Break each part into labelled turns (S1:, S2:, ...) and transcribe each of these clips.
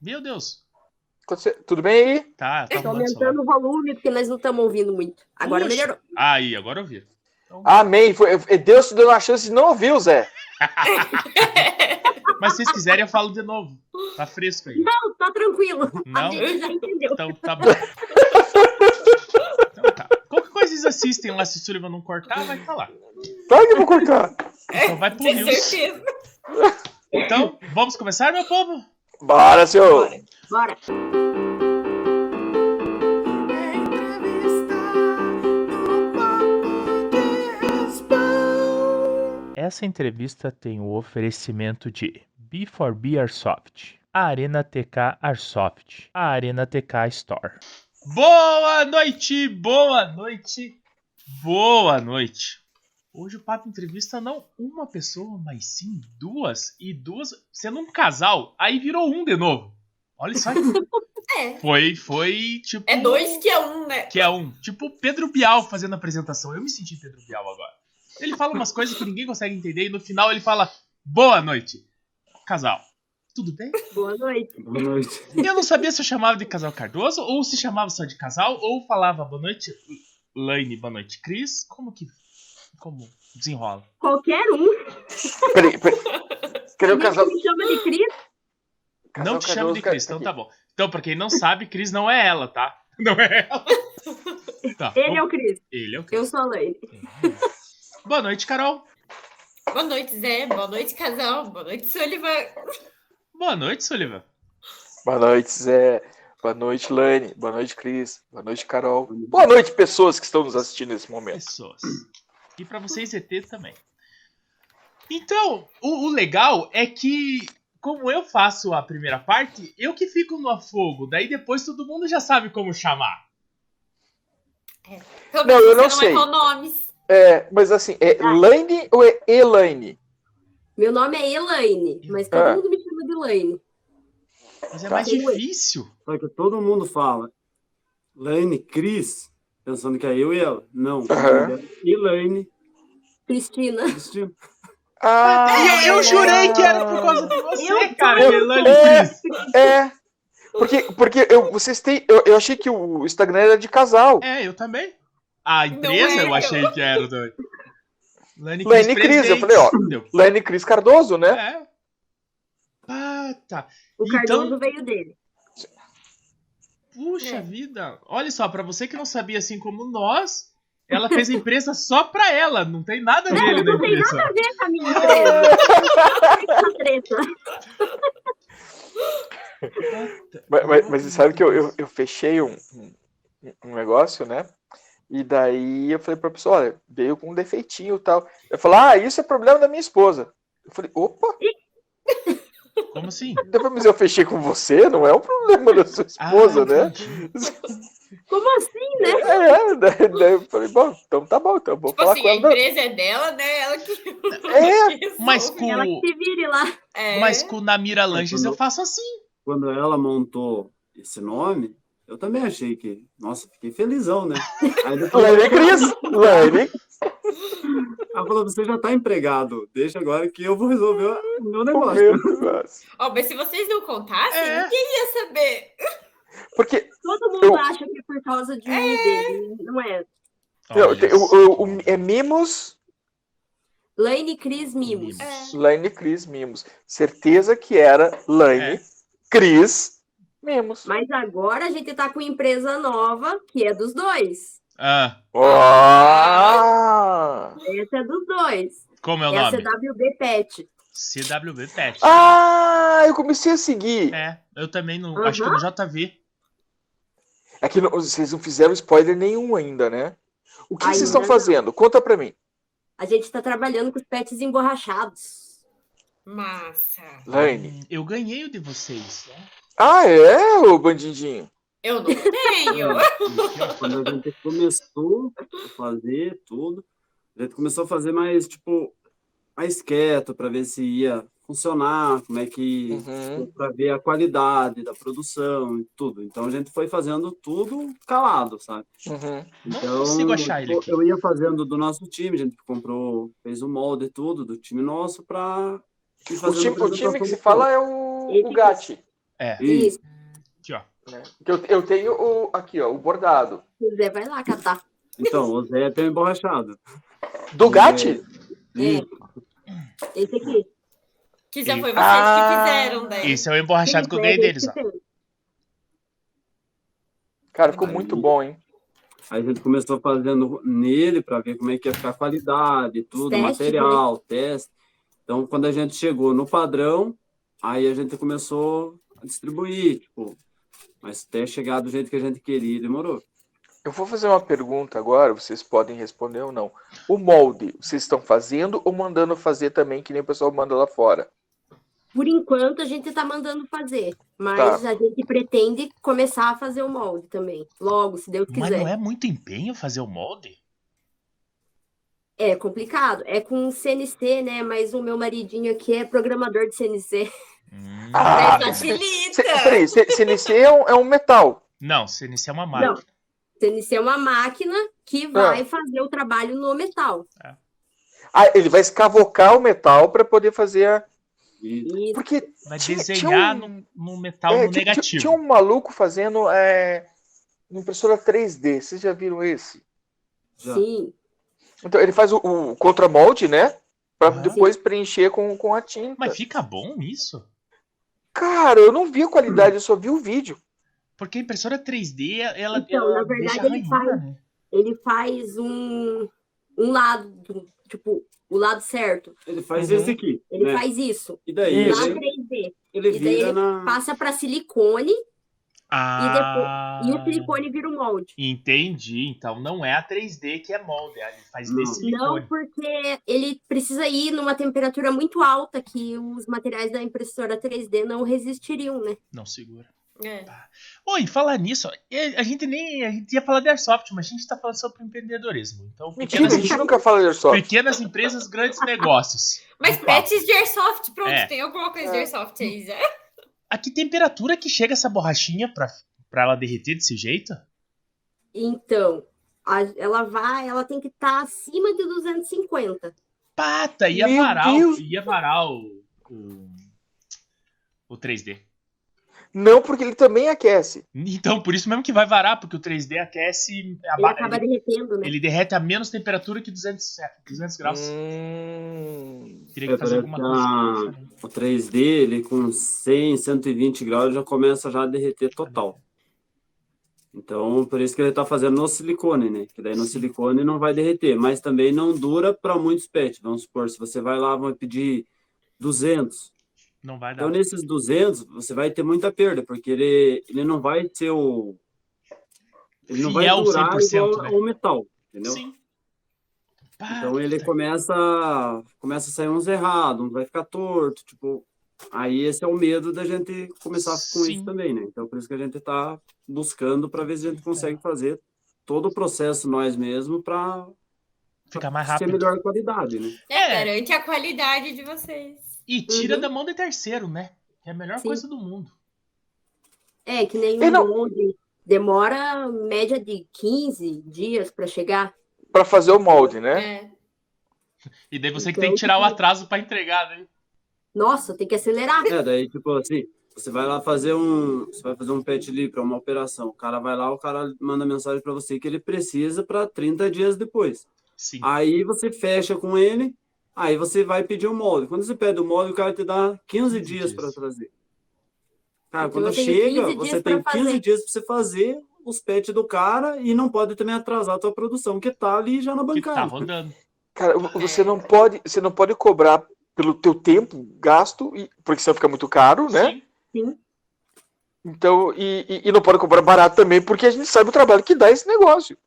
S1: Meu Deus.
S2: Você- Tudo bem aí?
S1: Tá, tá
S3: Estou
S1: rolando o celular.
S3: aumentando o volume porque nós não estamos ouvindo muito. Agora
S1: Puxa.
S3: melhorou.
S1: Aí, agora eu vi.
S2: Amém. Foi- é, Deus te deu a chance de não ouvir o Zé.
S1: Mas se vocês quiserem, eu falo de novo. Tá fresco aí.
S3: Não, tá tranquilo.
S1: Não?
S3: A gente já entendeu.
S1: Então tá bom. Então tá. Qualquer coisa vocês assistem lá, se o Sullivan não cortar, vai tá lá.
S2: Vai que eu vou cortar.
S1: Então vai pro
S4: Tem
S1: News.
S4: certeza.
S1: Então, vamos começar, meu povo?
S2: Bora, senhor.
S4: Bora.
S3: Bora.
S5: Essa entrevista tem o oferecimento de B4B Airsoft, a Arena TK Airsoft, a Arena TK Store.
S1: Boa noite, boa noite, boa noite. Hoje o papo entrevista não uma pessoa, mas sim duas e duas sendo um casal. Aí virou um de novo. Olha só.
S4: É.
S1: Foi, foi tipo
S4: É dois que é um, né?
S1: que é um. Tipo o Pedro Bial fazendo a apresentação. Eu me senti Pedro Bial agora. Ele fala umas coisas que ninguém consegue entender e no final ele fala: Boa noite, casal. Tudo bem?
S3: Boa noite.
S6: Boa noite.
S1: E Eu não sabia se eu chamava de casal Cardoso, ou se chamava só de casal, ou falava boa noite, Laine, boa noite, Cris. Como que. Como desenrola?
S3: Qualquer um
S2: Peraí, peraí. Cadê o
S3: a
S2: casal?
S3: gente me chama de Cris.
S2: casal
S1: não te chamo de
S2: Cardoso,
S1: Cris,
S2: cara,
S1: então tá bom. Então, pra quem não sabe, Cris não é ela, tá? Não é ela. Tá,
S3: Ele é
S1: bom,
S3: o Cris.
S1: ele é o Cris.
S3: Eu sou a Laine.
S1: Boa noite, Carol.
S4: Boa noite, Zé. Boa noite, casal. Boa noite, Sullivan.
S1: Boa noite, Sullivan.
S2: Boa noite, Zé. Boa noite, Lane. Boa noite, Cris. Boa noite, Carol. Boa noite, pessoas que estão nos assistindo nesse momento.
S1: pessoas. E pra vocês ET também. Então, o, o legal é que, como eu faço a primeira parte, eu que fico no afogo. Daí depois todo mundo já sabe como chamar.
S4: Pelo
S2: Não,
S4: menos
S2: eu
S4: você
S2: não sei.
S4: errou nomes.
S2: É, mas assim, é
S3: Ah.
S2: Lane ou é Elaine?
S3: Meu nome é Elaine, mas todo
S2: Ah.
S3: mundo me chama de Elaine.
S1: Mas é
S2: Tá.
S1: mais difícil.
S6: Só que todo mundo fala Lane, Cris, pensando que é eu e ela. Não.
S2: Aham.
S6: Elaine,
S3: Cristina.
S6: Cristina.
S2: Ah,
S1: E eu, eu jurei que era por causa de você, cara, Elane
S2: É.
S1: Cris.
S2: É. Porque, porque eu, vocês têm. Eu, eu achei que o Instagram era de casal.
S1: É, eu também. A
S4: Não
S1: empresa
S4: é
S1: eu
S4: eu.
S1: achei que era. Do... Lani
S2: Lane Cris, eu falei, ó.
S1: Deu.
S2: Lane e Cris Cardoso, né?
S1: É. Ah, tá.
S3: O
S1: Então-
S3: Cardoso veio dele.
S1: Puxa
S4: É.
S1: vida! Olha só, pra você que não sabia assim como nós, ela fez a empresa só pra ela, não tem nada dele na
S3: não tem
S1: empresa.
S3: nada a ver com a minha empresa. Essa treta.
S2: Mas, mas, mas você sabe que eu, eu, eu fechei um, um- um negócio, né? E daí eu falei pra pessoa, olha, veio com um defeitinho e tal. Eu falei, ah, isso é problema da minha esposa. Eu falei, opa,
S1: Como assim?
S2: depois, mas eu fechei com você, não é um problema da sua esposa, né?
S1: entendi.
S3: Como assim?
S2: É, daí, daí eu falei, bom, então tá bom, então eu vou
S4: Tipo
S2: falar
S4: assim,
S2: com
S4: a
S2: ela.
S4: empresa é dela, né? Ela que.
S2: É,
S1: Mas
S4: resolve.
S1: com,
S3: Ela que se vire lá.
S4: É.
S1: mas com na Mira Lanches eu faço assim.
S6: Quando ela montou esse nome, eu também achei que. Nossa, fiquei felizão, né? Aí depois
S2: Lane e Cris, Lane.
S6: ela falou: você já tá empregado, deixa agora que eu vou resolver o meu
S2: o
S6: negócio.
S2: meu negócio.
S4: Ó, mas se vocês não contassem,
S1: É.
S4: ninguém ia saber.
S2: Porque
S3: Todo mundo
S2: Eu-
S3: acha que é por causa de um dele. Não é.
S2: não,
S1: Olha
S2: tem-
S1: só.
S2: o- o- o- é Mimos,
S3: Laine e Cris Mimos.
S1: É.
S2: Lane e Cris, Mimos. Certeza que era Lane,
S1: É.
S2: Cris, Mimos.
S3: Mas agora a gente tá com empresa nova, que é dos dois.
S1: Ah,
S2: Ah!
S3: Essa é dos dois.
S1: como é o
S3: É a
S1: nome?
S3: CWB Pet.
S1: CWB Pet.
S2: Ah, eu comecei a seguir.
S1: É, eu também não.
S3: Uhum.
S1: Acho que no JV.
S2: É que não- vocês não fizeram spoiler nenhum ainda, né? O que
S3: Ainda
S2: vocês estão
S3: não.
S2: fazendo? Conta pra mim.
S3: A gente tá trabalhando com os pets emborrachados.
S4: Massa.
S2: Laine.
S1: Eu ganhei o de vocês. né?
S2: Ah, é, ô bandidinho?
S4: Eu não tenho.
S6: Quando a gente começou a fazer tudo, a gente começou a fazer mais, tipo, mais quieto, para ver se ia funcionar, como é que.
S2: Uhum.
S6: para ver a qualidade da produção e tudo. Então a gente foi fazendo tudo calado, sabe?
S2: uhum.
S1: Não
S6: Então,
S1: consigo achar ele
S6: eu-
S1: aqui.
S6: Eu ia fazendo do nosso time, a gente comprou, fez o molde e tudo do time nosso para
S2: O time, o time que se fala é o,
S3: Ele
S2: o Gatti.
S1: É,
S3: Isso.
S6: Isso.
S1: aqui, ó.
S2: né? Porque Eu, eu tenho o, aqui, ó, o bordado.
S3: O Zé vai lá catar.
S6: Então, o Zé tem um emborrachado.
S2: Do Gatti?
S3: É. Esse aqui.
S4: Que já
S1: E-
S4: foi vocês
S2: Ah,
S4: que fizeram, né? daí.
S1: Esse é o emborrachado que eu ganhei deles, ó.
S2: Cara, ficou muito bom, hein?
S6: Aí a gente começou fazendo nele para ver como é que ia ficar a qualidade, tudo,
S3: Teste,
S6: material, teste. Então, quando a gente chegou no padrão, aí a gente começou a distribuir, tipo, mas até chegar do jeito que a gente queria, demorou.
S2: Eu vou fazer uma pergunta agora, vocês podem responder ou não. O molde, vocês estão fazendo ou mandando fazer também, que nem o pessoal manda lá fora?
S3: Por enquanto, a gente tá mandando fazer. Mas
S2: Tá.
S3: a gente pretende começar a fazer o molde também. Logo, se Deus
S1: Mas
S3: quiser.
S1: não é muito empenho fazer o molde?
S3: É complicado. É com CNC, né? Mas o meu maridinho aqui é programador de CNC.
S1: Hum.
S2: Ah,
S4: Daí
S2: C-
S4: facilita.
S2: Peraí, C- CNC é um, é um metal.
S1: Não, CNC é uma máquina.
S3: Não. CNC é uma máquina que vai fazer o trabalho no metal.
S2: Ah, ele vai escavocar o metal para poder fazer a.
S6: E
S3: E
S2: Porque
S1: Vai
S2: Tinha-
S1: desenhar
S2: tinha
S1: num num metal
S2: é,
S1: no
S2: tinha-
S1: Tá negativo.
S2: Tinha, tinha um maluco fazendo é, impressora 3D, vocês já viram esse?
S6: já.
S3: sim,
S2: Então ele faz o, o contramolde, né? Pra
S1: Aham.
S2: depois preencher com, com a tinta.
S1: Mas fica bom isso?
S2: Cara, eu não vi a qualidade, eu só vi o vídeo.
S1: Porque a impressora 3D, ela,
S3: Então,
S1: ela
S3: na verdade,
S1: deixa
S3: ele
S1: arranhura,
S3: faz-
S1: né?
S3: ele faz um, um lado, do- tipo, o lado certo.
S6: Ele faz
S2: Uhum.
S6: esse aqui,
S3: Ele
S1: É.
S6: né?
S3: faz isso.
S6: E daí
S2: Isso.
S3: Lá
S6: ele,
S3: 3D.
S6: ele
S3: e daí
S6: vira
S3: ele
S6: na...
S3: Passa para silicone
S1: Ah,
S3: e o silicone vira o molde.
S1: Entendi. Então não é a 3D que é molde, ele faz
S6: Não.
S1: de silicone.
S3: Não, porque ele precisa ir numa temperatura muito alta que os materiais da impressora 3D não resistiriam, né?
S1: Não, segura.
S4: É.
S1: Oi, falar nisso, ó, é, a gente nem a gente ia falar de airsoft, mas a gente tá falando sobre empreendedorismo. Então,
S2: Mentira, a
S1: pequenas,
S2: gente nunca fala de só.
S1: pequenas empresas, grandes negócios.
S4: Mas
S1: Opa.
S4: patches de airsoft, pronto,
S1: É.
S4: tem alguma coisa de airsoft aí, Zé.
S1: A que temperatura que chega essa borrachinha pra, pra ela derreter desse jeito?
S3: Então, a- ela vai, ela tem que estar acima de 250.
S1: Ah, Pata, ia
S2: Meu
S1: varar, o-
S2: Deus.
S1: ia varar o, o, o 3D.
S2: Não, porque ele também aquece.
S1: Então, por isso mesmo que vai varar, porque o 3D aquece,
S3: Ele
S1: aba-
S3: acaba
S1: ele,
S3: derretendo, né?
S1: ele derrete a menos temperatura que 200, é, 200 graus.
S2: Hum.
S1: Teria que
S6: É,
S1: fazer alguma
S6: parece
S1: coisa. diferente.
S6: O 3D, ele com 100, 120 graus já começa já a derreter total. Então, por isso que ele está fazendo no silicone, né? Que daí no silicone não vai derreter, mas também não dura para muitos pets. Vamos supor, se você vai lá, vai pedir 200.
S1: Não vai dar.
S6: Então, nesses 200, você vai ter muita perda, porque ele, ele não vai ter o. Ele não vai
S1: Fiel
S6: durar
S1: 100%,
S6: igual
S1: né?
S6: ao metal, entendeu?
S1: Sim. Pá,
S6: Então ele começa, começa a sair uns errados, uns vai ficar torto, tipo. Aí esse é o medo da gente começar com
S1: Sim.
S6: isso também, né? Então por isso que a gente tá buscando para ver se a gente consegue fazer todo o processo nós mesmos para
S1: fica mais
S6: ter
S1: rápido.
S6: melhor qualidade, né?
S4: É,
S1: É.
S4: Garante a qualidade de vocês.
S1: E tira
S3: Uhum.
S1: da mão de terceiro, né? É a melhor
S3: Sim.
S1: coisa do mundo.
S3: É, que nem
S2: Eu
S3: um
S2: não-
S3: molde demora média de 15 dias para chegar.
S2: Pra fazer o molde, né?
S4: É.
S1: E daí você que
S3: Então,
S1: tem que tirar o
S3: tipo-
S1: atraso pra entregar, né?
S3: Nossa, tem que acelerar.
S6: É, daí tipo assim, você vai lá fazer um, você vai fazer um pet livre, pra uma operação. O cara vai lá, o cara manda mensagem para você que ele precisa para 30 dias depois.
S1: Sim.
S6: Aí você fecha com ele, aí você vai pedir o molde. Quando você pede o molde, o cara te dá 15 dias
S1: dias.
S6: para trazer. Cara,
S3: Então
S6: quando
S3: eu tenho
S6: chega,
S3: 15
S6: você
S3: dias
S6: tem
S3: pra
S6: 15
S3: fazer.
S6: dias para você fazer os pets do cara e não pode também atrasar a tua produção, que tá ali já na
S1: Que tá
S6: bancada.
S1: rodando.
S2: Né? Cara, vo- você não pode, você não pode cobrar pelo teu tempo gasto, e- porque senão fica muito caro, né?
S1: Sim.
S2: Então, e, e- e não pode cobrar barato também, porque a gente sabe o trabalho que dá esse negócio.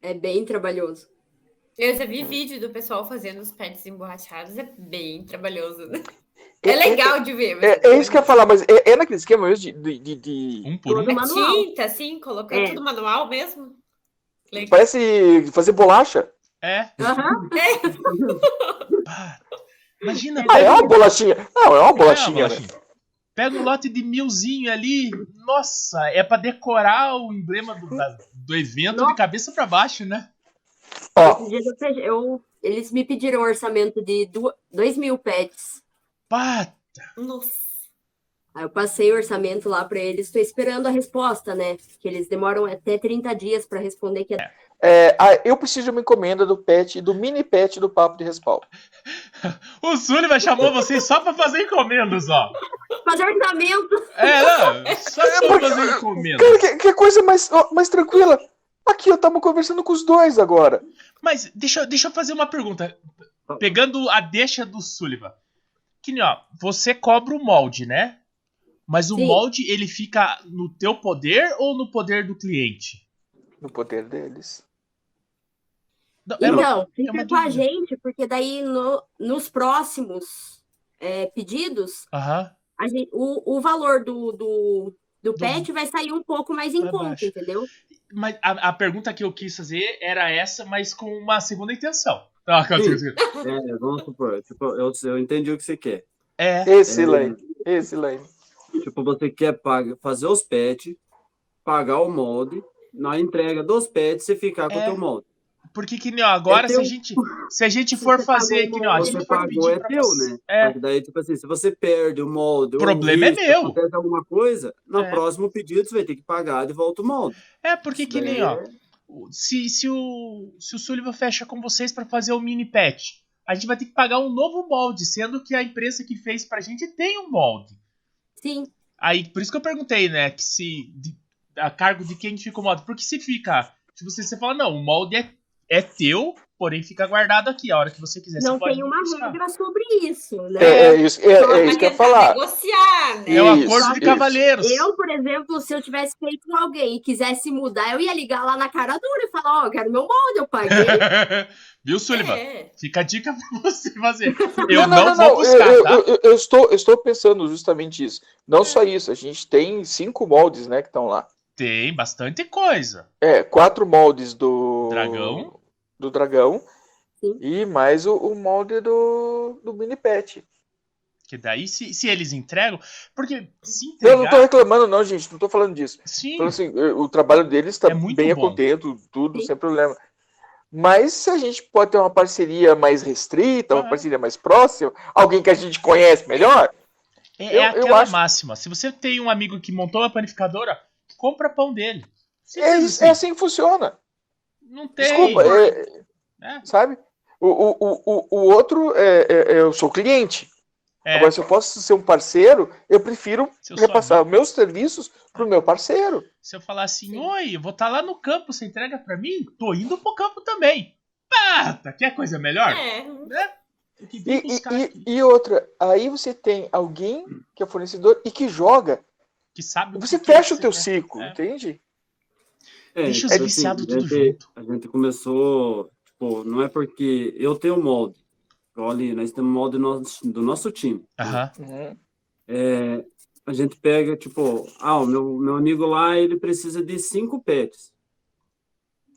S3: É bem trabalhoso.
S4: Eu já vi vídeo do pessoal fazendo os pets emborrachados, é bem trabalhoso. né? É legal né? de ver. mas
S2: É, é isso que eu ia falar, mas é, é naquele esquema mesmo de. de- de- de-
S1: Um por um.
S3: Todo
S4: A
S3: manual.
S4: tinta, assim, colocando
S3: É.
S4: tudo manual mesmo. Legal.
S2: Parece fazer bolacha.
S1: É.
S3: Aham.
S1: Pá. Imagina,
S2: Ah, é
S1: pega,
S2: uma bolachinha. Não, é uma bolachinha.
S1: É,
S2: né?
S1: bolachinha. Pega um lote de milzinho ali. Nossa, é pra decorar o emblema do, da- do evento de
S3: Nossa.
S1: cabeça pra baixo, né?
S2: Ó,
S3: Esses dias eu fe- eu- eles me pediram um orçamento de 2 mil pets.
S1: Pá,
S4: Nossa.
S3: Aí eu passei o orçamento lá para eles, estou esperando a resposta, né? Que eles demoram até 30 dias para responder que é.
S2: É, ah, eu preciso de uma encomenda do pet, do mini pet do Papo de Respaldo.
S1: O Sullivan chamou vocês só pra fazer encomendas, ó.
S3: Fazer orçamento.
S1: É, não, só
S2: É,
S1: pra
S2: porque-
S1: fazer encomendas.
S2: Cara, que, que coisa mais, ó, mais tranquila. Aqui, eu tava conversando com os dois agora.
S1: Mas deixa, eu- deixa eu fazer uma pergunta. Pegando a deixa do Sullivan. Que nem, ó, você cobra o molde, né? Mas o
S3: Sim.
S1: molde, ele fica no teu poder ou no poder do cliente?
S2: No poder deles.
S1: Não, é uma-
S3: Então,
S1: uma
S3: fica com a
S1: dúvida.
S3: gente, porque daí no- nos próximos é, pedidos,
S1: Aham.
S3: a gen- o, o valor do, do, do
S1: Do-
S3: pet vai sair um pouco mais em
S1: Pra
S3: conta,
S1: baixo.
S3: entendeu?
S1: Mas a, a pergunta que eu quis fazer era essa, mas com uma segunda intenção. Tá, Não, calma,
S6: Sim.
S1: calma, calma.
S6: É, vamos supor, tipo, eu, eu entendi o que você quer.
S1: É,
S2: Esse Lane, esse Lane.
S6: Tipo, você quer paga- fazer os pets, pagar o molde, na entrega dos pets você ficar com o
S1: É.
S6: teu molde.
S1: porque que nem, ó, agora se a
S6: tenho-
S1: gente se a gente for
S3: Você pagou
S1: fazer que nem, ó, a
S3: uma-
S1: gente
S6: tá Você
S1: for
S6: pagou
S1: pedir
S6: é
S1: pra
S6: teu,
S1: você-
S6: né?
S1: É,
S6: Só que Daí, tipo assim, se você perde o molde, ou
S1: Problema é
S6: risco,
S1: meu.
S6: acontece alguma coisa, no
S1: É.
S6: próximo pedido você vai ter que pagar de volta o molde.
S1: é porque que
S6: Daí
S1: nem, ó,
S6: é-
S1: o- se, se o se o Sullivan fecha com vocês pra fazer o mini patch, a gente vai ter que pagar um novo molde, sendo que a empresa que fez pra gente tem um molde.
S3: Sim.
S1: Aí, por isso que eu perguntei, né, que se de- a cargo de quem fica o molde, porque se fica, se você, você fala, não, o molde é, é teu, porém fica guardado aqui, a hora que você quiser,
S3: não
S1: você pode
S3: tem uma
S1: buscar.
S3: regra sobre isso, né?
S2: É, é isso, é,
S4: Só
S2: é
S4: pra
S2: isso que eu ia
S4: tentar
S2: falar.
S4: negociar, né?
S1: É o
S2: Isso,
S1: acordo de
S2: isso.
S1: cavaleiros.
S3: Eu, por exemplo, se eu tivesse feito com alguém e quisesse mudar, eu ia ligar lá na cara dura e falar, ó, eu quero meu molde, eu paguei. né?
S1: Viu, Sullivan?
S4: É.
S1: Fica a dica pra você fazer. Eu não, vou
S2: eu-
S1: buscar,
S2: eu,
S1: tá?
S2: eu- eu- eu estou, eu estou pensando justamente isso. Não só isso, a gente tem cinco moldes, né, que estão lá.
S1: Tem bastante coisa.
S2: É, quatro moldes do
S1: Dragão.
S2: do dragão
S3: Sim.
S2: e mais o, o molde do, do mini pet.
S1: Que daí, se, se eles entregam. Porque se
S2: Eu não tô
S1: entregar.
S2: reclamando não, gente, não tô falando disso.
S1: Sim.
S2: Então, assim, o trabalho deles está
S1: É muito
S2: bem
S1: bom.
S2: contento, tudo,
S3: Sim.
S2: sem problema. Mas se a gente pode ter uma parceria mais restrita, uma
S1: Ah.
S2: parceria mais próxima, alguém que a gente conhece melhor,
S1: É,
S2: eu-
S1: é
S2: eu
S1: aquela
S2: acho-
S1: máxima. Se você tem um amigo que montou uma panificadora, compra pão dele.
S2: é,
S1: Simples
S2: é
S1: assim.
S2: assim que funciona.
S1: Não tem.
S2: Desculpa, é-
S1: né?
S2: sabe? O, o, o, o- o outro, é, é- é, eu sou cliente.
S1: É,
S2: Agora, se eu posso ser um parceiro, eu prefiro
S1: se eu sou
S2: repassar
S1: amigo,
S2: os meus serviços pro meu parceiro.
S1: se eu falar assim, oi, eu vou estar lá no campo, você entrega pra mim? Tô indo pro campo também. Pata, quer coisa melhor?
S4: É.
S1: Tem que
S2: E,
S1: vir
S2: e,
S1: buscar aqui.
S2: e, e outra, aí você tem alguém que é fornecedor e que joga.
S1: Que sabe o
S2: Você
S1: que que
S2: fecha o teu assim,
S1: quer.
S2: ciclo,
S1: É.
S2: entende?
S6: É,
S1: Deixa os
S6: tipo
S1: viciados
S6: a
S2: né,
S1: tudo
S6: gente-
S1: junto.
S6: A gente começou, tipo, não é porque eu tenho um molde. Olha, nós temos um molde nosso- do nosso time.
S1: Aham.
S2: Uhum.
S6: É, a gente pega, tipo, ah, o meu, meu amigo lá, ele precisa de cinco pets.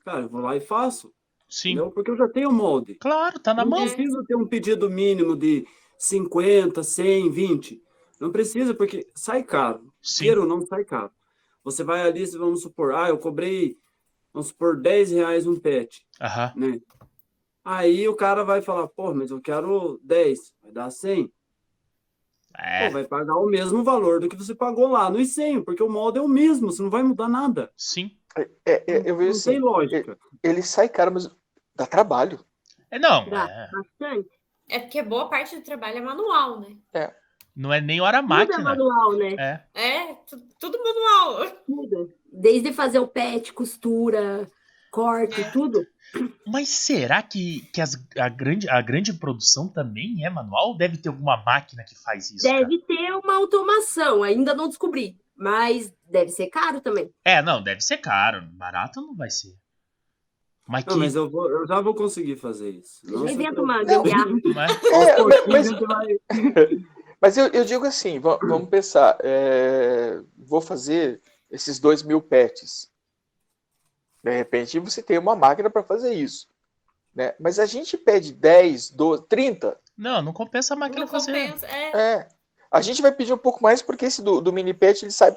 S6: Cara, eu vou lá e faço,
S1: Sim.
S6: entendeu? Porque eu já tenho um molde.
S1: Claro, tá na
S6: Não
S1: mão.
S6: preciso ter um pedido mínimo de 50, 100, 20. Não precisa, porque sai caro
S1: Sim.
S6: queira ou não, sai caro. Você vai ali, você- vamos supor, ah, eu cobrei, vamos supor, 10 reais um pet,
S1: Aham.
S6: né? Aí o cara vai falar, pô, mas eu quero 10, vai dar 100.
S1: É.
S6: Pô, vai pagar o mesmo valor do que você pagou lá nos 100, porque o molde é o mesmo, você não vai mudar nada.
S1: Sim.
S2: É, é, eu vejo
S6: não tem
S2: assim,
S6: lógica.
S2: ele sai caro, mas dá trabalho.
S1: É não.
S3: Dá.
S1: é.
S3: Bastante.
S4: É porque boa parte do trabalho é manual, né?
S1: Não é nem hora
S3: Tudo é
S1: máquina.
S3: manual, né?
S1: É.
S4: É, tu- tudo manual.
S3: Tudo. Desde fazer o pet, costura, corte, tudo.
S1: Mas será que, que as- a, grande, a grande produção também é manual? Deve ter alguma máquina que faz isso? cara?
S3: Deve ter uma automação, ainda não descobri. Mas deve ser caro também.
S1: É, não, deve ser caro. Barato não vai ser. Mas que.
S6: Não, mas eu, vou, eu já vou conseguir fazer isso. Não se
S3: Inventa uma
S6: preocupe.
S3: gambiarra.
S1: é mas-
S2: É,
S6: Aos
S2: mas-
S6: pouquinhos
S1: né?
S2: mas,
S6: a gente vai-
S2: mas eu, eu digo assim, va- vamos pensar, é, vou fazer esses dois mil pets. De repente você tem uma máquina para fazer isso. Né? Mas a gente pede 10, 12, 30.
S1: Não, não compensa a máquina
S4: Não
S1: fazer.
S4: compensa. É.
S2: É. A gente vai pedir um pouco mais porque esse do, do mini pet ele sai.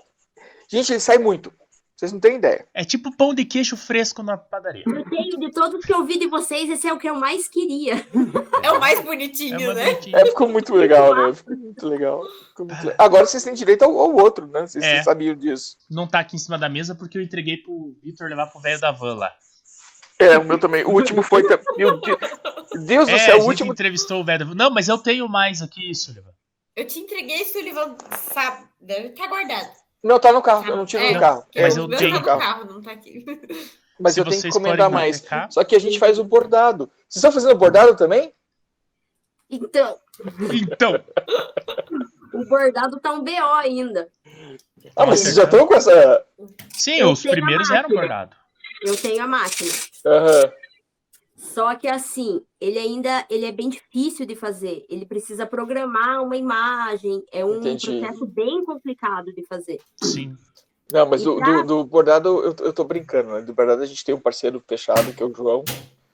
S2: Gente, ele sai muito. Vocês não têm ideia.
S1: É tipo pão de queijo fresco na padaria.
S3: Eu tenho de todos que eu vi de vocês, esse é o que eu mais queria.
S4: É o mais
S1: É
S4: bonitinho,
S1: uma
S4: né?
S1: noitinha.
S2: É, ficou muito legal, né? Ficou muito legal. Ficou muito legal. Agora vocês têm direito ao, ao outro, né? Vocês,
S1: É.
S2: vocês sabiam disso.
S1: Não tá aqui em cima da mesa porque eu entreguei pro Vitor levar pro velho da van lá.
S2: É, o meu também. O último foi. tam- Meu Deus, Deus do
S1: é, a
S2: céu, o
S1: gente
S2: último.
S1: entrevistou o velho da van. Não, mas eu tenho mais aqui, Sullivan.
S4: Eu te entreguei isso, Sullivan, sabe? Deve estar guardado.
S2: Não, tá no carro. Eu não tive
S4: É,
S2: no carro.
S1: mas
S4: o
S1: eu
S4: meu
S1: tenho.
S4: tá no carro, não tá aqui.
S2: Mas
S1: Se
S2: eu tenho que
S1: vocês
S2: comentar
S1: podem
S2: mais.
S1: marcar.
S2: Só que a gente faz o bordado. Vocês estão fazendo o bordado também?
S3: Então,
S1: Então,
S3: o bordado tá um BO ainda.
S2: Ah,
S1: Nossa,
S2: mas vocês já
S1: cara.
S2: estão com essa.
S1: sim,
S3: Eu
S1: os
S3: tenho a
S1: primeiros eram
S3: máquina.
S1: bordados.
S3: Eu tenho a máquina.
S2: Aham.
S3: Só que assim, ele ainda ele é bem difícil de fazer. Ele precisa programar uma imagem. É um
S2: Entendi.
S3: processo bem complicado de fazer.
S1: Sim.
S2: Não, mas do, do, do bordado eu, eu tô brincando, né? Do bordado a gente tem um parceiro fechado, que é o João.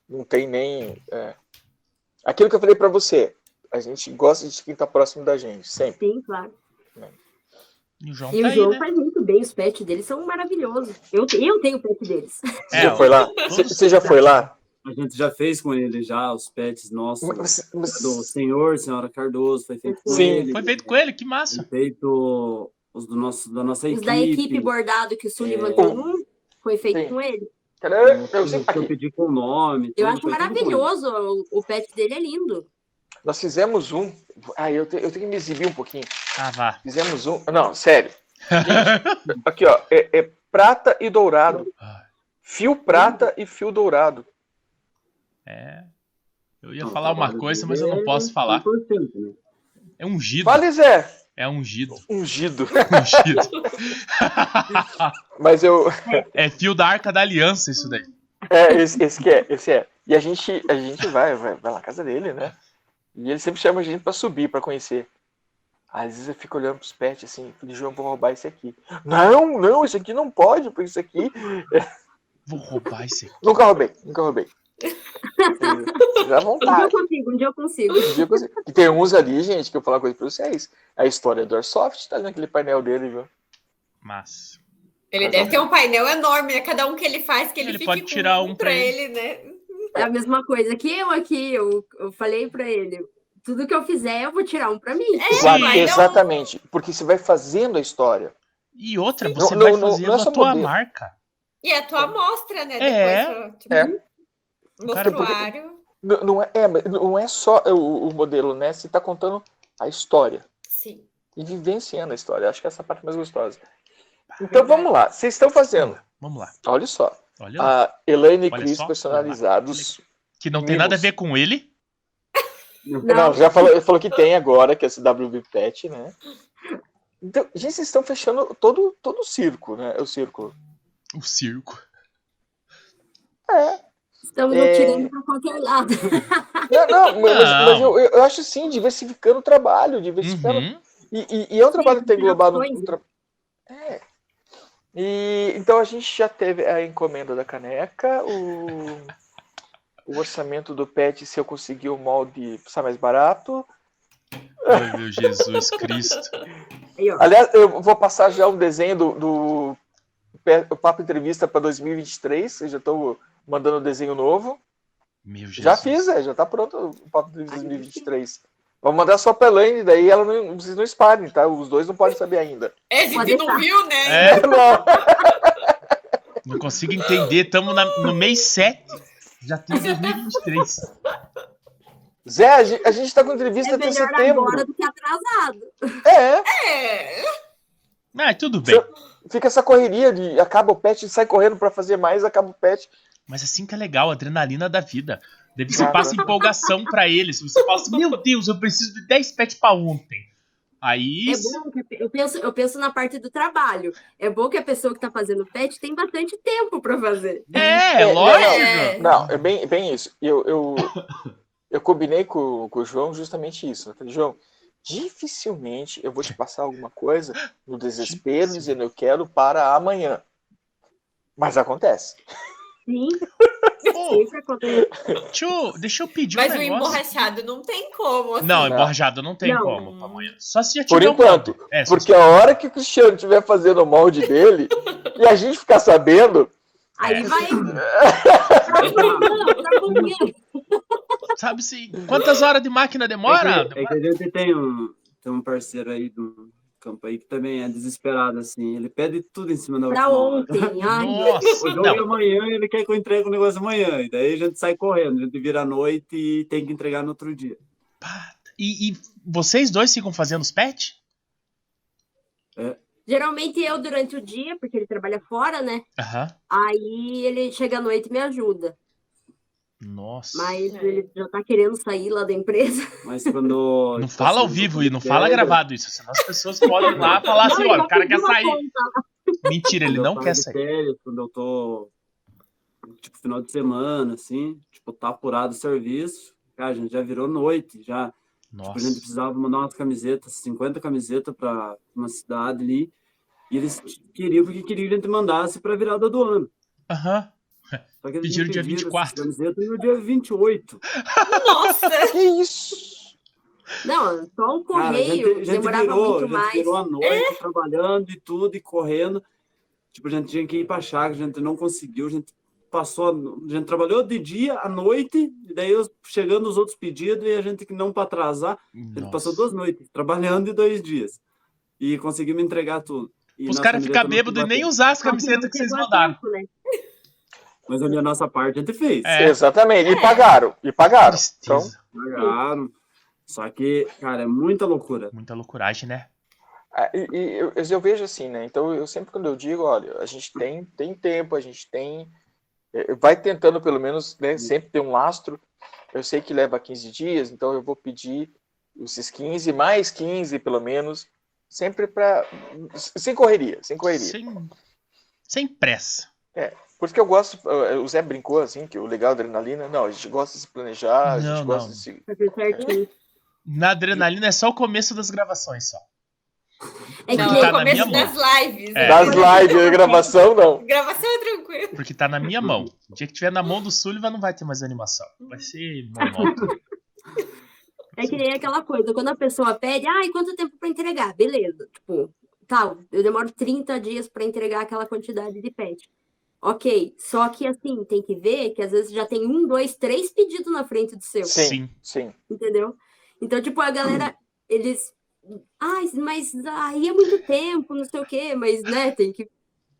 S2: Não tem nem. é. Aquilo que eu falei pra você. A gente gosta de quem tá próximo da gente, sempre.
S3: Sim, claro.
S1: E o João tá
S3: E o
S1: aí,
S3: João
S1: né?
S3: faz muito bem, os pets deles são maravilhosos. Eu, eu tenho o pet deles.
S2: Você
S1: É,
S2: já foi lá?
S1: todos-
S2: Você, você já foi lá?
S6: A gente já fez com ele já, os pets nossos.
S2: Mas- mas-
S6: Do senhor, senhora Cardoso, foi feito com
S3: Sim.
S6: ele.
S1: Foi feito com ele, que massa.
S6: Foi feito os do nosso, da nossa
S3: Os
S6: equipe.
S3: da equipe bordado que o Sullivan
S6: É.
S3: tem um, foi feito
S2: Sim.
S3: com ele.
S2: Cara, eu- eu sempre-
S6: Eu, eu
S2: aqui,
S6: pedi com o nome.
S3: Eu
S6: tudo,
S3: acho
S6: foi tudo com ele.
S3: maravilhoso. O, o pet dele é lindo.
S2: nós fizemos um. Ah, eu, te- eu tenho que me exibir um pouquinho.
S1: Ah, vá.
S2: Fizemos um. Não, sério. Aqui, ó. É, é prata e dourado. Fio prata e fio dourado.
S1: É. Eu ia
S6: Não,
S1: falar
S6: tá
S1: uma
S6: bom,
S1: coisa,
S6: eu
S1: mas eu não
S6: é
S1: posso falar.
S6: 100%, né?
S1: É ungido.
S2: Vale, Zé.
S1: É ungido. É
S2: Ungido.
S1: Ungido.
S2: Mas eu.
S1: é fio da arca da aliança isso daí.
S2: É, esse, esse que é, esse é. E a gente, a gente vai, vai, vai lá na casa dele, né? E ele sempre chama a gente pra subir, pra conhecer. Às vezes eu fico olhando pros pets assim, falei, João, vou roubar esse aqui. Não, não, isso aqui não pode, porque isso aqui.
S1: Vou roubar esse aqui.
S2: Nunca roubei, nunca roubei. É, Dá
S3: Um dia eu
S2: vontade.
S3: consigo, um dia eu consigo.
S2: Um dia eu consigo. E tem uns ali, gente, que eu vou falar uma coisa pra vocês. A história do Airsoft tá ali naquele painel dele, viu?
S1: Mas.
S4: Ele
S2: Mas
S4: deve
S2: não.
S4: ter um painel enorme, né? Cada um que ele faz, que ele,
S1: Ele
S4: fique
S1: pode
S4: com
S1: tirar um pra
S4: pra ele, né?
S3: É a mesma coisa que eu aqui. Eu, eu falei pra ele: tudo que eu fizer, eu vou tirar um pra mim.
S4: É,
S2: Exato,
S4: mas não-
S2: exatamente. Porque você vai fazendo a história.
S1: E outra,
S2: Sim.
S1: você
S2: Não,
S1: vai
S2: não, não,
S1: fazendo
S2: não é só
S1: a tua
S2: modelo.
S1: marca.
S4: E é a tua amostra, né?
S1: É.
S4: Depois, ó, tipo,
S2: É.
S4: Mostruário.
S2: Não, não é, é, mas não é só o, o modelo, né? Você tá contando a história
S4: Sim.
S2: e vivenciando a história. Acho que essa é a parte mais gostosa. Então vamos lá. Vocês estão fazendo.
S1: Vamos lá.
S2: Olha só.
S1: Olha lá.
S2: A Elaine e
S1: Olha
S2: Cris
S1: só.
S2: personalizados.
S1: que não tem nada a ver com ele.
S2: Não, já falou, falou que tem agora, que é esse WB Pet, né? Então, gente, vocês estão fechando todo, todo o circo, né? O círculo.
S1: O circo.
S3: Estamos
S2: É.
S3: tirando pra qualquer lado.
S2: Não, não, mas,
S1: Não.
S2: mas eu, eu acho assim, diversificando o trabalho, diversificando
S1: Uhum.
S2: E, e- e é um trabalho que tem
S3: muita
S2: englobado
S3: coisa.
S2: um tra- É. E então a gente já teve a encomenda da caneca, o, o orçamento do PET se eu conseguir o molde sai mais barato.
S1: Ai, meu Jesus Cristo.
S3: Aí, ó.
S2: Aliás, eu vou passar já um desenho do, do Pe- o Papo Entrevista para 2023. Eu já estou mandando um desenho novo.
S1: Meu Jesus.
S2: Já fiz, é, já tá pronto o Papo Entrevista 2023. Vou mandar só pra Elaine, daí ela não, vocês não espalhem, tá? Os dois não podem saber ainda.
S4: É, a gente
S3: Pode
S4: não
S3: deixar.
S4: viu, né?
S1: É,
S2: Não.
S1: não consigo entender. Estamos no mês 7. Já tem 2023.
S2: Zé, a gente, a gente tá com entrevista
S3: É
S2: até
S3: melhor
S2: setembro.
S3: agora do que atrasado.
S2: É,
S4: É.
S1: Ah, tudo bem.
S2: fica essa correria de acaba o pet, sai correndo pra fazer mais, acaba o pet.
S1: Mas assim que é legal, a adrenalina da vida. Daí você
S2: Cara.
S1: passa empolgação pra eles. Você fala assim, meu Deus, eu preciso de 10 pets pra ontem. Aí.
S3: É bom que eu penso, eu penso na parte do trabalho. É bom que a pessoa que tá fazendo pet tem bastante tempo pra fazer.
S1: É,
S2: É,
S1: lógico.
S4: É.
S2: Não, é bem, bem isso. Eu, eu, eu combinei com, com o João justamente isso. Eu falei, João, dificilmente eu vou te passar alguma coisa no desespero, dizendo eu quero para amanhã. Mas acontece.
S3: Sim,
S1: Ô,
S3: sempre acontece.
S1: deixa, eu, deixa eu pedir
S4: Mas
S1: um
S4: o
S1: negócio.
S4: emborrachado não tem como. assim.
S1: Não,
S2: Não.
S1: emborrajado não tem
S3: Não.
S1: como pra amanhã. Só se já
S2: Por
S1: tiver um
S2: enquanto,
S1: molde. É, só se-
S2: Porque a hora que o Cristiano estiver fazendo o molde dele, E a gente ficar sabendo,
S3: Aí
S1: É.
S3: vai. Tá com medo.
S1: Sabe se quantas horas de máquina demora?
S6: É que, é que a gente tem um, tem um parceiro aí do campo aí que também é desesperado, assim. Ele pede tudo em cima da
S3: Pra
S6: última hora.
S3: ontem. Ai,
S1: Nossa,
S6: O jogo é
S1: não.
S6: amanhã e ele quer que eu entregue o negócio amanhã. E daí a gente sai correndo, a gente vira à noite e tem que entregar no outro dia.
S1: E, e vocês dois ficam fazendo os pets?
S3: Geralmente eu durante o dia, porque ele trabalha fora, né?
S1: Aham.
S3: Aí ele chega à noite e me ajuda.
S1: Nossa.
S3: Mas
S4: É.
S3: ele já tá querendo sair lá da empresa.
S6: Mas quando.
S1: Não
S6: tipo
S1: fala ao
S6: assim,
S1: vivo
S6: eu
S1: e não fala
S6: quero-
S1: gravado isso, senão as pessoas podem ir lá falar assim,
S3: Não,
S1: olha,
S3: já
S1: o cara quer
S3: pediu uma
S1: sair.
S3: conta.
S1: Mentira, ele
S6: quando eu
S1: não
S6: tava
S1: quer
S6: de
S1: sair.
S6: férias, quando eu tô, tipo, final de semana, assim, tipo, tá apurado o serviço, cara, a gente já virou noite, já, tipo, a gente
S1: Nossa.
S6: precisava mandar umas camisetas, 50 camisetas pra uma cidade ali, e eles queriam, porque queriam que a gente mandasse pra virada do ano.
S1: Aham.
S6: Só que eles
S1: Pediram
S6: não
S1: dia
S6: pediram essas
S1: 24.
S6: Camisetas no dia 28.
S4: Nossa!
S2: que isso?
S3: Não, só o
S6: Cara, a gente,
S3: correio
S6: a gente
S3: demorava
S6: virou, a
S3: muito
S6: gente
S3: mais.
S6: virou à noite, trabalhando e tudo, e correndo. Tipo, a gente tinha que ir pra chácara, a gente não conseguiu, a gente passou, a no- a gente trabalhou de dia à noite, e daí os- chegando os outros pedidos, e a gente que não para atrasar, a gente passou
S1: Nossa.
S6: duas noites, trabalhando e dois dias. E conseguimos entregar tudo. E
S1: Os
S6: na
S1: caras
S6: camiseta
S1: ficam
S6: não
S1: bêbados e nem
S6: bateu.
S1: usar
S3: Tá
S1: as camisetas que vocês mandaram.
S3: né?
S6: Mas a minha nossa parte a gente fez.
S1: É.
S2: Exatamente. E pagaram. E pagaram. Então,
S1: Tristeza.
S6: Pagaram. Só que, cara, é muita loucura.
S1: Muita loucuragem, né?
S2: Ah, E, e eu, eu vejo assim, né? Então, eu sempre quando eu digo, olha, a gente tem, tem tempo, a gente tem. eh, Vai tentando, pelo menos, né? Sempre ter um lastro. Eu sei que leva 15 dias, então eu vou pedir esses 15, mais 15, pelo menos. Sempre para. Sem correria, sem correria.
S1: Sem, sem pressa.
S2: Por isso que eu gosto. eh, O Zé brincou assim, que o legal da adrenalina. Não, a gente gosta de se planejar, a gente
S1: Não,
S2: gosta
S1: não.
S2: de se.
S3: Fazer certinho.
S1: Na adrenalina é só o começo das gravações só.
S3: É que
S4: Não,
S1: Ele tá na
S4: é o começo
S1: minha
S4: das lives.
S1: É.
S4: né?
S2: Das lives, a gravação, não.
S4: Gravação é tranquilo.
S1: Porque tá na minha mão. O dia que tiver na mão do Sullivan não vai ter mais animação. Vai ser monótono.
S3: É que nem aquela coisa, quando a pessoa pede, ai, quanto tempo para entregar? Beleza, tipo, tal, eu demoro 30 dias para entregar aquela quantidade de pet. Ok, só que assim, tem que ver que às vezes já tem um, dois, três pedidos na frente do seu,
S1: Sim.
S2: Sim.
S3: entendeu? Então, tipo, a galera, eles, ai, mas aí é muito tempo, não sei o quê, mas, né, tem que,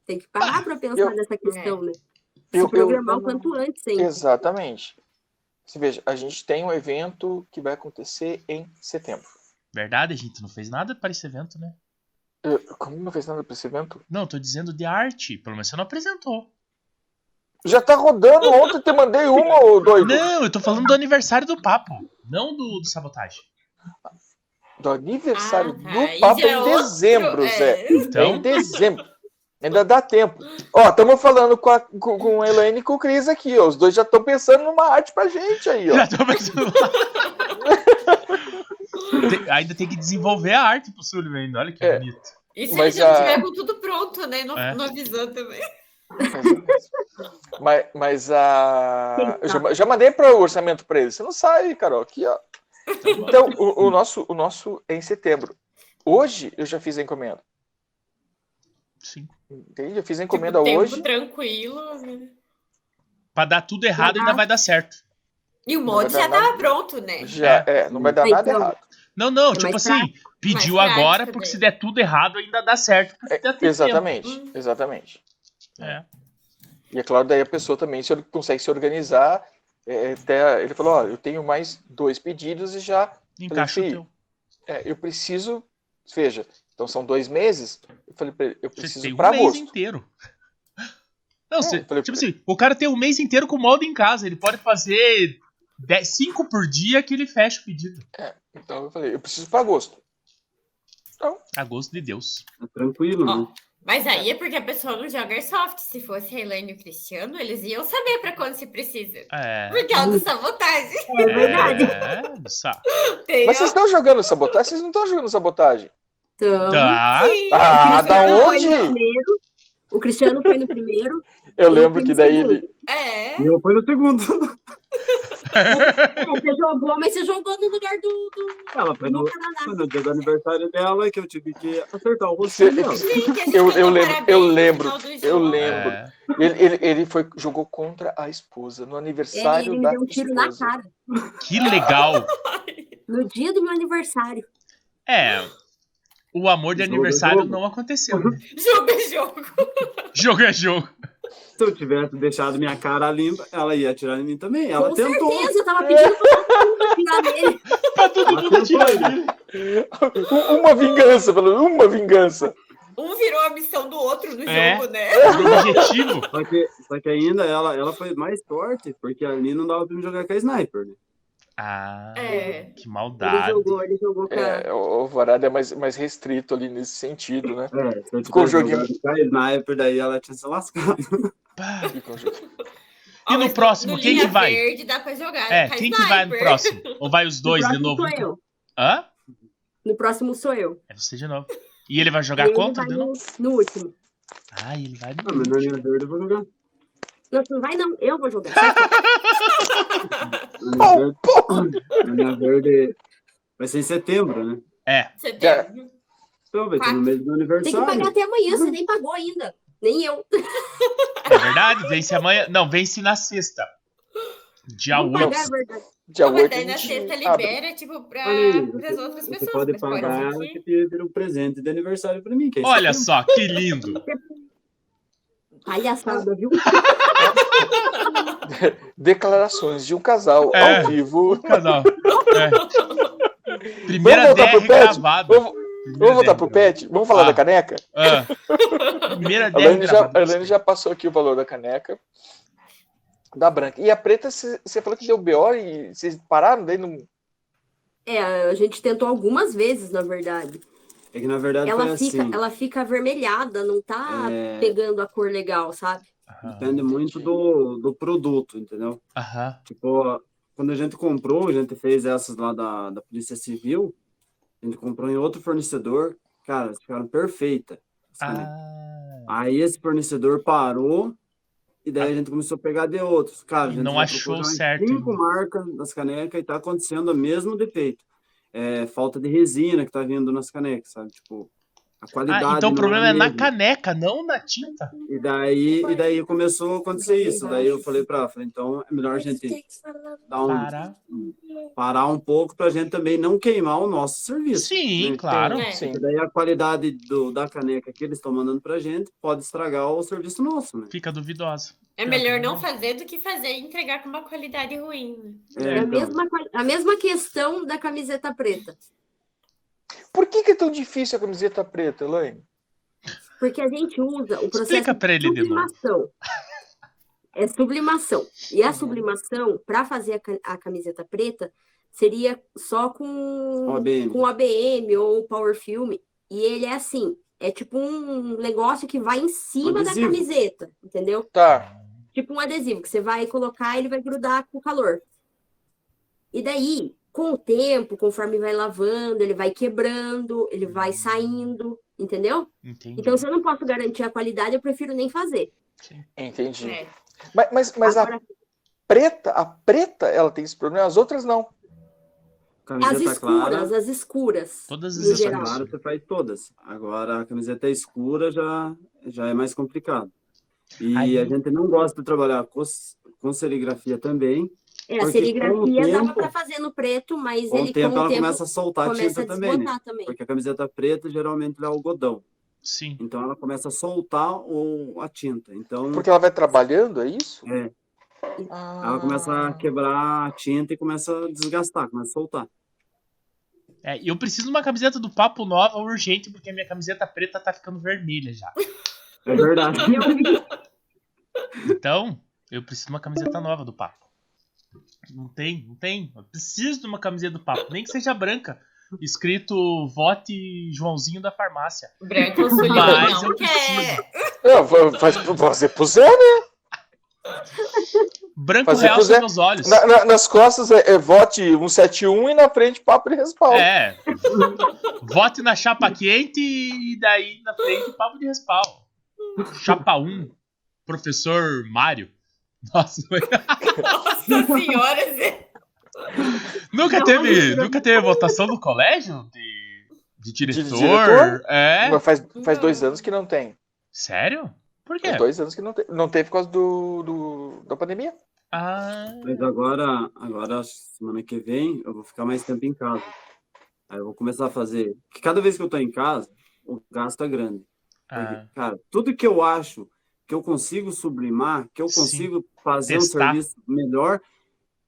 S3: tem que parar para pensar
S2: eu-
S3: nessa questão, né?
S2: Eu-
S3: Se
S2: eu-
S3: programar o quanto antes, hein?
S2: Exatamente. Você veja, a gente tem um evento que vai acontecer em setembro.
S1: Verdade, a gente não fez nada para esse evento, né?
S2: Eu- É, como não fez nada pra esse evento?
S1: Não, tô dizendo de arte. Pelo menos você não apresentou.
S2: Já tá rodando, ontem te mandei uma, ô doido.
S1: Não, eu tô falando do aniversário do papo. Não do, do sabotagem.
S2: Do aniversário
S4: Ah, tá.
S2: do
S4: Aí
S2: papo
S4: já é
S2: em
S4: outro-
S2: dezembro, Zé.
S4: É.
S2: Em
S1: Então,
S2: dezembro. Ainda dá tempo. Ó, estamos falando com a, com, com a Elaine e com o Cris aqui, ó. Os dois já estão pensando numa arte pra gente aí, ó.
S1: já tô pensando Tem- ainda tem que desenvolver a arte pro Sullivan ainda. Olha que
S2: É.
S1: bonito.
S4: E se
S2: Mas
S4: ele já
S2: a-
S4: tiver com tudo pronto, né? Não,
S1: É.
S4: não avisou também.
S2: Mas, mas a. Eu
S4: tá.
S2: já, já mandei para o orçamento pra ele. Você não sai, Carol. Aqui, ó. Então, o, o nosso, o nosso é em setembro. Hoje eu já fiz a encomenda.
S1: Sim.
S2: Entende? Eu fiz a encomenda
S4: Tipo, tempo
S2: hoje.
S4: tranquilo. né?
S1: Pra dar tudo errado, ainda vai dar certo.
S4: E o
S2: Não vai
S4: monte
S2: dar
S4: já
S2: nada.
S4: tava pronto, né?
S2: Já, é, não vai dar
S3: Então,
S2: nada errado.
S1: Não, não,
S3: É
S1: tipo
S3: mais né?
S1: assim, pediu
S4: Mais prático
S1: agora, porque
S4: daí.
S1: se der tudo errado, ainda dá certo. Porque dá tempo.
S2: É, Exatamente,
S4: Hum.
S2: exatamente.
S1: É.
S2: E é claro, daí a pessoa também se, or- consegue se organizar. é, até, ele falou: ó, eu tenho mais dois pedidos e já
S1: Encaixa o
S2: Sim.
S1: teu.
S2: É, eu preciso. Veja, então são dois meses. Eu falei pra ele, eu
S1: Você
S2: preciso
S1: tem um
S2: para
S1: mês
S2: agosto.
S1: inteiro. Não, você-
S2: eu falei
S1: tipo
S2: pra-
S1: assim, o cara tem um mês inteiro com molde em casa. Ele pode fazer 5 por dia que ele fecha o pedido.
S2: Então eu falei, eu preciso para agosto.
S1: A gosto de Deus.
S6: É tranquilo,
S4: Ó,
S6: né?
S4: Mas aí é porque a pessoa não joga Airsoft. Se fosse a Elaine e o Cristiano, eles iam saber pra quando se precisa.
S1: É.
S4: Porque ela não sabotagem.
S3: É verdade.
S1: É, só.
S4: Tem,
S2: Mas vocês
S4: ó.
S2: estão jogando sabotagem? Vocês não estão jogando sabotagem.
S3: Então,
S1: Tá.
S4: Sim.
S2: Ah,
S3: o
S2: da
S3: Cristiano foi no
S2: onde?
S3: primeiro, O Cristiano foi no primeiro.
S2: Eu lembro que daí ele.
S4: É.
S6: E eu fui no segundo.
S3: É, você jogou, mas você jogou no lugar do. do...
S6: Ela foi no,
S3: do Paraná.
S6: foi no dia do aniversário dela que eu tive que acertar o
S2: Você-
S6: rosto dela.
S4: Sim, que a gente
S2: Eu- eu
S4: cantou
S2: lembro,
S4: parabéns
S2: eu
S4: no
S2: lembro,
S4: final do
S2: eu
S4: jogo.
S2: lembro.
S1: É.
S2: Ele, ele, ele foi, jogou contra a esposa no
S3: Ele,
S2: aniversário
S3: ele me
S2: da
S3: deu um tiro na
S2: esposa.
S3: cara.
S1: Que legal.
S3: No dia do meu aniversário.
S1: É. O amor de
S6: Jogo é
S1: aniversário
S6: jogo.
S1: não aconteceu. né?
S4: Jogo é jogo.
S1: Jogo é jogo.
S6: Se eu tivesse deixado minha cara limpa, ela ia atirar em mim também. Ela
S3: Com
S6: tentou.
S3: certeza, eu tava pedindo pra um todo mundo atirar nele.
S1: Pra todo
S6: Ela
S1: mundo atirar
S6: tentou.
S1: nele.
S2: Um- Uma vingança, falou, uma vingança.
S4: Um virou a missão do outro no
S1: É.
S4: jogo, né?
S1: O objetivo.
S6: Só que, só que ainda ela, ela foi mais forte, porque ali não dava pra me jogar com a sniper, né?
S1: Ah,
S4: É.
S1: que
S3: Ele
S1: maldade.
S3: jogou, ele jogou com a.
S2: É, o Alvorada é mais, mais restrito ali nesse sentido, né?
S6: É, se eu
S2: Ficou
S6: tivesse
S2: um joguinho-
S6: jogado com a sniper, daí ela tinha se lascado.
S1: Pá.
S2: Fica um jogo.
S1: E
S4: Ó,
S1: no
S4: mas
S1: próximo, quem
S4: Linha
S1: que vai?
S4: Verde dá pra jogar.
S1: É,
S4: com a
S1: quem que vai no
S4: sniper.
S1: próximo? Ou vai os dois
S3: no
S1: de
S3: próximo
S1: novo? então.
S3: Sou eu.
S1: Hã?
S3: No próximo sou eu.
S1: É você de novo. E ele vai jogar
S3: Ele
S1: contra
S3: vai
S1: de
S3: no-
S1: novo?
S3: No último.
S1: Ah, ele vai
S6: Ah, mas
S1: no
S6: na linha verde eu vou jogar.
S3: Não, tu não vai não, eu vou jogar.
S6: Na linha verde, na linha verde vai ser em setembro, né?
S1: É,
S4: Setembro.
S6: Então vai ser no mês do meu
S3: Tem que pagar
S6: aniversário.
S3: até amanhã, você nem pagou ainda. Nem eu.
S1: é verdade? Vence amanhã. Não, vence na sexta. Dia
S3: Vou pagar,
S1: 8.
S3: é verdade.
S2: Dia
S4: Não, mas
S2: 8 a
S4: daí na sexta
S2: gente abre.
S4: libera, tipo, pra,
S6: Olha aí,
S4: pras outras
S6: Você
S4: pessoas.
S6: pode
S4: mas
S3: né?
S6: pagar
S4: ser
S6: que
S4: que-
S6: te vira um presente de aniversário pra mim. Que é em
S1: Olha
S6: setembro.
S1: só, que lindo.
S3: Palhaçada, viu?
S2: Declarações de um casal
S1: É.
S2: ao vivo.
S1: Casal. É. Primeira
S2: Vamos voltar pro
S1: DR
S2: pet?
S1: gravada.
S2: Vamos, vamos voltar pro pet? Vamos falar
S1: Ah.
S2: da caneca?
S1: Ah. Primeira
S2: A Lene,
S1: DR
S2: já, a
S1: gravada.
S2: Lene já passou aqui o valor da caneca. Da branca. E a preta, você você falou que deu BO e vocês pararam daí não.
S3: É, a gente tentou algumas vezes, na verdade.
S6: É que na verdade foi
S3: Ela
S6: assim.
S3: fica, ela fica avermelhada, não tá
S6: É,
S3: pegando a cor legal, sabe?
S1: Aham.
S6: Depende muito do, do produto, entendeu?
S1: Aham.
S6: Tipo, quando a gente comprou, a gente fez essas lá da, da Polícia Civil, a gente comprou em outro fornecedor, cara, elas ficaram perfeitas. as canetas.
S1: Ah.
S6: Aí esse fornecedor parou, e daí a gente começou a pegar de outros. Cara, a
S1: E
S6: gente
S1: não
S6: já
S1: achou
S6: procurou em
S1: certo
S6: Cinco
S1: ainda.
S6: marcas nas canecas e tá acontecendo o mesmo defeito. É, falta de resina que tá vindo nas canecas, sabe? Tipo, a qualidade.
S1: Ah, então o
S6: não
S1: problema é
S6: a
S1: na
S6: mesma.
S1: caneca, não na tinta.
S6: E daí, e daí começou a acontecer isso. Daí eu falei pra ela, falei, então é melhor a gente dar um,
S1: Para.
S6: parar um pouco pra gente também não queimar o nosso serviço.
S1: Sim,
S6: né?
S1: claro.
S4: É.
S2: Sim.
S6: E daí a qualidade do, da caneca que eles estão mandando pra gente pode estragar o serviço nosso, né?
S1: Fica duvidosa.
S4: É melhor não fazer do que fazer e entregar com uma qualidade ruim. né?
S3: É,
S6: então,
S3: a, mesma, quali- a mesma questão da camiseta preta.
S2: Por que, que é tão difícil a camiseta preta, Elaine?
S3: Porque a gente usa o processo
S1: Explica pra
S3: de
S1: ele de novo.
S3: sublimação. É sublimação. E a sublimação, para fazer a, ca- a camiseta preta, seria só com
S6: OBM.
S3: com ABM ou Power Film. E ele é assim, é tipo um negócio que vai em cima
S6: Adesivo.
S3: da camiseta, entendeu?
S2: Tá.
S3: Tipo um adesivo que você vai colocar, ele vai grudar com o calor. E daí, com o tempo, conforme vai lavando, ele vai quebrando, ele vai saindo, entendeu?
S1: Uhum. Entendi.
S3: Então, se eu não posso garantir a qualidade, eu prefiro nem fazer.
S2: Entendi.
S4: É.
S2: Mas, mas, mas a
S3: Agora,
S2: preta, a preta, ela tem esse problema, as outras não.
S3: as
S6: Camiseta tá clara,
S3: escuras, as escuras.
S1: Todas as
S3: no
S6: camiseta
S3: geral.
S6: clara você faz todas. Agora a camiseta escura já, já é mais complicado. E
S1: Aí-
S6: a gente não gosta de trabalhar com, com serigrafia também.
S3: É, a
S6: Porque com o
S3: serigrafia dava
S6: tempo-
S3: para fazer no preto, mas
S6: Com
S3: ele
S6: o tempo
S3: com o
S6: ela
S3: tempo
S6: começa a soltar a
S3: começa
S6: tinta
S3: a
S6: também, né?
S3: desbotar também.
S6: Porque a camiseta preta geralmente ela é algodão.
S1: Sim.
S6: Então ela começa a soltar o, a tinta. Então
S2: Porque ela vai trabalhando, é isso?
S6: É.
S2: Ah.
S6: ela começa a quebrar a tinta e começa a desgastar, começa a soltar.
S1: É, e eu preciso de uma camiseta do Papo Nova urgente, porque a minha camiseta preta tá ficando vermelha já.
S6: É verdade.
S1: Então, eu preciso de uma camiseta nova do Papo. Não tem, não tem. Eu preciso de uma camiseta do Papo, nem que seja branca. Escrito vote Joãozinho da farmácia.
S4: Branco Sullivan
S1: Mas
S4: não
S1: eu
S4: quer.
S2: Não, fa- faz, você puser, né?
S1: Branco
S2: Mas se
S1: realça
S2: puser-
S1: meus olhos.
S2: Na- na- nas costas é, é vote 171 e na frente papo e respaldo.
S1: É. Vote na chapa quente e daí na frente o papo de respaldo. Chapa 1, professor Mário. Nossa, foi-
S4: Nossa senhora, Zé.
S1: nunca
S3: Não,
S1: teve,
S3: não.
S1: nunca teve votação no colégio de, de diretor?
S2: diretor?
S1: É?
S2: Mas Faz, faz
S4: Não.
S2: dois anos que não tem.
S1: Sério? Por quê?
S2: Faz dois anos que não tem. Não teve por causa do, do- da pandemia.
S1: Ah,
S6: Mas agora, agora, semana que vem, eu vou ficar mais tempo em casa. Aí eu vou começar a fazer. Porque cada vez que eu tô em casa, o gasto é grande. Porque,
S1: ah,
S6: Cara, tudo que eu acho que eu consigo sublimar, que eu
S1: Sim.
S6: consigo fazer
S1: Testar.
S6: um serviço melhor,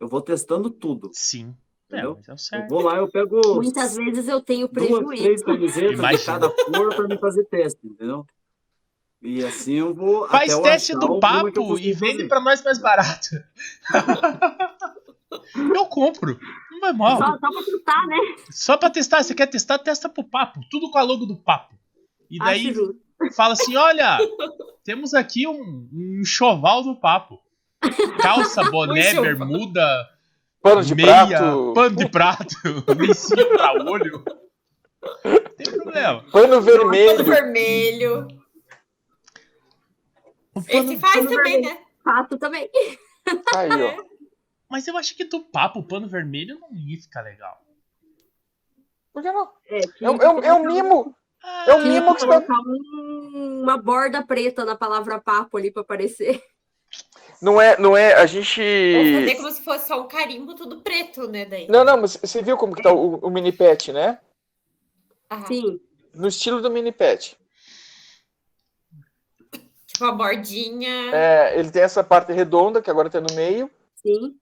S6: eu vou testando tudo.
S1: sim. É,
S6: Entendeu?
S1: mas é o
S6: Eu
S1: certo.
S6: vou lá, eu pego
S3: Muitas vezes eu tenho
S6: duas, três
S3: prejuízo.
S6: camisetas de
S1: Imagina.
S6: cada cor para me fazer teste, entendeu? E assim eu vou.
S1: Faz
S6: até eu
S1: teste
S6: achar
S1: do
S6: alguma é que eu
S1: papo
S6: consiga
S1: e vende
S6: fazer.
S1: pra nós mais barato. Eu compro. Não vai
S3: Só,
S1: mal.
S3: só pra tentar, né?
S1: Só pra testar, você quer testar, testa pro papo. Tudo com a logo do papo. E daí
S3: Acho justo.
S1: fala assim: olha, temos aqui um, um choval do papo. Calça,
S4: Um
S1: boné,
S4: enxoval.
S1: bermuda,
S2: Pano de
S1: meia,
S2: prato.
S1: pano de prato, lencinho pra olho. Não tem problema.
S2: Pano
S4: Todo
S2: vermelho.
S4: vermelho.
S1: O pano-
S4: Esse faz
S3: pano
S4: também,
S3: vermelho.
S4: né?
S3: Fato também.
S2: Tá Aí, ó.
S1: Mas eu acho que do papo, o pano vermelho não ia ficar legal.
S2: Por que não?
S3: É,
S2: É, um- é, um- é um mimo. É um
S1: Ah,
S3: Tinha
S2: mimo
S3: que
S2: que você tá-
S3: colocar um- uma borda preta na palavra papo ali pra aparecer.
S2: Não é, não é. A
S4: Ou fazer
S2: gente.
S4: como se fosse só um carimbo tudo preto, né? Daí.
S2: Não, não, mas você viu como que tá o, o mini pet, né?
S4: Ah,
S3: Sim.
S2: No estilo do mini pet.
S4: tipo a bordinha.
S2: É, ele tem essa parte redonda que agora tá no meio.
S3: Sim,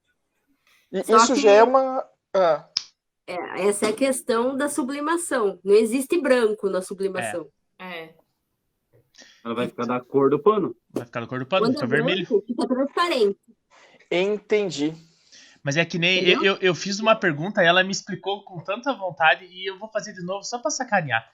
S2: E
S3: Só
S2: isso
S3: que-
S2: já é uma. ah,
S3: É, essa é a questão da sublimação. Não existe branco na sublimação.
S4: É.
S6: Ela vai ficar da cor do pano.
S1: vai ficar na cor do pano,
S3: Quando
S1: fica
S3: é
S1: vermelho.
S3: branco, fica transparente.
S2: entendi.
S1: Mas é que nem eu,
S3: Entendeu?
S1: eu, eu fiz uma pergunta e ela me explicou com tanta vontade e eu vou fazer de novo só pra sacanear.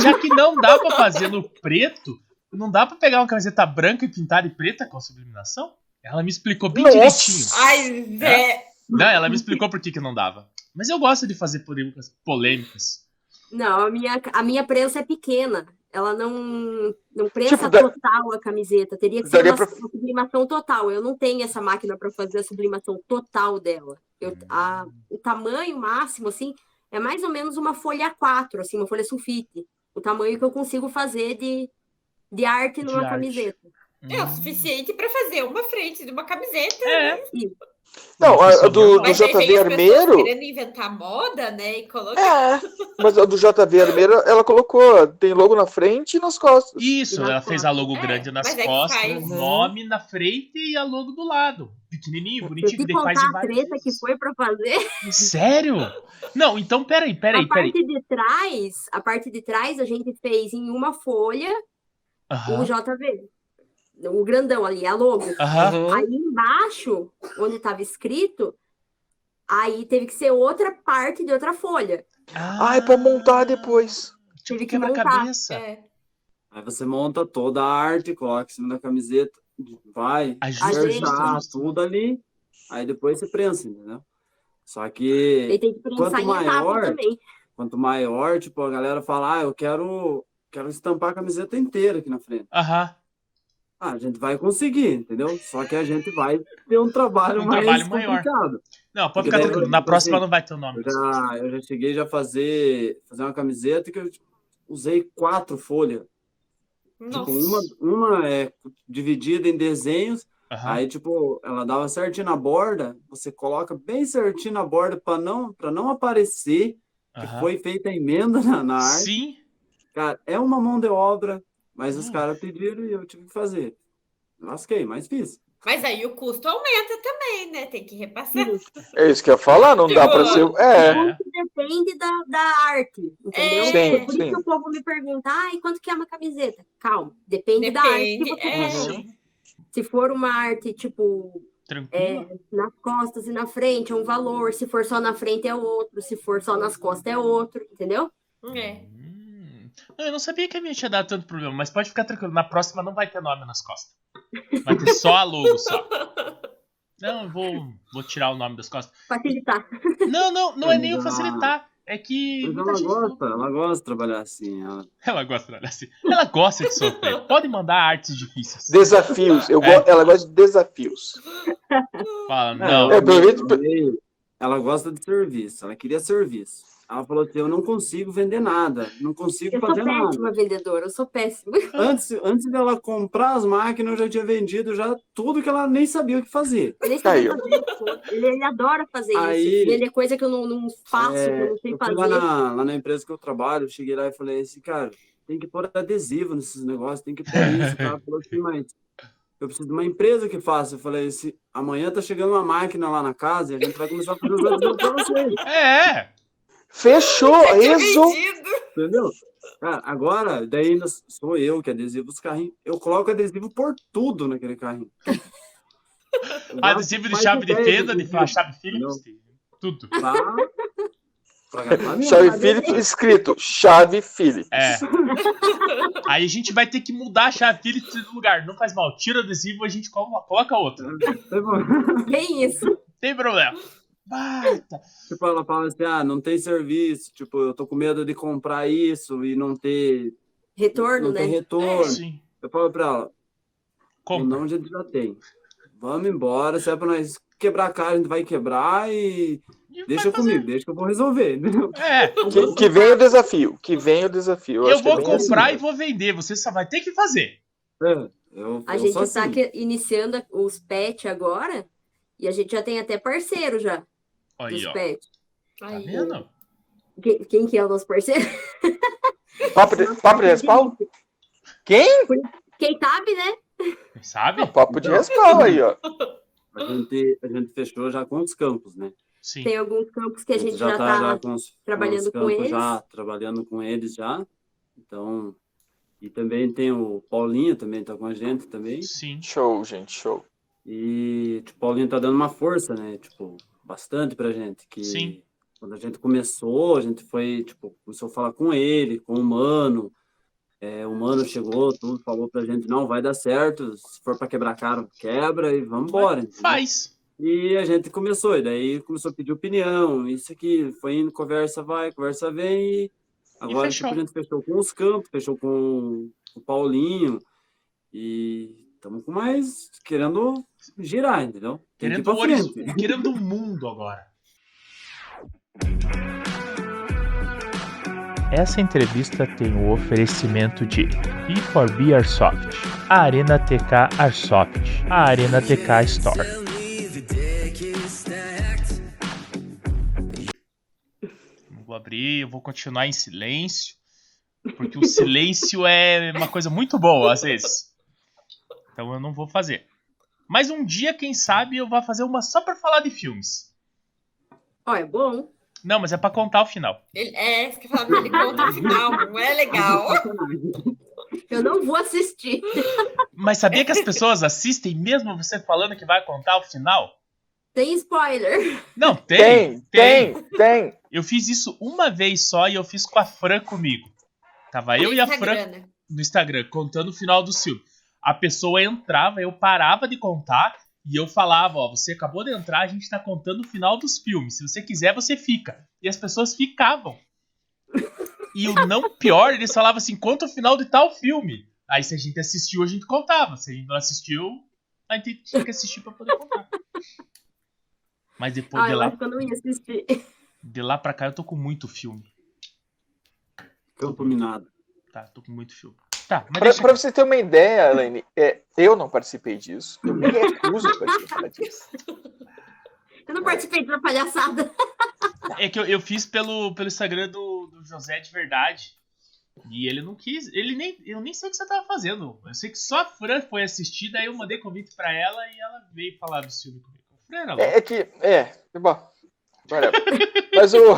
S1: Já que não dá pra fazer no preto, não dá pra pegar uma camiseta branca e pintar de preta com sublimação? Ela me explicou bem
S2: Nossa!
S1: direitinho.
S4: Ai, Zé.
S1: Não, ela me explicou por que, que não dava. Mas eu gosto de fazer polêmicas. polêmicas.
S3: Não, a minha, a minha prensa é pequena. Ela não, não prensa
S2: Tipo, da-
S3: total a camiseta. Teria que ser
S2: Daria
S3: uma,
S2: pra-
S3: uma sublimação total. Eu não tenho essa máquina para fazer a sublimação total dela. Eu-
S1: Hum.
S3: a- o tamanho máximo, assim, é mais ou menos uma folha 4, assim, uma folha sulfite. O tamanho que eu consigo fazer de, de arte
S1: De
S3: numa
S1: arte.
S3: camiseta.
S4: É o suficiente pra fazer uma frente de uma camiseta.
S1: É.
S2: Não, a,
S4: é
S2: a do, do
S4: Mas aí
S2: JV
S4: vem as pessoas
S2: Armeiro.
S4: querendo inventar moda, né? E
S2: É,
S4: colocar.
S2: mas a do JV Armeiro, ela colocou, tem logo na frente e nas costas.
S1: Isso,
S3: Nas
S1: ela fez a logo
S4: É,
S1: grande nas
S4: mas é que
S1: costas,
S4: faz-
S3: né?
S1: o nome na frente e a logo do lado. Pequenininho,
S3: Eu
S1: bonitinho,
S3: te
S1: que daí faz em
S3: contar a
S1: várias
S3: treta que
S1: vezes.
S3: foi para fazer.
S1: Sério? Não, então peraí, peraí,
S3: a
S1: peraí.
S3: parte de trás, a parte de trás a gente fez em uma folha
S1: Aham,
S3: o JV. O grandão ali, a logo.
S1: aham.
S3: Aí embaixo, onde estava escrito, aí teve que ser outra parte de outra folha.
S2: Ah, é pra montar depois.
S1: Tipo
S3: Tive que
S1: quebra-cabeça.
S4: É.
S6: Aí você monta toda a arte, coloca em cima da camiseta, vai
S1: Ajusta,
S3: Ajeita.
S6: acertar
S1: ajusta.
S6: tudo ali. Aí depois você prensa, entendeu? Só que
S3: Ele tem que
S6: É. Quanto
S3: pensar em
S6: maior,
S3: etapa também.
S6: quanto maior, tipo, a galera fala, ah, eu quero, quero estampar a camiseta inteira aqui na frente.
S1: Aham.
S6: Ah, a gente vai conseguir, entendeu? Só que a gente vai ter um trabalho
S1: Um
S6: mais
S1: trabalho maior.
S6: complicado.
S1: Não, pode
S6: Porque
S1: ficar
S6: daí
S1: tranquilo.
S6: eu-
S1: Na
S6: eu
S1: próxima
S6: sei.
S1: não vai ter o nome.
S6: Eu já, eu já cheguei já a fazer, fazer uma camiseta que eu usei quatro folhas.
S4: Nossa.
S6: Tipo, uma, uma é dividida em desenhos,
S1: Aham.
S6: aí, tipo, ela dava certinho na borda, você coloca bem certinho na borda para não, pra não aparecer que
S1: aham.
S6: foi feita a emenda na, na arte.
S1: Sim.
S6: Cara, é uma mão de obra, mas os
S1: Nossa.
S6: caras pediram e eu tive que fazer. Lasquei, mas fiz.
S4: Mas aí o custo aumenta também, né? Tem que repassar.
S2: É isso que eu ia falar, não
S4: Tipo,
S2: dá pra ser. É.
S1: É.
S3: Depende da, da arte, entendeu?
S4: É.
S2: Sim,
S3: Por
S2: sim.
S3: isso que o povo me pergunta, ai, quanto que é uma camiseta? Calma, depende, da arte que
S4: Depende.
S3: você
S4: é.
S3: faz. Se for uma arte, tipo,
S1: Tranquilo.
S3: nas costas e na frente é um valor, se for só na frente é outro, se for só nas costas é outro, entendeu?
S4: É.
S1: Hum. Não, Eu não sabia que a minha tinha dado tanto problema, mas pode ficar tranquilo. Na próxima não vai ter nome nas costas. Vai ter só a logo só. Não, eu vou, vou tirar o nome das costas.
S3: Facilitar.
S1: Não, não, não é
S6: Amiga.
S1: nem o facilitar. É que.
S6: Mas
S1: muita
S6: ela
S1: gente não-
S6: gosta, ela gogosta de trabalhar assim. Ela...
S1: Ela gosta de trabalhar assim. Ela gosta de sofrer. Pode mandar artes difíceis.
S2: Desafios. Eu go-
S1: É.
S2: Ela gosta de desafios.
S1: Fala, não.
S2: É, pelo menos-
S6: Ela- Ela gosta de serviço, ela queria serviço. Ela falou assim: eu não consigo vender nada, não consigo
S3: Eu sou
S6: fazer nada.
S3: péssima vendedora, eu sou péssima.
S6: Antes, antes dela comprar as máquinas, eu já tinha vendido já tudo que ela nem sabia o que fazer.
S3: Ele,
S2: Tá aí, ó.
S3: ele, ele adora fazer
S6: Aí-
S3: isso. Ele é coisa que eu não, não faço, que eu não sei
S6: É, eu fui
S3: fazer.
S6: lá na, lá na empresa que eu trabalho, eu cheguei lá e falei assim, cara, tem que pôr adesivo nesses negócios, tem que pôr isso. O cara falou assim, mas eu preciso de uma empresa que faça. Eu falei assim, amanhã tá chegando uma máquina lá na casa e a gente vai começar a fazer os adesivos pra vocês.
S1: É, é.
S2: Fechou,
S4: É
S2: resol...
S4: Dividido.
S6: Entendeu? Cara, agora, daí ainda sou eu que adesivo os carrinhos. Eu coloco adesivo por tudo naquele carrinho. Eu
S1: Ah, Adesivo de
S6: faço
S1: chave de
S6: ideia
S1: fenda, de
S6: adesivo.
S1: chave Phillips. Tudo.
S6: Lá, pra gastar mesmo.
S2: Chave Phillips escrito. Chave Phillips.
S1: É. Aí a gente vai ter que mudar a chave Phillips do lugar. Não faz mal. Tira o adesivo a gente colo- coloca outro.
S6: Tá bom.
S3: Bem isso.
S1: Tem problema. Bata.
S6: Tipo, ela fala assim, ah, não tem serviço, tipo, eu tô com medo de comprar isso e não ter,
S3: Retorno,
S6: não ter
S3: né?
S6: retorno.
S1: Sim.
S6: Eu falo pra ela, o
S1: É. Compra.
S6: não já, já tem. Vamos embora, se é pra nós quebrar a cara, a gente vai quebrar e
S1: E vai
S6: deixa
S1: fazer.
S6: comigo, deixa que eu vou resolver. entendeu?
S1: É.
S2: Que, que vem o desafio. Que vem o desafio.
S1: Eu
S2: acho que é
S1: vou
S2: bem assim.
S1: comprar e vou vender. Você só vai ter que fazer.
S6: É, eu,
S3: A
S6: eu
S3: gente tá
S6: sou
S3: está
S6: assim.
S3: que- iniciando os pets agora e a gente já tem até parceiro já dos
S1: Aí, ó.
S3: pets.
S1: Tá
S4: Aí.
S1: vendo?
S3: Quem, quem que é o nosso parceiro?
S2: Papo de, papo de respaldo? Quem?
S3: Quem sabe, né?
S1: Sabe?
S2: Papo de respaldo aí, ó.
S6: A gente, a gente fechou já com os campos, né?
S1: Sim.
S3: Tem alguns campos que a gente já
S6: já tá já
S3: está
S6: com os,
S3: trabalhando com
S6: campos
S3: eles.
S6: já, trabalhando com eles já. Então, e também tem o Paulinho também tá com a gente também.
S1: Sim.
S2: Show, gente, show.
S6: E tipo, o Paulinho tá dando uma força, né? Tipo, bastante pra gente. Que
S1: Sim.
S6: quando a gente começou, a gente foi, tipo, começou a falar com ele, com o Mano. É, o Mano chegou, tudo, falou pra gente, não, vai dar certo. Se for pra quebrar caro, quebra e vamos embora.
S1: Faz.
S6: E a gente começou, e daí começou a pedir opinião, isso aqui, foi indo, conversa vai, conversa vem, e agora tipo,
S1: fechou.
S6: a gente fechou com os campos, fechou com o Paulinho, e estamos com mais, querendo girar, entendeu? Tem que ir
S1: Querendo
S6: pra
S1: o horiz-
S6: frente.
S1: querendo o mundo agora.
S5: Essa entrevista tem o oferecimento de B4B Airsoft, a Arena TK Airsoft, a Arena TK Store.
S1: Não vou abrir, eu vou continuar em silêncio. Porque o silêncio é uma coisa muito boa, às vezes. Então eu não vou fazer. Mas um dia, quem sabe, eu vou fazer uma só pra falar de filmes.
S3: Ó, é bom.
S1: Não, mas é pra contar o final.
S4: Ele, é, isso que eu falava, ele conta o final, não é legal.
S3: Eu não vou assistir.
S1: Mas sabia que as pessoas assistem mesmo você falando que vai contar o final?
S3: Tem spoiler.
S1: Não, tem.
S2: Tem, tem, tem.
S1: Eu fiz isso uma vez só e eu fiz com a Fran comigo. Tava eu e a Fran
S4: Instagram, né?
S1: no Instagram contando o final do filme. A pessoa entrava, eu parava de contar e eu falava, ó, você acabou de entrar, a gente tá contando o final dos filmes. Se você quiser, você fica. E as pessoas ficavam. E o não pior, eles falavam assim, conta o final de tal filme. Aí se a gente assistiu, a gente contava. Se a gente não assistiu, a gente tinha que assistir pra poder contar. Mas depois
S3: Ah,
S1: de
S3: eu
S1: lá,
S3: acho que eu não ia assistir.
S1: de lá pra cá eu tô com muito filme.
S6: Campo minado.
S1: Tá, tô com muito filme. Tá, mas
S2: Pra,
S1: deixa
S2: pra você ter uma ideia, Elaine, é, eu não participei disso. Eu me recuso a participar disso.
S3: Eu não participei de uma palhaçada.
S1: É que eu, eu fiz pelo, pelo Instagram do, do José de verdade. E ele não quis. Ele nem. Eu nem sei o que você tava fazendo. Eu sei que só a Fran foi assistir, daí eu mandei convite pra ela e ela veio falar do filme comigo. Fran, ela.
S2: É, é que, é, bom. Olha, mas o.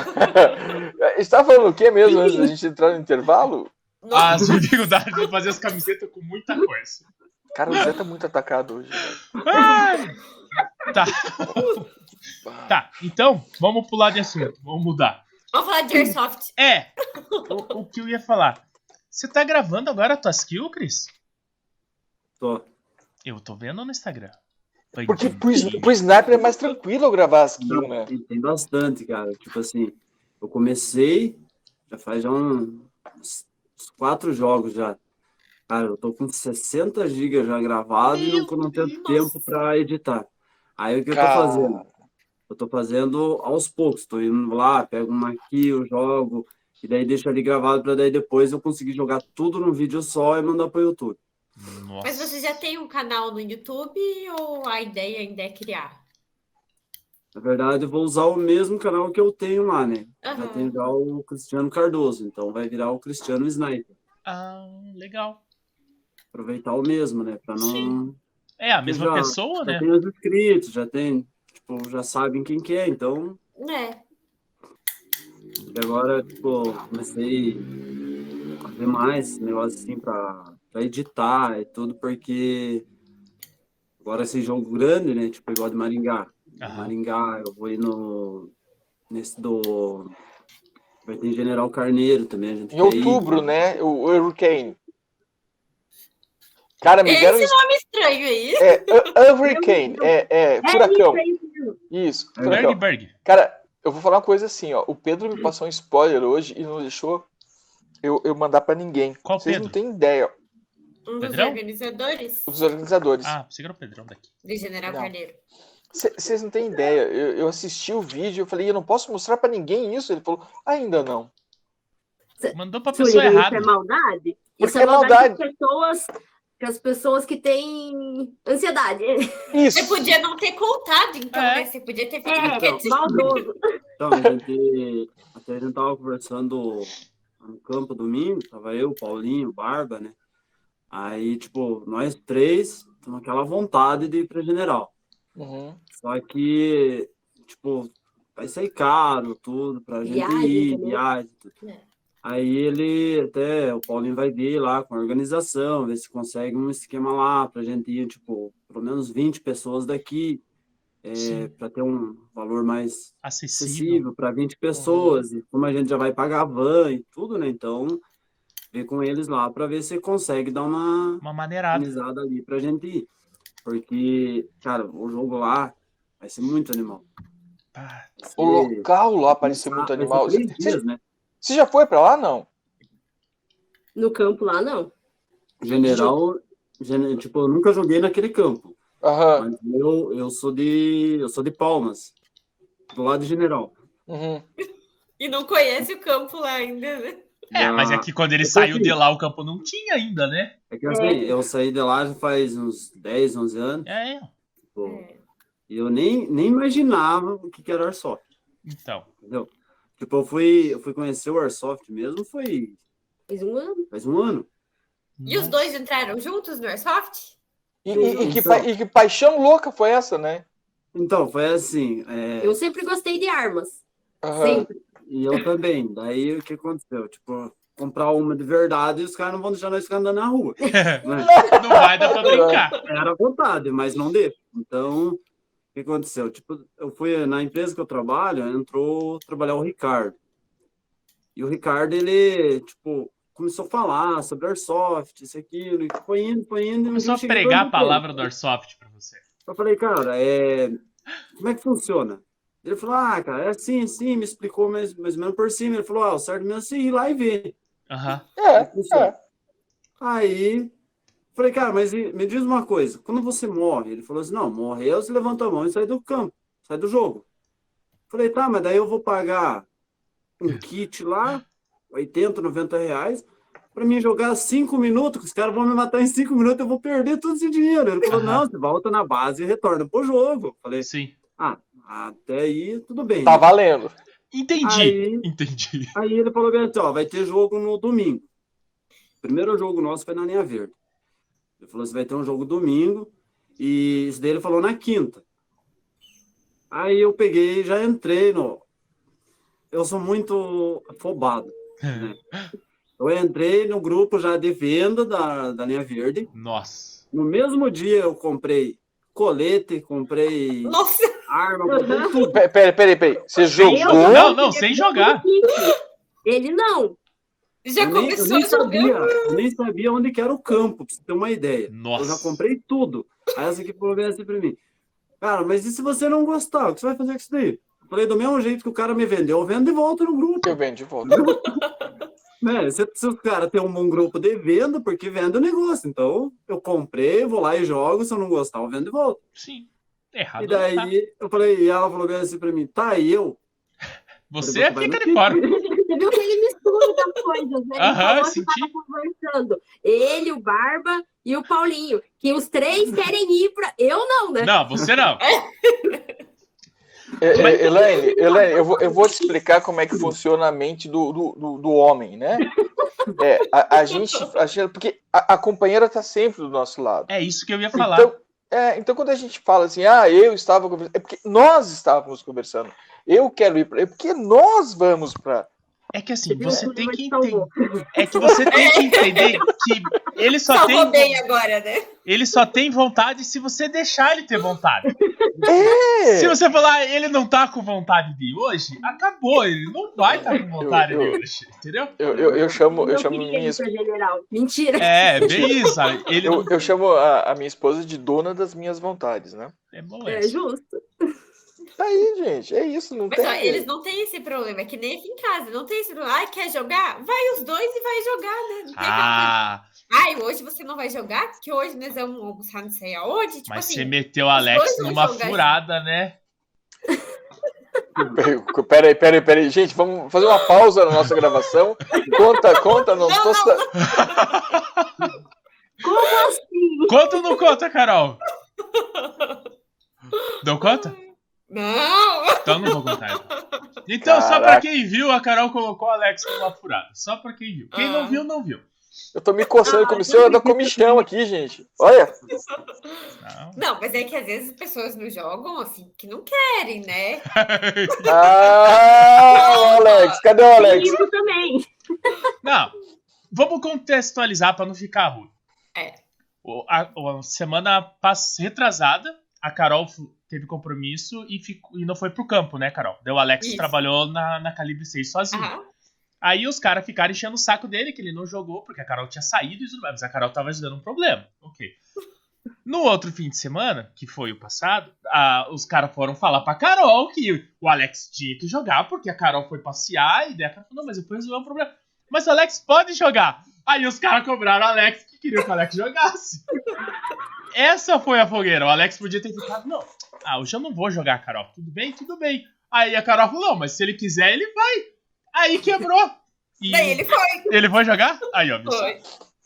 S2: Está falando o que mesmo antes da gente entrar no intervalo?
S1: Ah,
S4: Nossa,
S1: As dificuldades de fazer as camisetas com muita coisa.
S2: Cara, o Zé tá muito atacado hoje. velho.
S1: Ai! Tá. Tá, então, vamos pular de assunto. Vamos mudar.
S4: vamos falar de Airsoft.
S1: É, o, o que eu ia falar. Você tá gravando agora as tuas kills, Cris?
S6: Tô.
S1: Eu tô vendo no Instagram. Foi
S2: Porque
S1: de-
S2: pro, pro Sniper é mais tranquilo eu gravar as kills, né?
S6: E Tem bastante, cara. Tipo assim, Eu comecei, já faz já um- uns quatro jogos já. Cara, eu tô com 60 gigas já gravado e não, não tenho
S4: Deus.
S6: tempo para editar. Aí o que eu
S2: Cara.
S6: tô fazendo? Eu tô fazendo aos poucos, tô indo lá, pego uma aqui, eu jogo, e daí deixo ali gravado para daí depois eu conseguir jogar tudo num vídeo só e mandar pro YouTube.
S1: Nossa.
S4: Mas você já tem um canal no YouTube ou a ideia ainda é criar?
S6: Na verdade, eu vou usar o mesmo canal que eu tenho lá, né? Já
S4: Aham.
S6: tem já o Cristiano Cardoso, então vai virar o Cristiano Sniper.
S1: Ah, legal.
S6: Aproveitar o mesmo, né? Pra não.
S1: É a mesma
S6: Já-
S1: pessoa,
S6: Já
S1: né?
S6: tem os inscritos, já tem. Tipo, já sabem quem que é, então.
S4: É.
S6: E agora, tipo, comecei a ver mais esse negócio assim pra, pra editar e tudo, porque agora esse jogo grande, né? Tipo, igual de Maringá.
S1: Aham.
S6: Maringá, eu vou ir no. Nesse do. Vai ter General Carneiro também. A gente
S2: Em
S6: quer ir.
S2: outubro, né? O Hurricane. Cara, me deram.
S4: Esse nome estranho aí.
S2: É, Hu- Hurricane. É, é, furacão.
S3: É isso aí mesmo.
S2: Isso,
S1: Berg,
S2: furacão.
S1: Berg.
S2: Cara, eu vou falar uma coisa assim, ó. O Pedro me passou um spoiler hoje e não deixou eu, eu mandar pra ninguém.
S1: Qual
S2: Vocês não
S1: Pedro?
S2: têm ideia, ó.
S4: Um dos
S1: Pedrão?
S4: organizadores
S2: Os organizadores.
S1: Ah, você era o Pedrão daqui.
S4: do General
S2: Não.
S4: Carneiro.
S2: C- Vocês não têm ideia. Eu, eu assisti o vídeo, eu falei, eu não posso mostrar pra ninguém isso. Ele falou, ainda não.
S1: Mandou pra
S3: Isso
S1: pessoa errada.
S3: é maldade?
S2: Porque
S3: Isso
S2: é
S3: é maldade
S2: maldade.
S3: com pessoas, com as pessoas que têm ansiedade. É
S2: Isso.
S4: Você podia não ter contado, então,
S1: É.
S4: né? Você podia ter feito
S3: É,
S4: quietinho.
S3: maldoso.
S6: Então, a gente, até a gente tava conversando no campo domingo, tava eu, Paulinho, Barba, né? Aí, tipo, nós três temos aquela vontade de ir pra General.
S2: Uhum.
S6: Só que, tipo, vai ser caro tudo pra gente
S3: Viagem
S6: ir,
S3: também.
S6: viagem. Tudo.
S4: É.
S6: Aí ele, até o Paulinho vai ver lá com a organização, ver se consegue um esquema lá pra gente ir, tipo, pelo menos 20 pessoas daqui, é,
S1: Sim.
S6: pra ter um valor mais
S1: Acessível.
S6: acessível para 20 pessoas, e como a gente já vai pagar van e tudo, né? Então, ver com eles lá para ver se consegue dar uma
S1: Uma maneirada.
S6: organizada ali para a gente ir. Porque, cara, o jogo lá vai ser muito animal.
S1: Pá,
S6: Vai ser-
S2: O local
S1: É
S2: lá parecia
S6: vai
S2: muito
S6: ser
S1: Ah,
S2: animal.
S6: três
S2: Você
S6: dias, né?
S2: você já foi pra lá, não?
S3: No campo lá, não.
S6: General, gene- tipo, eu nunca joguei naquele campo,
S2: Aham.
S6: mas eu, eu sou de eu sou de Palmas, do lado de General.
S2: Uhum.
S4: E não conhece o campo lá ainda, né?
S1: É,
S6: Já-
S1: mas é que quando ele
S6: Eu
S1: saiu de
S6: confio.
S1: lá, o campo não tinha ainda, né?
S6: é que assim, eu saí de lá já faz uns 10, 11 anos.
S1: É,
S6: tipo,
S4: É.
S6: E eu nem, nem imaginava o que que era Airsoft,
S1: então.
S6: entendeu? Tipo, eu fui, eu fui conhecer o Airsoft mesmo, foi
S3: Fez um ano.
S6: faz um ano.
S4: E os dois entraram juntos no Airsoft?
S2: E, e- e que,
S6: Então.
S2: pa- e que paixão louca foi essa, né?
S6: Então, foi assim, é,
S3: Eu sempre gostei de armas.
S2: Aham.
S3: Sempre.
S6: e eu também. Daí o que aconteceu? Tipo, comprar uma de verdade e os caras não vão deixar nós ficar andando na rua. né?
S1: Não vai dar pra brincar.
S6: Era vontade, mas não deu. Então, o que aconteceu? Tipo, eu fui na empresa que eu trabalho, entrou trabalhar o Ricardo. E o Ricardo, ele, tipo, começou a falar sobre Airsoft, isso, aquilo, e foi indo, foi indo. e um
S1: Começou a
S6: dia cheguei
S1: pregar a
S6: perguntei.
S1: palavra do Airsoft pra você.
S6: Eu falei, cara, é... como é que funciona? Ele falou, ah, cara, é assim, assim, me explicou mais, mais ou menos por cima. Ele falou, ah, o certo mesmo é você ir lá e ver.
S1: Aham.
S2: É,
S6: Funciona.
S2: é.
S6: Aí, falei, cara, mas e- me diz uma coisa, quando você morre, ele falou assim, não, morre eu, você levanta a mão e sai do campo, sai do jogo. Falei, tá, mas daí eu vou pagar um kit lá, 80, 90 reais, pra mim jogar cinco minutos, que os caras vão me matar em cinco minutos, eu vou perder todo esse dinheiro. Ele falou,
S1: Aham.
S6: não, você volta na base e retorna pro jogo. Falei,
S1: Sim.
S6: ah, até aí, tudo bem.
S2: Tá
S6: né?
S2: valendo.
S1: Entendi.
S6: Aí,
S1: Entendi.
S6: Aí ele falou bem assim, ó, vai ter jogo no domingo. O primeiro jogo nosso foi na linha verde. Ele falou assim, vai ter um jogo domingo. E isso daí ele falou na quinta. Aí eu peguei e já entrei no... Eu sou muito afobado. Eu entrei no grupo já de venda da, da linha verde.
S1: Nossa.
S6: No mesmo dia eu comprei colete, comprei
S4: Nossa,
S6: arma, comprei tudo.
S2: Pe- Peraí, peraí, peraí. Você
S1: Sem
S2: jogou?
S1: jogar. Não, não, sem jogar.
S3: Ele não.
S4: já
S6: eu nem, eu
S4: começou
S6: nem
S4: jogando.
S6: sabia, eu nem sabia onde que era o campo, pra você ter uma ideia. Eu já
S1: Nossa.
S6: comprei tudo. Aí essa aqui falou bem assim pra mim. Cara, mas e se você não gostar? O que você vai fazer com isso daí? Falei, do mesmo jeito que o cara me vendeu, eu vendo de volta no grupo.
S2: Eu venho de volta.
S6: Né? Se, se o cara tem um bom grupo de venda, porque vende o negócio. Então, eu comprei, vou lá e jogo. Se eu não gostar, eu vendo de volta.
S1: Sim. Errado.
S6: E
S1: não tá.
S6: daí, eu falei, e ela falou bem assim pra mim, tá, e eu?
S1: Você é
S6: Vai no
S1: fica de
S6: quê?
S1: fora.
S3: Você viu que ele mistura as coisas, né? Ele
S1: Aham,
S3: falou que
S1: senti.
S3: tava conversando. Ele, o Barba e o Paulinho. Que os três querem ir pra. Eu não, né?
S1: Não, você não.
S2: É, é, Elaine, Elaine, eu vou, eu vou te explicar como é que funciona a mente do, do, do- do homem, né? É, a, a gente, a gente- Porque a, a companheira tá sempre do nosso lado.
S1: É isso que eu ia falar.
S2: Então, é, então, quando a gente fala assim, ah, eu estava conversando, é porque nós estávamos conversando. Eu quero ir para. É porque nós vamos para.
S1: É que assim,
S3: Você viu
S1: você
S3: como
S1: tem
S3: ele
S1: que
S3: salvou.
S1: entender. É que você tem que entender que ele só
S4: Salvou
S1: tem,
S4: bem agora, né?
S1: ele só tem vontade se você deixar ele ter vontade.
S2: É,
S1: Se você falar, ele não tá com vontade de hoje, acabou. Ele não vai estar com vontade
S2: Eu- eu-
S1: de hoje. Entendeu?
S2: eu, eu, eu chamo, eu
S3: Eu
S2: chamo
S3: queria
S2: minha
S3: ir
S2: esposa.
S3: pra general. Mentira.
S1: É, bem isso, sabe? Ele
S2: Eu,
S1: não...
S2: eu chamo a, a minha esposa de dona das minhas vontades, né?
S1: É bom
S3: É
S1: essa.
S3: justo.
S2: Tá aí, gente. É isso, não
S4: Mas
S2: tem.
S4: ó, eles não têm esse problema, é que nem aqui em casa, não tem esse problema. Ai, quer jogar? Vai os dois e vai jogar, né? Não tem aquela
S1: Ah,
S4: coisa, Ai, hoje você não vai jogar, que hoje nós vamos almoçar não sei aonde. Tipo
S1: mas você
S4: assim,
S1: meteu o Alex
S4: dois vão
S1: numa
S4: jogar.
S1: furada, né?
S2: Peraí, peraí, peraí. Gente, vamos fazer uma pausa na nossa gravação. Conta, conta, não,
S4: Não,
S2: tô
S4: não,
S2: sa-
S3: Como assim?
S1: Conta ou não conta, Carol? Não conta?
S4: não!
S1: Então não vou contar. então. Então, só pra
S2: Caraca.
S1: quem viu, a Carol colocou o Alex numa furada. Só pra quem viu. Quem
S4: Ah.
S1: não viu, não viu.
S2: Eu tô me coçando,
S3: Ah,
S2: comecei a dar comichão aqui, gente. Olha,
S1: Não.
S4: Não, mas é que às vezes as pessoas não jogam assim, que não querem, né?
S2: ah, o Alex, cadê o
S3: Tem
S2: Alex?
S3: isso também.
S1: Não. Vamos contextualizar pra não ficar ruim.
S4: É.
S1: O- a, o- a semana pass- retrasada, a Carol fu- teve compromisso e, ficou- e não foi pro campo, né, Carol? Daí o Alex
S4: Isso.
S1: trabalhou na, na Calibre 6 sozinho.
S4: Aham.
S1: Aí os caras ficaram enchendo o saco dele, que ele não jogou, porque a Carol tinha saído e tudo mais, mas a Carol tava ajudando um problema. Ok. No outro fim de semana, que foi o passado, a- os caras foram falar pra Carol que o Alex tinha que jogar, porque a Carol foi passear e daí a Carol falou, não, mas eu vou resolver um problema. Mas o Alex pode jogar. Aí os caras cobraram o Alex que queria que o Alex jogasse. Essa foi a fogueira. O Alex podia ter ficado, não, ah, hoje eu não vou jogar, Carol. Tudo bem? Tudo bem. Aí a Carol falou, não, mas se ele quiser, ele vai. Aí quebrou. E
S4: Daí ele foi.
S1: ele vai jogar? Aí, ó. viu só?
S4: foi.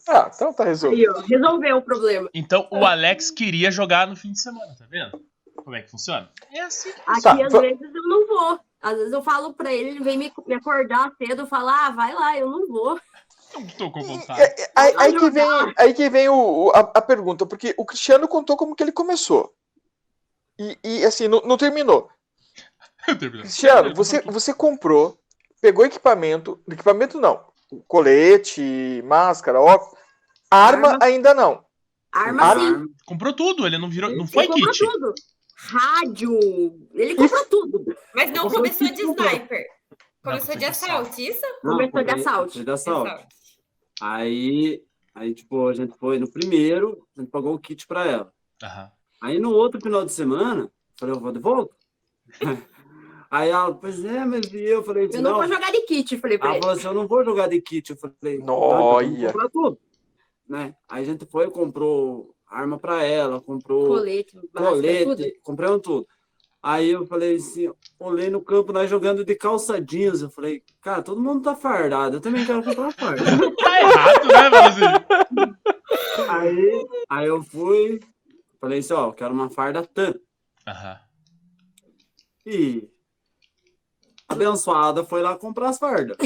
S2: Ah, então tá resolvido.
S3: Aí, ó, resolveu o problema.
S1: Então
S3: Ah.
S1: o Alex queria jogar no fim de semana, tá vendo? Como é que funciona? É assim que
S3: Aqui,
S2: Tá,
S3: às
S2: va-
S3: vezes, eu não vou. Às vezes eu falo pra ele, ele vem me, me acordar cedo, eu falo, ah, vai lá, eu não vou.
S1: eu não tô com vontade.
S2: É, é, Aí, aí que vem, aí que vem o- o- a, a pergunta, porque o Cristiano contou como que ele começou. E, e, assim, não, não terminou.
S1: Eu terminei.
S2: Cristiano, você, você comprou, pegou equipamento, equipamento não, colete, máscara, óculos, arma,
S3: Arma.
S2: ainda não.
S3: Arma,
S2: Arma?
S3: sim.
S6: "Ah,
S1: Comprou tudo, ele não virou. Não
S3: Ele
S1: foi
S3: comprou
S1: kit.
S3: tudo. Rádio. Ele comprou tudo.
S4: Mas não
S3: Começou
S4: começou de
S3: de tudo.
S4: sniper.
S1: um Não,
S4: Começou de assalto, isso?
S3: Começou de
S6: comprei-
S3: assalto.
S6: comprei De assalto. Aí, aí, tipo, a gente foi no primeiro, a gente pagou o kit pra ela.
S1: Aham.
S6: Aí no outro final de semana, falei, eu vou de volta. Aí ela, pois é, mas e eu falei,
S3: Eu não,
S6: não.
S3: vou jogar de kit, falei pra
S6: Ela
S3: ele.
S6: falou assim, eu não vou jogar de kit. Eu falei,
S2: Noia.
S6: "Não, então vamos comprar tudo. Né? Aí a gente foi, comprou arma pra ela, comprou
S3: Colete, máscara, tudo.
S6: Ah, colete, compramos tudo. Aí eu falei assim, olhei no campo, nós jogando de calça jeans. Eu falei, cara, todo mundo tá fardado, eu também quero comprar farda.
S1: Tá errado, né, Valzinho?
S6: aí, aí eu fui, falei assim, ó, eu quero uma farda tan.
S1: Aham.
S6: E abençoada foi lá comprar as fardas.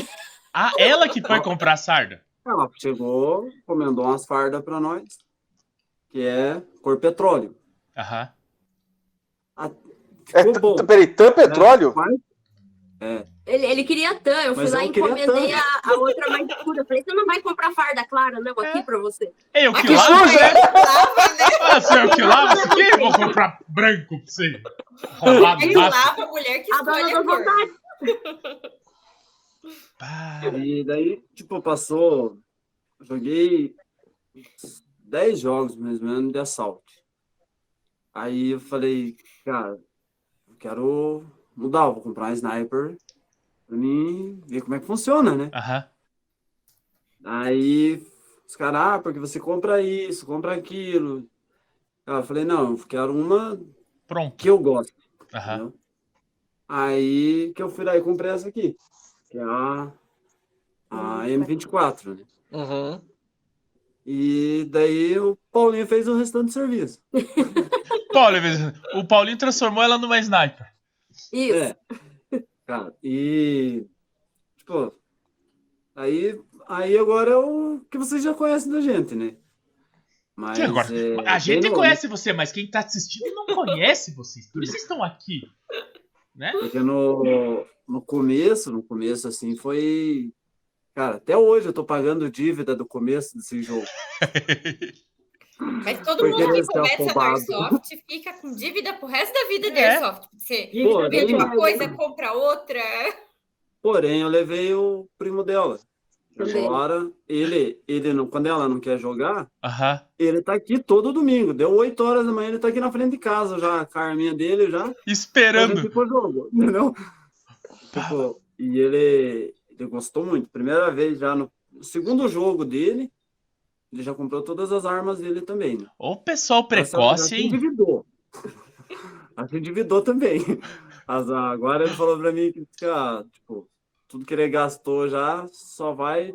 S1: Ah, ela que foi comprar a sarda.
S6: Ela chegou, encomendou umas fardas pra nós, que é cor petróleo.
S1: Aham.
S2: É,
S6: Ficou
S2: t- t-
S6: bom.
S2: Então, peraí, tan petróleo?
S6: Mas
S3: Ele, ele queria tan, eu fui
S6: Mas
S3: lá
S6: eu
S3: e
S6: queria
S3: encomendei a, a outra mais escura. Eu falei, você não vai comprar farda clara, não, aqui
S1: É.
S3: pra você.
S1: Ei, eu que
S2: Que
S1: lavo.
S2: sujo!
S1: né? Ah, se eu que lavo, isso aqui eu vou comprar branco pra você. Rolado,
S4: Ele
S1: massa.
S4: lava a mulher que
S3: A dona
S4: escolhe
S3: da
S4: a cor.
S3: vontade.
S1: Pá.
S6: E daí, tipo, passou. Joguei 10 jogos mais ou menos de assalto. Aí eu falei, cara, eu quero mudar, vou comprar um sniper pra mim ver como é que funciona, né?
S1: Aham.
S6: Aí os caras, ah, porque você compra isso, compra aquilo. Cara, eu falei, não, eu quero uma
S1: Pronto.
S6: que eu gosto.
S1: Aham.
S6: entendeu? Aí que eu fui lá e comprei essa aqui, que é a, a M24, né?
S2: Uhum.
S6: E daí o Paulinho fez o restante do serviço.
S1: Paulo, o Paulinho transformou ela numa sniper.
S3: Isso.
S6: É. Cara, e. Tipo. Aí, aí agora é o que vocês já conhecem da gente, né? Mas.
S1: Que agora-
S6: é,
S1: A
S6: bem
S1: gente
S6: novo,
S1: conhece você, mas quem tá assistindo não conhece vocês. Por isso vocês estão aqui.
S6: Porque no, no começo, no começo, assim, foi. Cara, até hoje eu tô pagando dívida do começo desse jogo.
S4: Mas todo
S6: Porque
S4: mundo que
S6: eles são
S4: começa no
S6: arrombados.
S4: Airsoft fica com dívida pro resto da vida de
S1: É.
S4: Airsoft. Tipo, Você
S6: Pô,
S3: Gente,
S4: vende
S6: daí-
S4: uma coisa, compra outra.
S6: Porém, eu levei o primo dela.
S3: Também.
S6: Agora, ele, ele não, quando ela não quer jogar,
S1: Aham.
S6: Ele tá aqui todo domingo. Deu 8 horas da manhã, ele tá aqui na frente de casa já, a carminha dele já.
S1: Esperando.
S6: Ficou jogo, entendeu? Tipo, e ele, ele gostou muito. Primeira vez já no segundo jogo dele, ele já comprou todas as armas dele também. né?
S1: Ô, pessoal
S6: Já
S1: precoce,
S6: se
S1: hein?
S6: endividou. Já se endividou também. Mas ah, agora ele falou pra mim que, ah, tipo, tudo que ele gastou já só vai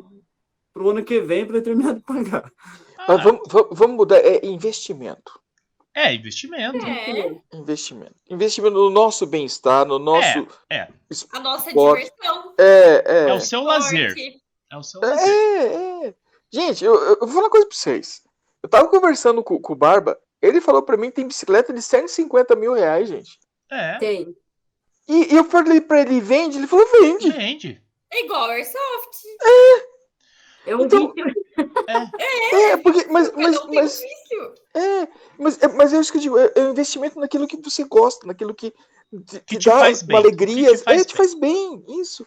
S6: pro ano que vem pra ele terminar de pagar.
S1: Ah,
S2: Mas Então, vamos, vamos- vamos mudar. É investimento.
S1: É, investimento.
S4: É,
S2: Investimento. Investimento no nosso bem-estar, no nosso.
S1: é.
S4: a nossa
S2: Ótimo.
S4: diversão.
S2: É, é.
S1: É o seu lazer.
S4: sorte.
S1: É o seu lazer.
S2: É, é. Gente, eu, eu vou falar uma coisa pra vocês. Eu tava conversando com, com o Barba, ele falou pra mim que tem bicicleta de 150 mil reais, gente.
S1: É,
S3: Tem.
S2: E, e eu falei pra ele, vende? Ele falou, vende.
S1: vende.
S4: É igual Airsoft.
S3: É um
S2: Então-
S3: vídeo.
S2: É, porque, mas,
S4: Cada
S2: mas,
S4: um tem um
S2: mas,
S4: vício.
S2: é, mas, é, mas é isso que eu digo, é, é um investimento naquilo que você gosta, naquilo que, que, que
S1: te
S2: dá
S1: faz
S2: uma
S1: bem,
S2: alegria,
S1: que te faz
S2: é, te faz bem, isso.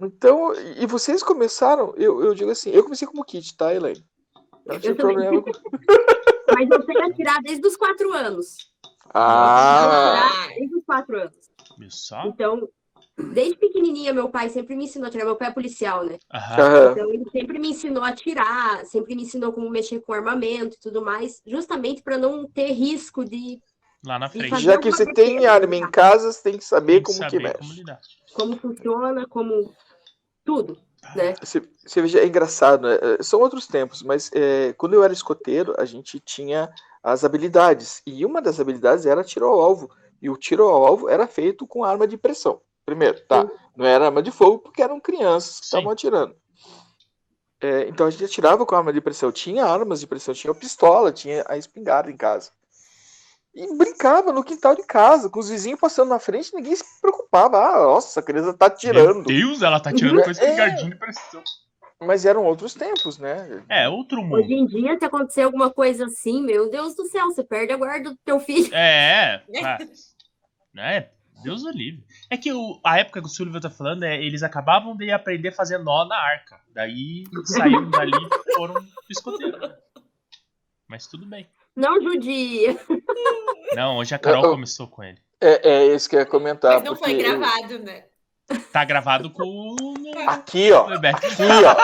S2: Então, e vocês começaram, eu, eu digo assim, eu comecei como kit, tá, Elaine? Eu não
S3: Eu
S2: tive
S3: também.
S2: problema com...
S3: Mas eu sei atirar desde os quatro anos.
S2: Ah,
S4: Ah.
S3: Desde os quatro anos.
S1: Viu só?
S3: Então, desde pequenininha, meu pai sempre me ensinou a atirar. Meu pai é policial, né?
S1: Aham.
S2: aham.
S3: Então, ele sempre me ensinou a atirar, sempre me ensinou como mexer com armamento e tudo mais, justamente para não ter risco de
S1: Lá na frente.
S3: fazer
S2: Já que
S3: alguma
S2: você
S3: besteira,
S2: tem arma em
S3: tá?
S2: casa, você tem que saber
S1: Tem
S2: como que
S1: saber como
S2: mexe.
S1: lidar.
S3: como funciona, como tudo, né?
S2: Você, você veja, é engraçado, né? Eh, São outros tempos, mas eh, quando eu era escoteiro, a gente tinha as habilidades. E uma das habilidades era tiro ao alvo. E o tiro ao alvo era feito com arma de pressão. Primeiro, tá? Não era arma de fogo porque eram crianças que
S1: Sim.
S2: estavam atirando. Eh, então a gente atirava com arma de pressão. Tinha armas de pressão, tinha pistola, tinha a espingarda em casa. E brincava no quintal de casa, com os vizinhos passando na frente, ninguém se preocupava. Ah, nossa, a criança tá
S1: Meu
S2: atirando.
S1: Deus, ela tá tirando com
S2: É.
S1: esse espingardinho de pressão.
S2: Mas eram outros tempos, né?
S1: É, outro
S3: Hoje
S1: mundo.
S3: em dia, se acontecer alguma coisa assim, meu Deus do céu, você perde a guarda do teu filho.
S1: É, é. ah, né? Deus o livre. É que o- a época que o Sullivan tá falando, é, eles acabavam de aprender a fazer nó na arca. Daí saíram dali e foram escoteiros. Mas tudo bem.
S3: Não judia.
S1: Não, hoje a Carol
S2: Eu-
S1: começou com ele.
S2: É, é isso que eu ia comentar.
S4: Mas não foi
S2: porque-
S4: gravado, né?
S1: Tá gravado com o. no-
S2: Aqui, ó.
S1: Bebeto.
S2: Aqui, ó.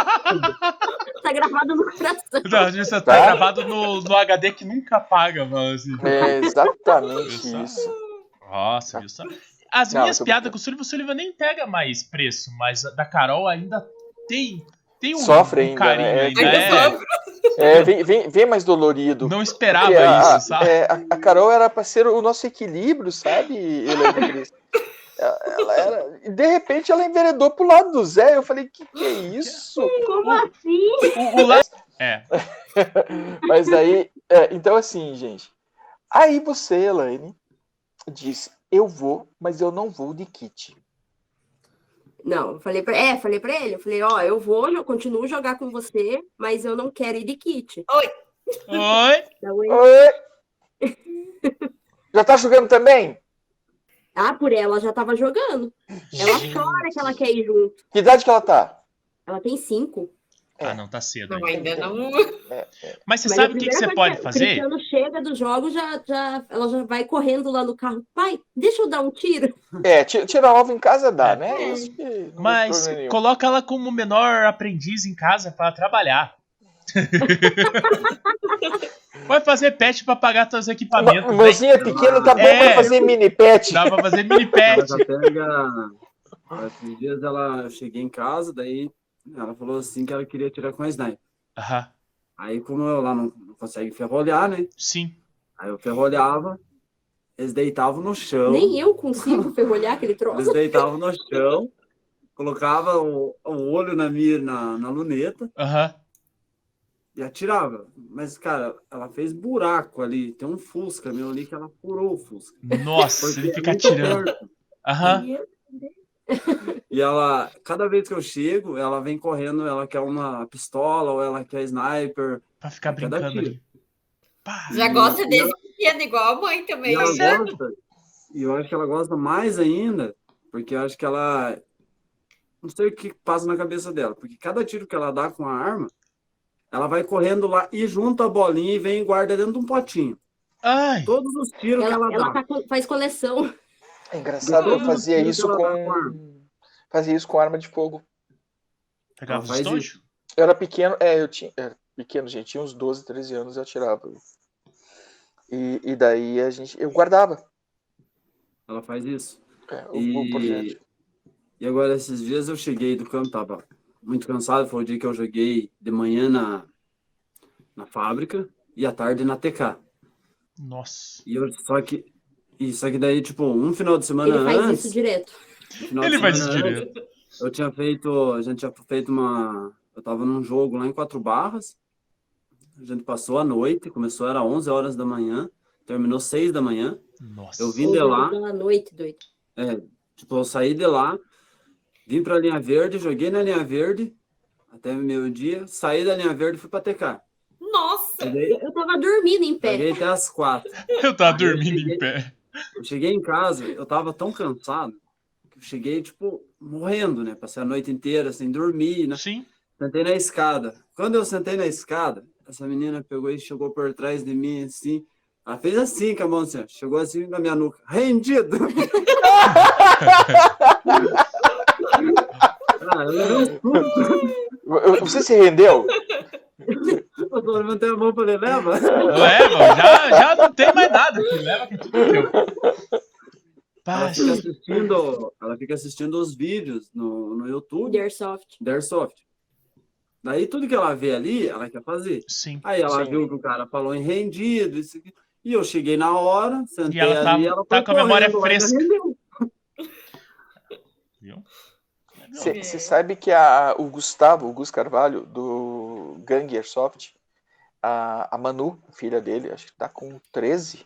S3: Tá gravado no coração.
S1: Não, às vezes tá
S2: Tá?
S1: gravado no, no HD que nunca apaga, mano. Assim.
S2: É exatamente
S1: Isso.
S2: isso.
S1: Nossa, viu só? As
S2: Não,
S1: minhas
S2: tô
S1: piadas com o Sullivan, o Sullivan nem pega mais preço, mas a da Carol ainda tem, tem um,
S2: Sofre
S1: um
S2: ainda,
S1: carinho
S2: né?
S1: ainda.
S4: Ainda
S1: é.
S4: sofre.
S2: É, vem, vem, vem mais dolorido.
S1: não esperava
S2: Porque a, a-
S1: isso, sabe?
S2: é, a- a Carol era pra ser o nosso equilíbrio, sabe, Helena Cris? Ela, ela era. e De repente ela enveredou pro lado do Zé. Eu falei, que que é isso?
S3: Como assim?
S1: O, o lance- É,
S2: Mas aí, é, então assim, gente. Aí você, Elaine, diz: Eu vou, mas eu não vou de kit.
S3: Não, eu falei pra... É, falei pra ele. Eu falei, ó, eu vou, eu continuo a jogar com você, mas eu não quero ir de kit.
S1: oi,
S3: Então, ele-
S2: Oi! Já tá jogando também?
S3: Ah, por ela, já tava jogando. Ela chora que ela quer ir junto.
S2: Que idade que ela tá?
S3: Ela tem cinco.
S1: Ah, não, tá cedo
S4: Não,
S1: ainda.
S4: ainda não.
S1: Mas você
S3: Mas
S1: sabe
S3: a
S1: o que, que
S3: primeira
S1: você
S3: coisa
S1: pode
S3: é, O
S1: fazer?
S3: Cristiano chega do jogo, já, já, ela já vai correndo lá no carro. Pai, deixa eu dar um tiro.
S2: É, ti- tirar ovo em casa dá,
S1: É.
S2: né? Isso que não tem
S1: Mas
S2: problema nenhum.
S1: coloca ela como menor aprendiz em casa pra trabalhar. Vai fazer pet pra pagar seus equipamentos.
S2: Ma-
S1: né?
S2: Mãozinha pequena tá bom
S1: É.
S2: pra fazer mini pet.
S1: Dá pra fazer mini
S6: Ela
S1: pet.
S6: já pega. Esses dias ela, eu cheguei em casa, daí ela falou assim que ela queria tirar com a sniper.
S1: Aham,
S6: Aí, como eu lá não, não consegue ferrolhar, né?
S1: sim.
S6: Aí eu ferrolhava, eles deitavam no chão.
S3: Nem eu consigo ferrolhar aquele
S6: Eles
S3: troço.
S6: deitavam no chão, colocava o, o olho na, mira, na, na luneta
S1: Aham.
S6: e atirava. Mas, cara, ela fez buraco ali. Tem um Fusca meu ali que ela furou o Fusca.
S1: Nossa, ele
S6: Porque
S1: fica
S6: é muito
S1: atirando.
S6: perto.
S1: Aham.
S6: E ela, cada vez que eu chego, ela vem correndo, ela quer uma pistola ou ela quer sniper.
S1: Pra ficar
S6: Cada
S1: brincando
S6: tiro.
S1: ali. Pá.
S4: Já gosta desse pequeno, igual a mãe
S6: E
S4: também.
S6: ela
S1: Tá certo.
S6: gosta. E eu acho que ela gosta mais ainda, porque eu acho que ela. Não sei o que passa na cabeça dela, porque cada tiro que ela dá com a arma, ela vai correndo lá e junta a bolinha e vem e guarda dentro de um potinho.
S1: Ai,
S6: Todos os tiros
S3: Ela,
S6: que ela,
S3: ela
S6: dá.
S3: tá co- faz coleção.
S2: É engraçado, eu
S6: Todo
S2: fazia
S6: tiro
S2: isso
S6: que ela dá com
S2: com. Fazia isso com arma de fogo.
S1: pegava
S6: Ah,
S1: os
S6: faz
S1: estojos?
S2: Eu era pequeno, é, eu tinha. Era pequeno, gente, tinha uns 12, 13 anos eu atirava. E, e daí a gente. Eu guardava.
S6: Ela faz isso.
S2: é,
S3: um
S2: o, o
S6: E,
S2: projeto.
S6: e agora, esses dias eu cheguei do campo, tava muito cansado. Foi o dia que eu joguei de manhã na, na fábrica e à tarde na TK.
S1: Nossa.
S6: E eu, só que. E só que daí, tipo, um final de semana
S3: Ele faz
S6: antes.
S3: isso direto.
S6: final de
S1: Ele vai
S6: semana
S1: se
S6: antes,
S1: direto.
S6: Eu tinha feito, a gente tinha feito uma, eu tava num jogo lá em Quatro Barras. A gente passou a noite, começou era 11 horas da manhã, terminou 6 da manhã.
S1: Nossa.
S6: Eu vim de lá,
S3: Pela noite, doido.
S6: tipo, eu saí de lá, vim pra linha verde, joguei na linha verde até meio-dia, saí da linha verde e fui pra TK.
S4: Nossa!
S6: Joguei,
S3: Eu, eu tava dormindo em pé.
S6: joguei até as 4.
S1: Eu tava
S6: Aí eu
S1: dormindo em
S6: cheguei-
S1: pé.
S6: Eu cheguei em casa, eu tava tão cansado que eu cheguei, tipo, morrendo, né? Passei a noite inteira sem dormir, né?
S1: Sim.
S6: Sentei na escada. Quando eu sentei na escada, essa menina pegou e chegou por trás de mim assim. Ela fez assim com a mão assim, ó, chegou assim na minha nuca. Rendido! ah, eu levei um susto.
S2: Você se rendeu?
S6: Eu só levantei a mão e falei, leva.
S1: Leva, é, já, já não tem mais nada aqui. Leva que é tudo teu.
S6: Ela
S1: Pá,
S6: fica assistindo, ela fica assistindo os vídeos no, no YouTube,
S3: De Airsoft.
S6: da Airsoft. Daí tudo que ela vê ali, ela quer fazer.
S1: sim.
S6: Aí ela
S2: Sim.
S6: viu que o cara falou em rendido, isso aqui. E eu cheguei na hora, sentei
S1: E ela tá-
S6: ali, ela
S1: tá
S6: foi
S1: com a memória
S6: correndo lá e
S1: fresca.
S6: rendeu.
S1: Viu? Legal.
S4: Sim.
S2: Você sabe que a, o Gustavo, o Gus Carvalho, do Gang Airsoft, a, a Manu, filha dele, acho que tá com 13,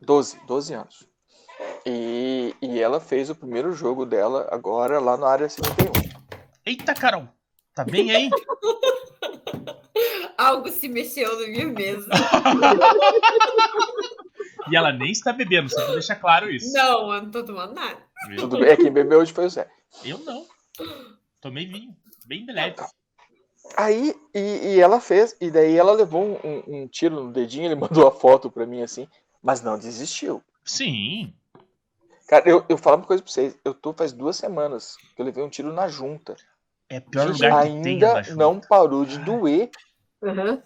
S2: 12, 12 anos. E, e ela fez o primeiro jogo dela agora lá na área 51.
S1: Eita, Carol. Tá bem aí?
S4: Algo se mexeu na minha mesa.
S1: E ela nem está bebendo, só pra deixar claro isso.
S4: Não, eu não tô tomando nada.
S1: Viu?
S2: Tudo bem, é, quem bebeu hoje foi o Zé.
S1: Eu não. Tomei vinho. Bem leve.
S2: Aí, e, e ela fez, e daí ela levou um, um- um tiro no dedinho, ele mandou a foto pra mim assim, mas não desistiu.
S1: Sim.
S2: Cara, eu, eu falo uma coisa pra vocês, eu tô faz duas semanas que eu levei um tiro na junta.
S1: É o pior
S2: Gente,
S1: lugar que tem, eu
S2: ainda
S1: acho.
S2: não parou de doer.
S3: Aham.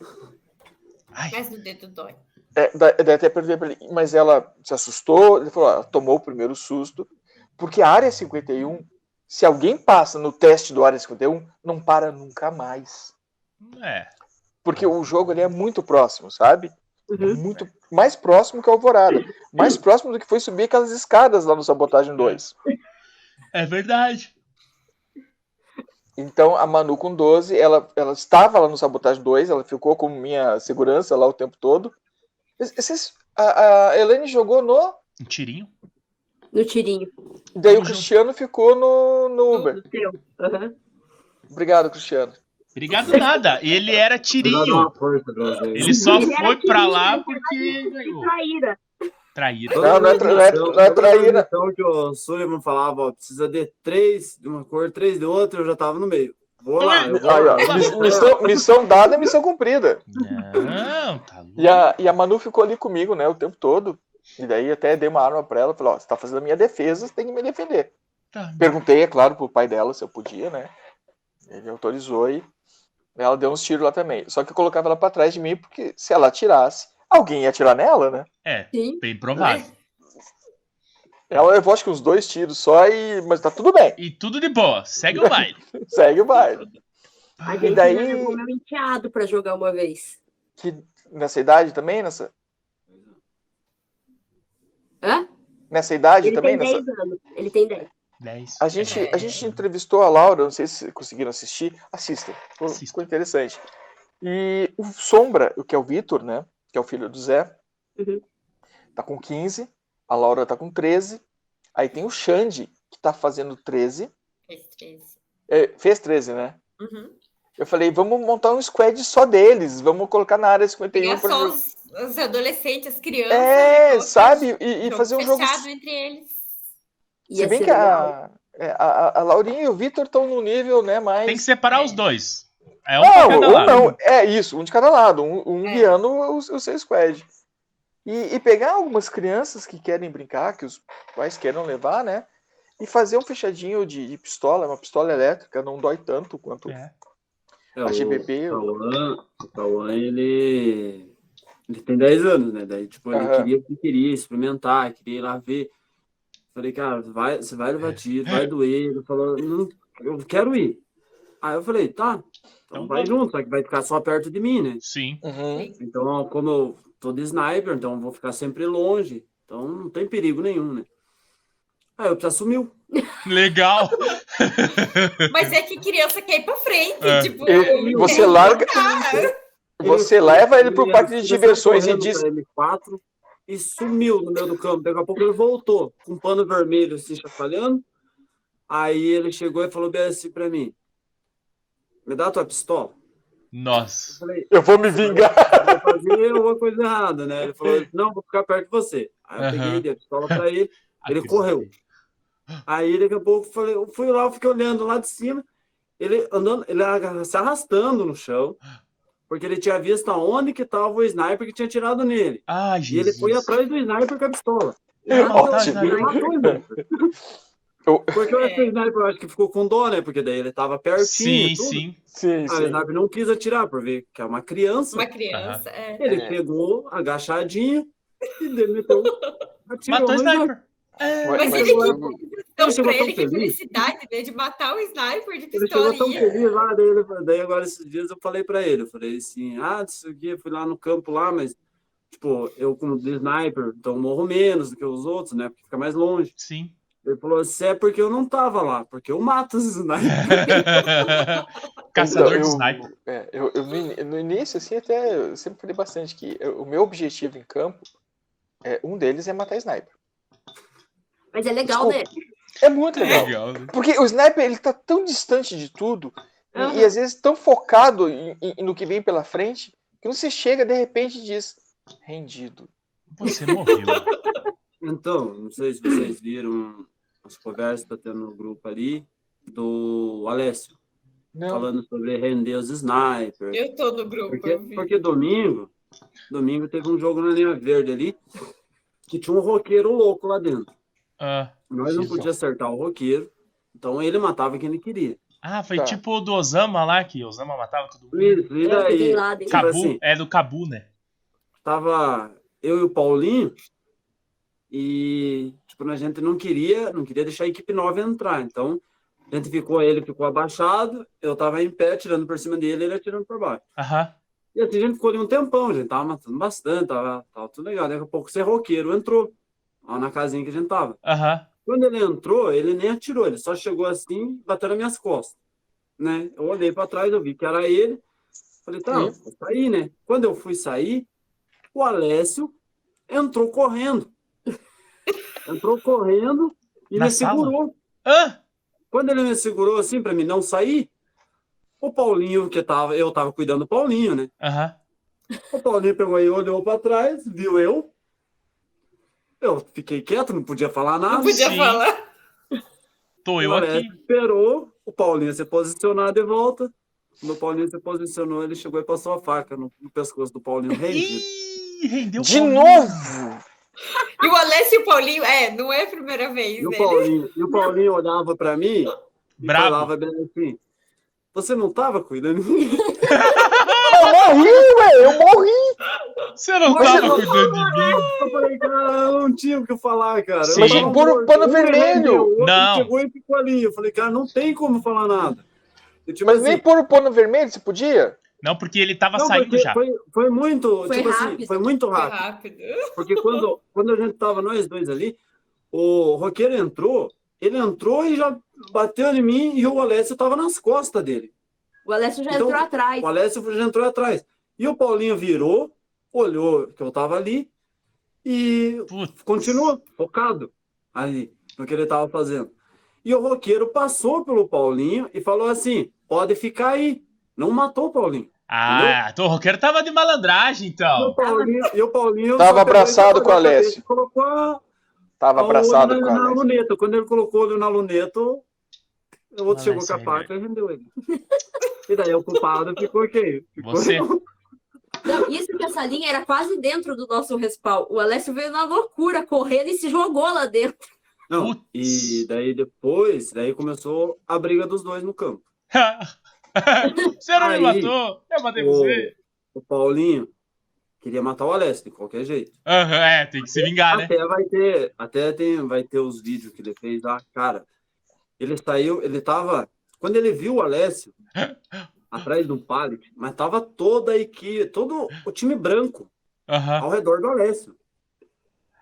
S1: Ai,
S4: Mas no dedo dói.
S2: É, da- daí até perguntei pra ele, mas ela se assustou, ele falou, "Ah, tomou o primeiro susto, porque a área 51, se alguém passa no teste do área 51, não para nunca mais.
S1: é.
S2: Porque o jogo ali é muito próximo, sabe? É
S3: Uhum.
S2: muito mais próximo que a Alvorada. Mais próximo do que foi subir aquelas escadas lá no Sabotagem 2.
S1: É verdade.
S2: Então a Manu com 12, ela, ela estava lá no Sabotagem 2, ela ficou com minha segurança lá o tempo todo. Esses- a, a Helene jogou no.
S1: Um tirinho.
S3: No tirinho.
S2: Daí o
S1: Tamo junto.
S2: Cristiano ficou no, no Uber.
S3: Aham.
S2: Obrigado, Cristiano.
S1: Obrigado nada. Ele era
S6: Eu dava uma
S1: tirinho.
S6: força pra você.
S1: Ele só
S3: Ele era
S1: foi pra
S3: tirinho,
S1: lá
S3: né?
S1: porque ganhou.
S3: Traíra.
S1: Traíra.
S2: Não, não é tra- não é- não é traíra.
S6: Então que o Sullivan falava, ó, precisa de três de uma cor, três de outra, eu já tava no meio. Vou lá,
S1: é?
S6: eu vou
S2: Aí,
S6: lá. É,
S2: ó, mis- missão, missão dada, é missão cumprida.
S1: Não, tá louco.
S2: E a, e a Manu ficou ali comigo, né, o tempo todo. E daí até dei uma arma pra ela, falei, ó, você tá fazendo a minha defesa, você tem que me defender.
S1: Tá.
S2: Perguntei, é claro, pro pai dela se eu podia, né? Ele autorizou e ela deu uns tiros lá também. Só que eu colocava ela pra trás de mim, porque se ela atirasse, alguém ia atirar nela, né?
S1: É,
S3: Sim.
S1: bem provável.
S2: Ela levou acho que uns dois tiros só e. Mas tá tudo bem.
S1: E tudo de boa, segue o baile.
S2: Segue o baile.
S3: A
S2: E
S3: gente
S2: daí-
S3: já levou meu enteado pra jogar uma vez.
S2: Que nessa idade também, nessa.
S3: Hã?
S2: Nessa idade
S3: Ele
S2: também,
S3: tem
S2: nessa.
S3: 10 anos. Ele tem 10.
S1: 10.
S2: A gente,
S1: É.
S2: a gente entrevistou a Laura, não sei se conseguiram assistir. Assistam, ficou,
S1: Assistam.
S2: ficou interessante. E o Sombra, o que é o Vitor, né? Que é o filho do Zé,
S3: Uhum.
S2: tá com 15, a Laura tá com 13. Aí tem o Xande, que tá fazendo 13.
S4: Fez três.
S2: é, fez 13, né?
S4: Uhum.
S2: Eu falei, vamos montar um squad só deles, vamos colocar na área 51
S4: Pegar
S2: pra
S4: é só
S2: jogar.
S4: os, os adolescentes, as crianças. né,
S2: um É,
S4: colocar
S2: sabe? E, e fazer um jogo.
S4: fechado entre eles.
S2: Se bem que a, é, a, a Laurinha e o Vitor estão num nível, né, mais.
S1: Tem que separar os dois. É um pra
S2: Não,
S1: cada
S2: ou
S1: lado.
S2: não. É isso, um de cada lado, um, um
S4: É.
S2: guiando o, o seu squad. E, e pegar algumas crianças que querem brincar, que os pais queiram levar, né? E fazer um fechadinho de, de pistola, uma pistola elétrica, não dói tanto quanto.
S1: É.
S6: É,
S2: A GBB,
S6: O Cauã, o Cauã, ele, ele tem 10 anos, né? Daí, tipo, ele
S2: Aham.
S6: queria, ele queria experimentar, queria ir lá ver. Falei, cara, vai, você vai levar tiro, vai doer. Ele falou, não, eu quero ir. Aí eu falei, tá, então
S1: Então
S6: vai
S1: vamos.
S6: junto, só que vai ficar só perto de mim, né?
S1: Sim.
S2: Uhum.
S6: Então, como eu tô de sniper, então eu vou ficar sempre longe. Então não tem perigo nenhum, né? Aí eu já sumiu.
S1: Legal.
S4: Mas é que criança quer ir pra frente.
S1: É.
S4: Tipo,
S2: Eu-
S4: não
S2: você
S4: quer
S2: larga-
S6: né?
S4: voltar.
S2: É. Você leva ele pro parque de diversões e
S6: correndo
S2: diz.
S6: pra M4 e sumiu no meio do campo. Daqui a pouco ele voltou com um pano vermelho assim, chacoalhando. Aí ele chegou e falou bem assim pra mim: Me dá a tua pistola. Eu
S1: Nossa.
S6: falei:
S2: Eu vou me vingar.
S6: Vou fazer uma coisa errada, né? Ele falou: Não, vou ficar perto de você. Aí eu
S1: Aham.
S6: peguei, dei a pistola pra ele. Ele correu. Aí daqui a pouco eu falei, eu fui lá, eu fiquei olhando lá de cima, ele andando, ele aga- se arrastando no chão, porque ele tinha visto aonde que estava o sniper que tinha tirado nele.
S1: Ah,
S6: E ele
S1: Jesus.
S6: foi atrás do sniper com a pistola.
S2: Ótimo.
S6: Ele matou o sniper.
S2: Eu-
S6: Porque eu acho que o sniper eu acho que ficou com dó, né? Porque daí ele tava pertinho.
S1: Sim,
S6: e tudo.
S1: sim.
S2: Sim,
S6: Aí o
S2: sim.
S6: sniper não quis atirar, por ver que é uma criança.
S4: Uma criança. é.
S6: Ele
S2: É.
S6: pegou, agachadinho, e dele meteu. atirou
S1: Matou o
S6: no
S1: sniper. É.
S4: Mas
S2: Mas
S4: ele-
S2: o-
S4: Então,
S6: chegou
S4: pra
S6: tão
S4: ele, que
S6: feliz.
S4: felicidade, né? De matar o sniper de
S6: Ele chegou tão
S4: pistolinha.
S6: feliz lá, daí, ele, daí agora esses dias eu falei pra ele, eu falei assim, ah, isso aqui, eu fui lá no campo lá, mas, tipo, eu como de sniper, então morro menos do que os outros, né, porque fica mais longe.
S1: Sim.
S6: Ele falou, isso é porque eu não tava lá, porque eu mato os snipers.
S1: Caçador
S2: Então,
S1: de
S2: eu-
S1: sniper.
S2: É, eu, eu no, ini- no início, assim, até eu sempre falei bastante que eu- o meu objetivo em campo, é, um deles é matar sniper.
S3: Mas é legal, né?
S2: É muito legal.
S1: Legal. né?
S2: Porque o sniper, ele tá tão distante de tudo, e- e, às vezes tão focado em- em- no que vem pela frente, que quando você chega, de repente, e diz, rendido.
S1: Você morreu.
S6: Então, não sei se vocês viram as conversas que tá tendo no grupo ali, do Alessio,
S2: Não,
S6: falando sobre render os snipers,
S4: Eu tô no grupo.
S6: Porque,
S4: eu vi.
S6: porque domingo, domingo teve um jogo na linha verde ali, que tinha um roqueiro louco lá dentro.
S1: Ah,
S6: Nós não
S2: Sim,
S6: podíamos acertar o roqueiro, então ele matava quem ele queria.
S1: Ah, foi
S2: Tá.
S1: tipo o do Osama lá, que Osama matava todo mundo.
S6: Isso, e
S3: Eu fiquei
S6: daí,
S3: lá dentro.
S6: Tipo
S1: Cabu,
S6: assim.
S1: é do Cabu, né?
S6: tava eu e o Paulinho, e tipo, a gente não queria, não queria deixar a equipe nova entrar, então a gente ficou, ele ficou abaixado, eu tava em pé, tirando por cima dele, ele atirando por baixo.
S1: Aham.
S6: E assim, a gente ficou ali um tempão, a gente tava matando bastante, tava, tava tudo legal. Daqui a pouco esse roqueiro entrou, lá na casinha que a gente tava.
S1: Aham.
S6: Quando ele entrou, ele nem atirou, ele só chegou assim, bateu nas minhas costas, né? Eu olhei para trás, eu vi que era ele. Falei, tá, eu vou sair, né? Quando eu fui sair, o Alessio entrou correndo. Entrou correndo e
S1: Na
S6: me
S1: sala?
S6: segurou.
S1: Ah,
S6: Quando ele me segurou assim para mim não sair, o Paulinho que tava, eu tava cuidando do Paulinho, né?
S1: Aham.
S6: O Paulinho pegou e olhou para trás, viu eu. Eu Ah, fiquei quieto, não podia falar nada.
S4: Não podia
S1: sim.
S4: falar.
S1: Tô eu
S6: O Alessio
S1: aqui.
S6: esperou O Paulinho ser posicionado e volta. Quando o Paulinho se posicionou, ele chegou e passou a faca no, no pescoço do Paulinho. Rende.
S1: Ih, rendeu
S2: De
S1: Paulinho.
S2: novo!
S4: E o Alessio e o Paulinho, é, não é a primeira vez,
S6: E o
S4: né?
S6: Paulinho, e o Paulinho olhava pra mim e
S1: Bravo.
S6: falava bem assim: Você não tava cuidando de mim?
S2: Eu morri, velho! Eu morri!
S1: Você não
S6: Mas
S1: tava
S6: eu-
S1: cuidando de mim.
S6: Eu falei, cara, eu não tinha o que falar, cara.
S1: Sim.
S6: Eu tava
S1: Mas
S2: pôr o pano
S6: morto, um
S2: vermelho.
S6: rendeu, outro
S1: Não.
S6: Chegou e ficou ali. Eu falei, cara, não tem como falar nada. Eu, tipo
S2: Mas
S6: assim,
S2: nem pôr o pano vermelho, você podia?
S1: Não, porque ele tava
S6: não,
S1: saindo
S6: porque
S1: já.
S6: Foi, foi muito,
S3: Foi
S6: tipo assim,
S3: rápido.
S6: foi muito
S4: Foi
S6: rápido.
S4: rápido.
S6: Porque quando, quando a gente tava nós dois ali, o roqueiro entrou, ele entrou e já bateu em mim e o Alessio tava nas costas dele.
S3: O Alessio já
S6: Então,
S3: entrou atrás.
S6: O Alessio já entrou atrás. E o Paulinho virou, olhou que eu tava ali e
S1: Putz.
S6: continuou focado ali no que ele tava fazendo. E o roqueiro passou pelo Paulinho e falou assim: pode ficar aí. Não matou o Paulinho.
S1: Ah, então o roqueiro tava de malandragem,
S6: E o
S1: então.
S6: Paulinho, e o Paulinho
S2: Tava
S6: só pegou e
S2: abraçado
S6: jogou
S2: com o
S6: na cabeça e
S2: Alessio.
S6: Colocou a,
S2: Tava
S6: o olho
S2: abraçado
S6: na-
S2: com
S6: na
S2: a Alex.
S6: luneta. Quando ele colocou o olho na luneta, o outro
S1: Ah,
S6: chegou
S1: isso
S6: com a
S1: aí,
S6: faca e rendeu ele. E daí o culpado ficou quem? Ficou
S1: Você.
S6: eu.
S3: Não, isso que essa linha era quase dentro do nosso respawn. O Alessio veio na loucura, correndo e se jogou lá dentro.
S6: Não,
S1: Putz.
S6: e daí depois, daí começou a briga dos dois no campo.
S1: você não me
S6: Aí,
S1: matou. Eu matei você.
S6: O, o Paulinho queria matar o Alessio de qualquer jeito.
S1: Aham, é, tem que se vingar, né?
S6: Até vai ter, até tem, vai ter os vídeos que ele fez lá, cara. Ele saiu, ele tava. Quando ele viu o Alessio atrás do pallet, mas tava toda a equipe, todo o time branco.
S1: Aham.
S6: ao redor do Alessio.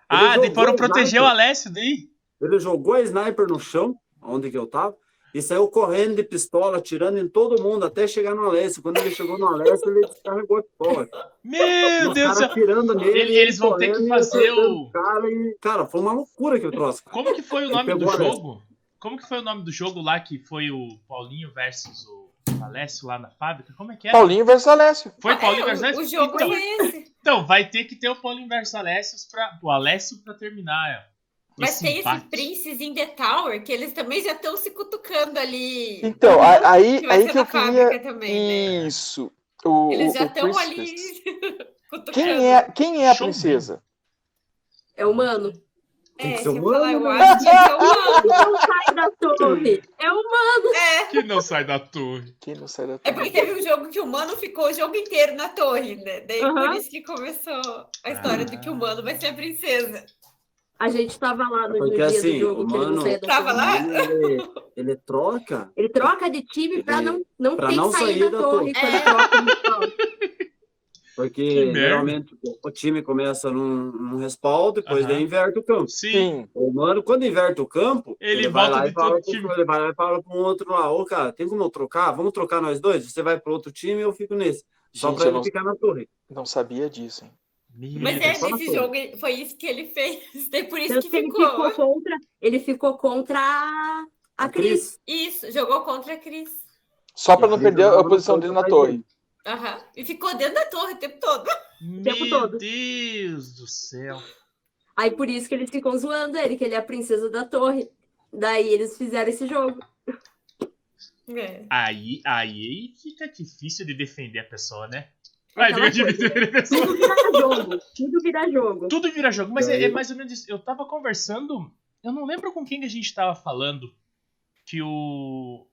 S1: Ah,
S6: jogou
S1: daí foram
S6: a
S1: proteger
S6: sniper.
S1: o Alessio daí?
S6: Ele jogou a sniper no chão, onde que eu tava, e saiu correndo de pistola, atirando em todo mundo, até chegar no Alessio. Quando ele chegou no Alessio, ele descarregou a pistola.
S1: Meu Deus
S6: Os
S1: do
S6: caras
S1: céu.
S6: atirando nele.
S1: Ele- eles vão ter que
S6: correndo, e
S1: fazer
S6: acertando
S1: o-
S6: Cara, e- cara, foi uma loucura que eu trouxe. cara.
S1: Como que foi o nome
S6: Ele
S1: do
S6: pegou o Alessio.
S1: jogo? Como que foi o nome do jogo lá que foi o Paulinho versus o Alessio lá na fábrica? Como é que era?
S2: Paulinho versus Alessio.
S1: Foi Paulinho
S4: É,
S1: versus
S4: o,
S1: Alessio?
S4: o jogo
S1: então,
S4: é esse.
S1: então, vai ter que ter o Paulinho versus Alessio pra, o Alessio pra terminar. ó.
S4: Mas tem
S1: empate.
S4: esses princes in the tower que eles também já estão se cutucando ali.
S2: Então, a- aí,
S4: que vai
S2: aí
S4: ser
S2: que eu
S4: na
S2: queria.
S4: fábrica também, né?
S2: Isso. O,
S4: Eles
S2: o-
S4: já
S2: o
S4: estão
S2: Princess.
S4: ali cutucando.
S2: Quem é, quem é a
S1: Showman.
S2: princesa?
S3: É humano.
S6: Tem
S4: É,
S6: que
S4: se
S6: ser
S4: eu
S6: humano,
S4: falar, eu
S6: né?
S4: acho que é humano.
S3: Não Então sai da torre. É humano.
S4: É.
S1: Que não sai da torre.
S2: Quem não sai da
S4: É porque
S2: torre?
S4: teve um jogo que o humano ficou o jogo inteiro na torre, né? Daí por
S3: Aham.
S4: isso que começou a história do
S6: Ah.
S4: que o humano vai ser a princesa.
S3: A gente tava lá no
S6: É porque,
S3: dia
S6: assim,
S3: do jogo que ele
S6: humano-
S3: não saía da
S4: Tava
S3: torre.
S4: lá?
S6: Ele, ele troca.
S3: Ele troca de time pra
S6: Ele-
S3: não, não
S6: pra
S3: ter
S6: não
S3: que sair da, torre. quando
S4: É.
S3: troca de time.
S6: Porque
S1: Que merda.
S6: geralmente o time começa num, num respaldo, depois
S1: Aham.
S6: daí inverte o campo.
S1: Sim.
S2: Sim.
S6: O mano, quando inverte o campo,
S1: Ele
S6: ele, vai
S1: volta
S6: lá
S1: de
S6: e fala
S1: todo
S6: pro,
S1: time.
S6: ele vai lá e fala pro outro lá, ô cara, tem como eu trocar? Vamos trocar nós dois? Você vai pro outro time e eu fico nesse. Só
S2: Gente,
S6: pra
S2: eu
S6: ele
S2: não,
S6: ficar na torre.
S2: não sabia disso, hein?
S1: Meu
S4: Mas
S1: Deus.
S4: é,
S6: só na
S4: nesse
S6: torre.
S4: jogo ele- foi isso que ele fez. Daí por isso
S3: Tanto
S4: que
S3: que Então, ele
S4: ficou.
S3: ficou contra. Ele ficou contra a, a Cris.
S4: Isso, jogou contra a Cris.
S2: Só pra não
S6: Ele
S2: perder
S6: jogou
S2: é a
S6: na
S2: posição
S6: torre,
S2: dele na
S6: vai
S2: torre.
S6: dele.
S4: Aham. E ficou dentro da torre o tempo todo.
S1: Meu
S3: todo.
S1: Deus do céu.
S3: Aí por isso que eles ficam zoando ele, que ele é a princesa da torre. Daí eles fizeram esse jogo.
S4: É.
S1: Aí, aí fica difícil de defender a pessoa, né? Aí fica
S3: Aquela
S1: difícil de defender a pessoa.
S3: Tudo vira jogo. Tudo vira jogo.
S1: Tudo vira jogo, mas é,
S6: Daí-
S1: é mais ou menos isso. Eu tava conversando, eu não lembro com quem que a gente tava falando que o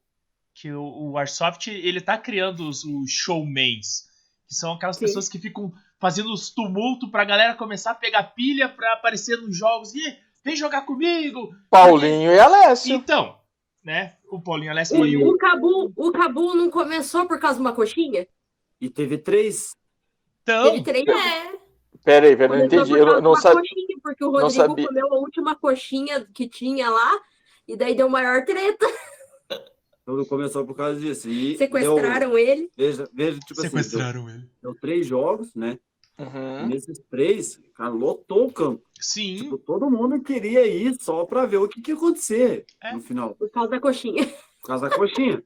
S1: que o, o Airsoft, ele tá criando os, os showmans, que são aquelas
S3: Sim.
S1: pessoas que ficam fazendo os tumultos pra galera começar a pegar pilha pra aparecer nos jogos e vem jogar comigo.
S2: Paulinho e Alessio.
S1: Então, né? O Paulinho Alessio foi
S3: O,
S1: um.
S3: o, Cabu, o Cabu não começou por causa de uma coxinha?
S6: E teve três.
S1: Então,
S3: Ele treinou.
S4: É.
S2: Pera aí, velho, não
S3: começou
S2: entendi. Eu
S3: por causa
S2: não-
S3: de
S2: não
S3: uma
S2: sabia.
S3: coxinha, porque o Rodrigo
S2: sabia.
S3: comeu a última coxinha que tinha lá. E daí deu maior treta.
S6: Tudo começou por causa disso. E deu-
S3: Sequestraram ele.
S6: veja, veja, tipo assim, deu,
S1: sequestraram ele.
S6: deu três jogos, né? E
S2: Uhum.
S6: nesses três, cara, lotou o campo.
S1: Sim,
S6: Tipo, todo mundo queria ir só pra ver o que, que ia acontecer
S1: É.
S6: no final.
S3: Por causa da coxinha.
S6: Por causa da coxinha.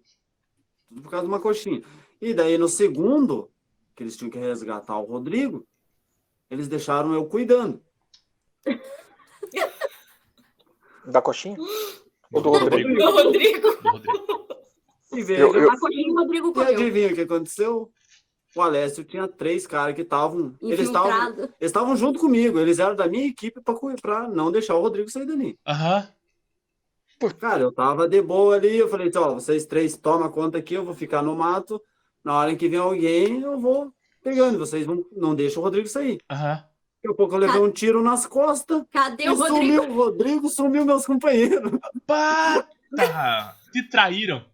S6: Tudo por causa de uma coxinha. E daí no segundo, que eles tinham que resgatar o Rodrigo, eles deixaram eu cuidando.
S2: Da coxinha?
S1: do
S2: do Rodrigo.
S1: Uhum. Rodrigo.
S4: O Rodrigo.
S1: do Rodrigo.
S6: E veio
S2: Eu- eu-
S3: A coxinha o Rodrigo
S6: E
S3: comeu.
S6: adivinha o que aconteceu? O Alessio tinha três caras que estavam. Eles estavam
S3: Infiltrado.
S6: eles estavam junto comigo, eles eram da minha equipe pra co- pra não deixar o Rodrigo sair dali.
S1: Aham.
S6: Cara, eu tava de boa ali, eu falei, então, ó, vocês três toma conta aqui, eu vou ficar no mato. Na hora em que vem alguém, eu vou pegando, vocês não, não deixam o Rodrigo sair.
S1: Aham.
S6: Daqui a pouco eu levei um tiro nas costas.
S3: Cadê
S6: e
S3: o Rodrigo?
S6: sumiu o Rodrigo, sumiu meus companheiros.
S1: Pata! Tá. Te traíram.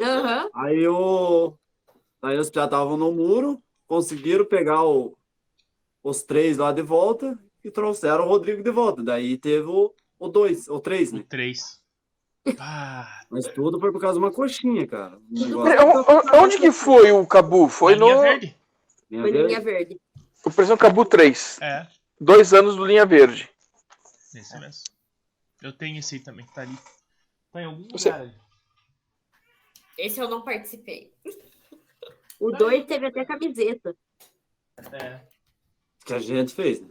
S3: Aham.
S6: Aí o. Aí os já estavam no muro, conseguiram pegar o- os três lá de volta e trouxeram o Rodrigo de volta. Daí teve o, o dois, o três,
S1: O
S6: né?
S1: 3. Pá.
S6: Mas tudo foi por causa de uma coxinha, cara. Um negócio-
S2: Peraí, o- o- É, Onde que foi o Cabu? Foi
S1: Na
S2: no.
S1: linha tá verde?
S6: Minha
S3: Foi
S6: vez.
S3: linha verde.
S2: O Prisão Cabu 3.
S1: É,
S2: Dois anos do Linha Verde.
S1: esse mesmo. Eu tenho esse aí também, que tá ali. Tá em algum
S2: Você-
S1: lugar ali.
S4: Esse eu não participei.
S3: O 2 teve até camiseta.
S1: É.
S6: Que a gente fez, né?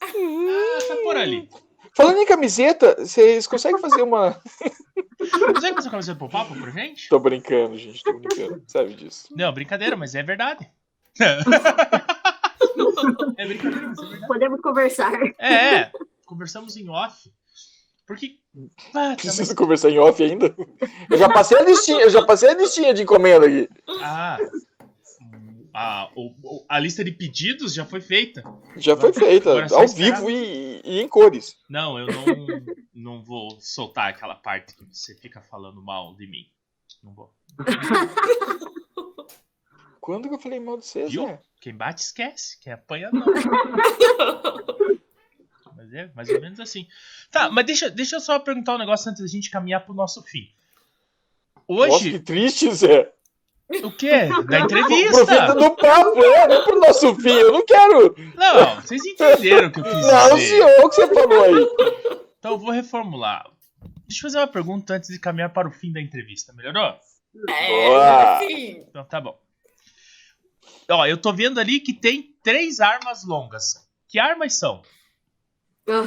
S1: Ah, tá por ali.
S2: Falando em camiseta, vocês conseguem fazer uma.
S1: Você quer fazer camiseta pro papo pra gente?
S2: Tô brincando, gente, tô brincando. Sabe disso.
S1: Não, brincadeira, mas é verdade. é brincadeira, mas é verdade.
S3: Podemos conversar.
S1: É, é. Conversamos em off. Porque. ah, Pata, mas...
S2: Preciso conversar em off ainda? Eu já passei a listinha, eu já passei a listinha de encomenda aqui.
S1: Ah. A, o- o- a lista de pedidos já foi feita.
S2: Já foi feita,
S1: Agora é só
S2: ao
S1: esperar.
S2: vivo e, e em cores.
S1: Não, eu não, não vou soltar aquela parte que você fica falando mal de mim. Não vou.
S2: Quando que eu falei mal de vocês,
S1: Viu?
S2: né?
S1: Quem bate, esquece. Quem apanha, não. Mas é mais ou menos assim. Tá, mas deixa, deixa eu só perguntar um negócio antes da gente caminhar pro nosso fim.
S2: Nossa, que
S1: Hoje,
S2: triste, Zé.
S1: o quê? Na
S2: Aproveita
S1: entrevista?
S2: do papo, é, não pro nosso fim, eu não quero.
S1: Não, vocês entenderam o que eu quis
S2: Não,
S1: dizer.
S2: senhor, o que você falou aí?
S1: Então eu vou reformular. Deixa eu fazer uma pergunta antes de caminhar para o fim da entrevista. Melhorou?
S2: Boa.
S4: É, sim.
S1: Então tá bom. Ó, eu tô vendo ali que tem três armas longas. Que armas são?
S3: Ah,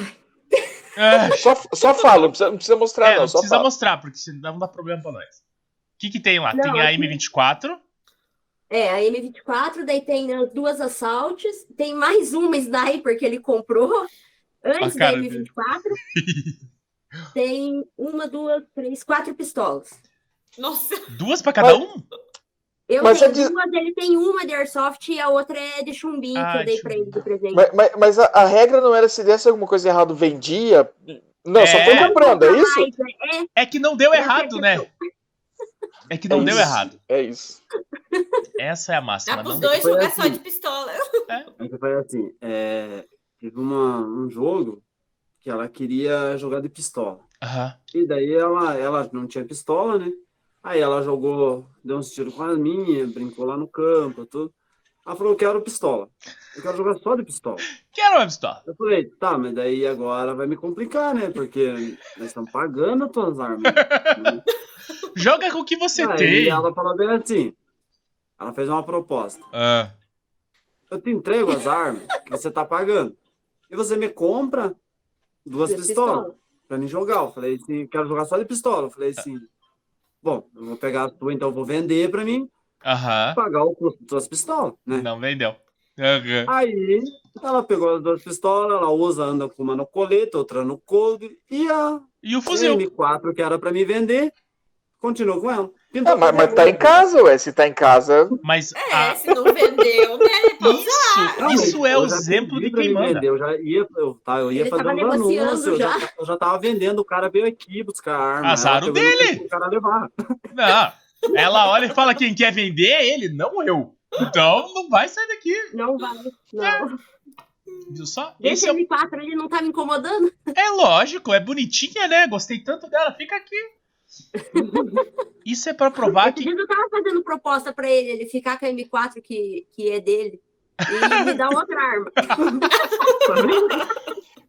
S1: Ah,
S2: Só, só fala, não precisa, não precisa mostrar,
S1: é,
S2: não.
S1: não
S2: Só
S1: precisa
S2: fala.
S1: mostrar, porque senão dá problema pra nós. O que que tem lá?
S3: Não,
S1: tem a
S3: aqui-
S1: M24.
S3: É, a M24, daí tem as duas assaltes, tem mais uma sniper que ele comprou antes
S1: A
S3: da
S1: cara
S3: M24. Tem uma, duas, três, quatro pistolas.
S4: Nossa,
S1: Duas pra cada
S2: Mas-
S1: um?
S3: Eu
S2: Mas
S3: tenho
S2: você diz-
S3: duas, ele tem uma de airsoft e a outra é de chumbinho
S1: Ah,
S3: que eu dei
S1: de
S3: pra ele de presente.
S2: Mas, mas- mas a, a regra não era se desse alguma coisa errada, vendia. Não, só
S1: É.
S2: foi comprando, é isso?
S3: Mas,
S1: É que não deu errado, né? É que não
S2: É
S1: deu
S2: isso.
S1: errado.
S2: É isso.
S1: Essa é a
S4: dá
S1: máxima.
S4: pros
S1: Não...
S4: dois
S6: Foi
S4: jogar
S6: assim.
S4: só de pistola.
S6: Aí que foi assim, é, teve uma, um jogo que ela queria jogar de pistola.
S1: Aham.
S6: E daí ela, ela não tinha pistola, né? Aí ela jogou, deu uns tiros com a minha, brincou lá no campo, tudo. Ela falou, eu quero pistola. Eu quero jogar só de pistola.
S1: Quero uma pistola.
S6: Eu falei, tá, mas daí agora vai me complicar, né? Porque nós estamos pagando as tuas armas.
S1: Joga com o que você
S6: Aí
S1: tem.
S6: ela falou bem assim, ela fez uma proposta.
S1: Ah.
S6: Eu te entrego as armas que você tá pagando. E você me compra duas pistolas pra mim jogar. Eu falei assim, quero jogar só de pistola. Eu falei assim, bom, eu vou pegar a tua, então eu vou vender pra mim
S1: Aham.
S6: pagar o custo das tuas pistolas, né?
S1: Não vendeu. Aham.
S6: Aí ela pegou as duas pistolas, ela usa, anda com uma no colete, outra no couro, e a
S1: E o fuzil?
S6: M4 que era pra me vender, continuou com ela. Pintou
S2: Ah, mas, mas
S6: cabelo.
S2: tá em casa, ué. Se tá em casa,
S1: Mas
S4: É,
S1: a-
S4: se não vendeu, né? Vamos lá.
S6: Não,
S1: isso,
S6: mas
S1: isso é
S6: eu
S1: o
S6: já
S1: exemplo
S6: pedi
S1: de
S6: pra
S1: quem
S6: me
S1: manda.
S6: vender, Eu já ia, eu, tá, eu ia
S3: Ele
S6: fazer
S3: tava
S6: um anúncio,
S3: negociando
S6: eu já, eu já tava vendendo, o cara veio aqui buscar a arma.
S1: Azar
S6: ela
S1: o
S6: pegou e não
S1: dele!
S6: deixou O cara levar.
S1: Não. Ela olha e fala: quem quer vender é ele, não eu. Então não vai sair daqui.
S3: Não vai, não.
S1: Viu só?
S3: Deixa
S1: Ah, Esse é,
S3: ele quatro, ele não tá me incomodando.
S1: é lógico, é bonitinha, né? Gostei tanto dela, fica aqui. Isso é pra provar
S3: Esse
S1: que.
S3: dia eu tava fazendo proposta pra ele, ele ficar com a M4 que, que é dele e me dar outra arma.
S1: É,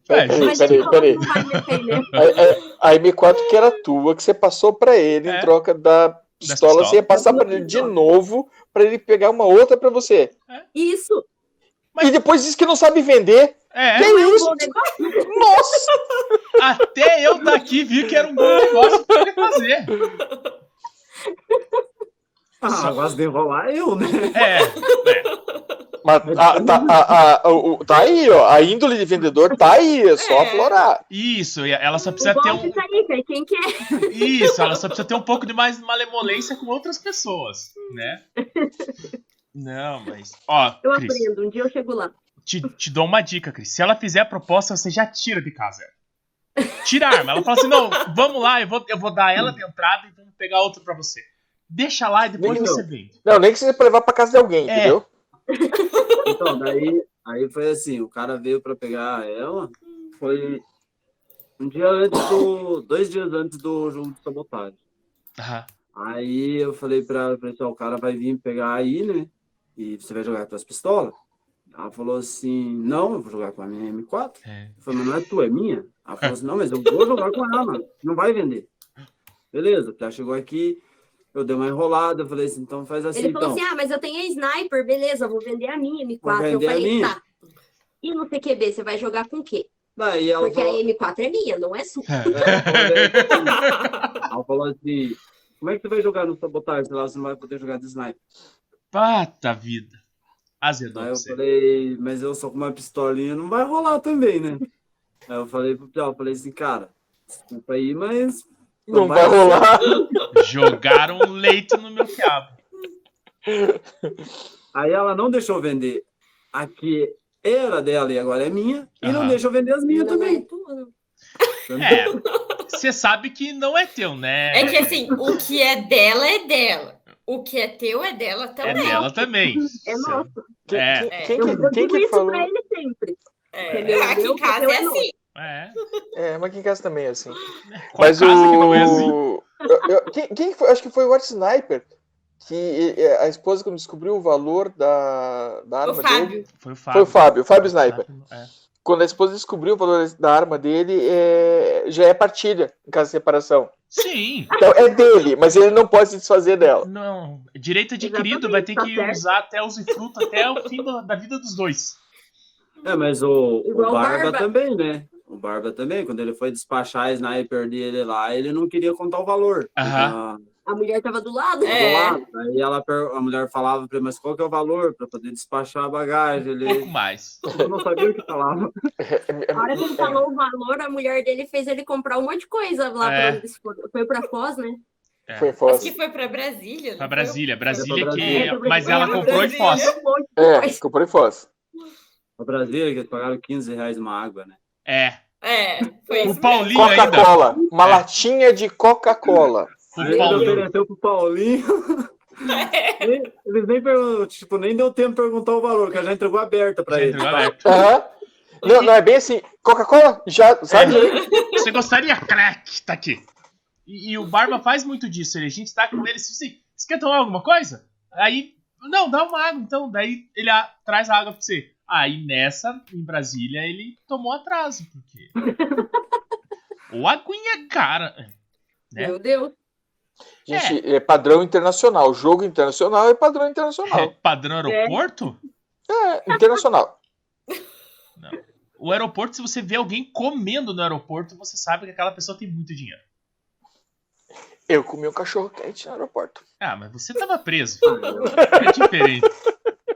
S2: Peraí,
S3: Mas
S2: peraí,
S3: ele falou que
S2: peraí.
S3: não vai me defender.
S2: A, a- a M4 que era tua, que você passou pra ele
S1: É.
S2: em troca da pistola,
S1: pistola.
S2: você ia passar pra ele de novo, pra ele pegar uma outra pra você.
S3: Isso,
S1: Mas-
S2: E depois diz que não sabe vender.
S1: É,
S2: Que
S3: Não é um
S2: isso?
S3: bom negócio?
S2: Nossa!
S1: até eu daqui vi que era um bom negócio pra ele fazer.
S6: Ah, agora de enrolar eu, né?
S1: É,
S2: Mas tá, tá, a- a- o- o- tá aí, ó. A índole de vendedor tá aí, é só
S4: É.
S2: aflorar.
S1: isso, e ela só
S3: O
S1: precisa ter
S3: golpe
S1: um.
S3: tá aí, cara. Quem quer?
S1: Isso, ela só precisa ter um pouco de mais malemolência com outras pessoas, né? Não, mas. Ó,
S3: Eu
S1: Cris,
S3: aprendo. Um dia eu chego lá.
S1: te, te dou uma dica, Cris. Se ela fizer a proposta, você já tira de casa. Tira a arma. Ela fala assim: não, vamos lá, eu vou, eu vou dar ela de entrada e vamos pegar outra pra você. Deixa lá e depois
S2: Não.
S1: você vem.
S2: Não, nem que seja pra levar pra casa de alguém,
S1: É.
S2: entendeu?
S6: Então, daí aí foi assim, o cara veio pra pegar ela, foi um dia antes do. dois dias antes do jogo de sabotagem.
S1: Aham.
S6: Aí eu falei pra ela, falei, "Então, o cara vai vir pegar aí, né? E você vai jogar com as pistolas? Ela falou assim, não, eu vou jogar com a minha M4.
S1: É.
S6: Eu falei, mas não é tua, é minha? Ela falou assim, não, mas eu vou jogar com ela, mano. Não vai vender. Beleza, o cara chegou aqui, eu dei uma enrolada, eu falei assim, então faz assim,
S3: Ele
S6: então.
S3: falou assim: ah, mas eu tenho a sniper, beleza, vou vender a minha
S6: Vou
S3: M4. Eu
S6: vender a
S3: falei,
S6: minha.
S3: tá. E no CQB, você vai jogar com o quê?
S6: Daí ela
S3: Porque a
S6: falou,
S3: M4 é minha, não é sua.
S6: ela falou assim, como é que tu vai jogar no sabotagem? Ela você não vai poder jogar de sniper.
S1: Pata vida. Azedou
S6: Daí eu
S1: você.
S6: falei, mas eu só com uma pistolinha não vai rolar também, né? Aí eu falei pro Piau, eu falei assim, cara, desculpa aí, mas
S2: Não
S6: Não
S2: vai
S6: vai
S2: rolar.
S1: Jogaram um leite no meu quiabo.
S6: Aí ela não deixou vender a que era dela e agora é minha, e
S1: Aham.
S6: não deixou vender as minhas
S3: não é
S6: também.
S3: tua, não.
S1: É. Você sabe que não é teu, né?
S4: É que assim, o que é dela é dela. O que é teu é dela
S1: É
S4: também.
S1: dela também.
S3: É nossa.
S2: Quem,
S1: É.
S2: quem- quem
S3: Eu,
S2: que,
S3: eu
S2: quem
S3: digo
S2: que
S3: isso
S2: falou?
S3: pra ele sempre.
S4: É,
S3: Entendeu?
S4: Aqui
S3: Meu,
S4: em casa
S3: porque
S4: é
S3: eu não.
S4: assim.
S1: É.
S2: É, mas aqui em casa também é assim.
S1: Qual
S2: Mas o.
S1: casa que não é assim?
S2: eu- eu- quem, quem que foi? Acho que foi o Art Sniper. Que eh, a esposa que descobriu o valor da, da
S4: O
S2: arma dele.
S4: Fábio.
S1: é? Foi o
S2: Foi
S1: Fábio.
S2: o Fábio, o Fábio Sniper.
S1: É.
S2: Quando a esposa descobriu o valor da arma dele, é, já é partilha em caso de separação.
S1: Sim.
S2: Então é dele, mas ele não pode se desfazer dela.
S1: Não. Direito adquirido
S3: Exatamente,
S1: vai ter
S3: tá
S1: que
S3: certo.
S1: usar até usufruto até o fim da, da vida dos dois.
S6: É, mas o, o
S3: Igual o
S6: Barba,
S3: Barba.
S6: também, né? O Barba também, quando ele foi despachar a sniper dele lá, ele não queria contar o valor.
S1: Aham.
S3: A mulher tava do lado.
S6: Ah,
S4: É.
S6: do lado. Aí ela, per- a mulher falava pra ele, mas qual que é o valor para poder despachar a bagagem?
S1: Um pouco
S6: Ele
S1: mais.
S6: não sabia o que falava.
S2: É,
S3: A hora que ele falou o valor, a mulher dele fez ele comprar um monte de coisa lá
S1: É.
S3: pra onde eles foram. Foi pra Foz, né?
S1: É.
S2: Foi
S4: Acho
S2: foda.
S4: que foi pra Brasília. não
S1: Pra
S4: foi?
S1: Brasília. Brasília
S6: pra
S1: que.
S6: Brasília.
S1: É, Mas ela
S4: Pra
S1: comprou em
S4: Brasília.
S1: Foz.
S3: Um monte de
S2: É,
S3: coisa.
S2: comprei Foz.
S6: No Brasil, que eles pagaram 15 reais uma água, né?
S1: É.
S4: É, foi
S1: O
S4: isso mesmo.
S1: Paulinho ainda. É.
S2: Coca-Cola. Uma latinha de Coca-Cola.
S6: Aí
S1: O
S6: ele
S1: Paulinho.
S6: ofereceu pro Paulinho. Nem- Eles nem perguntam, tipo, nem deu tempo de perguntar o valor, que a gente entregou aberta pra
S1: Já
S6: ele.
S1: entregou aberto.
S2: Aham. Não, não, é bem assim. Coca-Cola? Já, sabe?
S1: É, Você gostaria? Crack, tá aqui. E, e o Barba faz muito disso. ele- A gente tá com ele assim, você quer tomar alguma coisa? Aí, não, dá uma água então. Daí ele ah, traz a água pra você. Aí nessa, em Brasília, ele tomou atraso. Porque... Ou aguinha cara. né?
S3: Meu Deus.
S2: Gente, é. padrão internacional. Jogo internacional é padrão internacional.
S1: É, padrão aeroporto?
S2: É, internacional.
S1: O aeroporto, se você vê alguém comendo no aeroporto, você sabe que aquela pessoa tem muito dinheiro.
S2: Eu comi um cachorro quente no aeroporto.
S1: Ah, mas você tava preso.
S6: Ah,
S1: É diferente.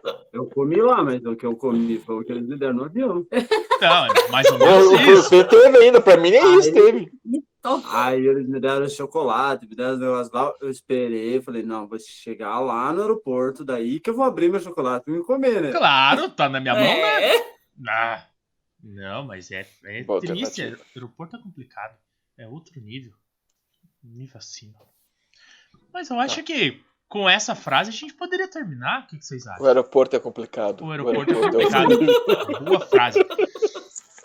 S6: Eu, eu comi lá, mas o que eu comi foi o que eles me deram no avião.
S1: Não, é Ah, mais ou menos isso.
S2: Você teve ainda, pra mim nem isso
S6: Aí-
S2: teve.
S6: Aí eles me deram chocolate, me deram os negócios lá. Eu esperei, falei, não, vou chegar lá no aeroporto, daí que eu vou abrir meu chocolate e me comer, né?
S1: Claro, tá na minha mão, né?
S4: É.
S1: Ah, não, mas é, é
S2: Boa
S1: triste.
S2: alternativa.
S1: Aeroporto é complicado. É outro nível. Nível acima. Mas eu
S2: Tá.
S1: acho que com essa frase a gente poderia terminar. O que que vocês
S2: O
S1: acham?
S2: aeroporto é complicado.
S1: O aeroporto é
S2: é
S1: complicado. Boa frase.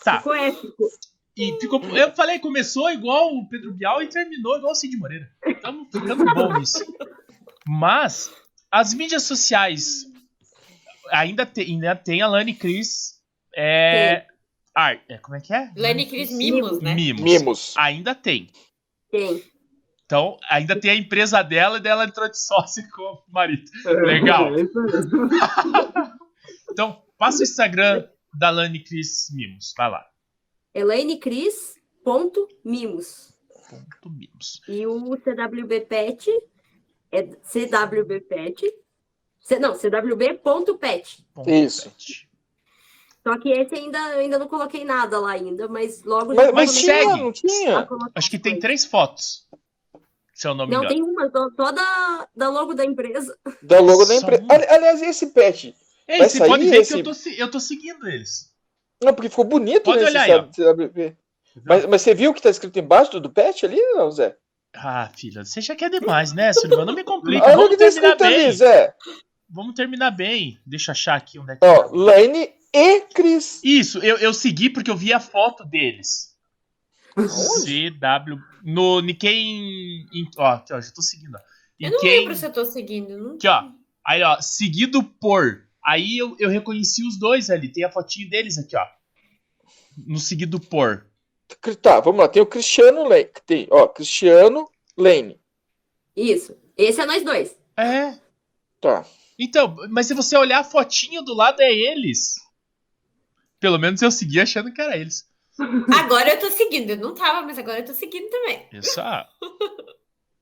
S1: Tá,
S3: Ficou épico.
S1: e ficou. Eu falei, começou igual o Pedro Bial e terminou igual o Cid Moreira. Tamo ficando bom nisso. Mas as mídias sociais ainda, te- ainda tem a Lani Cris. É. Ar, é, como é que é?
S4: Lani Cris Mimos, né?
S1: Mimos.
S2: Mimos.
S1: Ainda tem.
S3: Tem.
S1: Então, ainda tem a empresa dela e dela entrou de sócio com o marido. Legal.
S6: É isso aí.
S1: Então, passa o Instagram da Lani Cris Mimos. Tá lá.
S3: Elaine Cris, ponto, mimos.
S1: Ponto Mimos.
S3: E o CWB Pet é CWB Pet. C- não, CWB.pet.
S1: Ponto
S2: Isso.
S1: pet.
S3: Só que esse ainda, ainda não coloquei nada lá ainda, mas logo
S2: Mas,
S3: já
S2: mas
S3: vou
S1: tinha,
S2: tinha,
S1: segue.
S2: não
S3: começar a
S2: tinha?
S3: colocar
S1: Acho que
S3: as
S1: tem
S3: coisas.
S1: três fotos. Se eu não me
S3: Não,
S1: engano.
S3: tem uma, só, só da, da logo da empresa.
S2: Da logo da
S1: Só
S2: empresa.
S1: uma.
S2: Ali- Aliás, esse pet.
S1: Ei,
S2: vai
S1: É, você
S2: sair
S1: pode ver
S2: esse-
S1: que eu tô, se- eu tô seguindo eles.
S2: Não, porque ficou bonito
S1: Pode
S2: né, esse
S1: olhar aí, ó.
S2: CWB. Mas, mas você viu o que tá escrito embaixo do, do pet ali, não, Zé?
S1: Ah, filha, você já quer demais, né, Silvana? Não me complica.
S2: Olha o
S1: Vamos
S2: que tá
S1: terminar
S2: escrito ali,
S1: bem.
S2: Zé.
S1: Vamos terminar bem. Deixa eu achar aqui onde é que
S2: Ó,
S1: tá.
S2: Lane e Cris.
S1: Isso, eu, eu segui porque eu vi a foto deles.
S2: Aonde?
S1: CW. No Nikkei. em- Ó, aqui, ó, já tô seguindo. Ó.
S4: Eu não
S1: Nikkei-
S4: lembro se eu tô seguindo. Não...
S1: Aqui, ó. Aí, ó, seguido por. Aí eu, eu reconheci os dois ali. Tem a fotinho deles aqui, ó. No seguido por.
S2: Tá, vamos lá. Tem o Cristiano Lane. Tem, ó, Cristiano Lane.
S3: Isso. Esse é nós dois.
S1: É.
S2: Tá.
S1: Então, mas se você olhar a fotinho do lado, é eles. Pelo menos eu segui achando que era eles.
S4: Agora eu tô seguindo. Eu não tava, mas agora eu tô seguindo também.
S1: Isso, ah,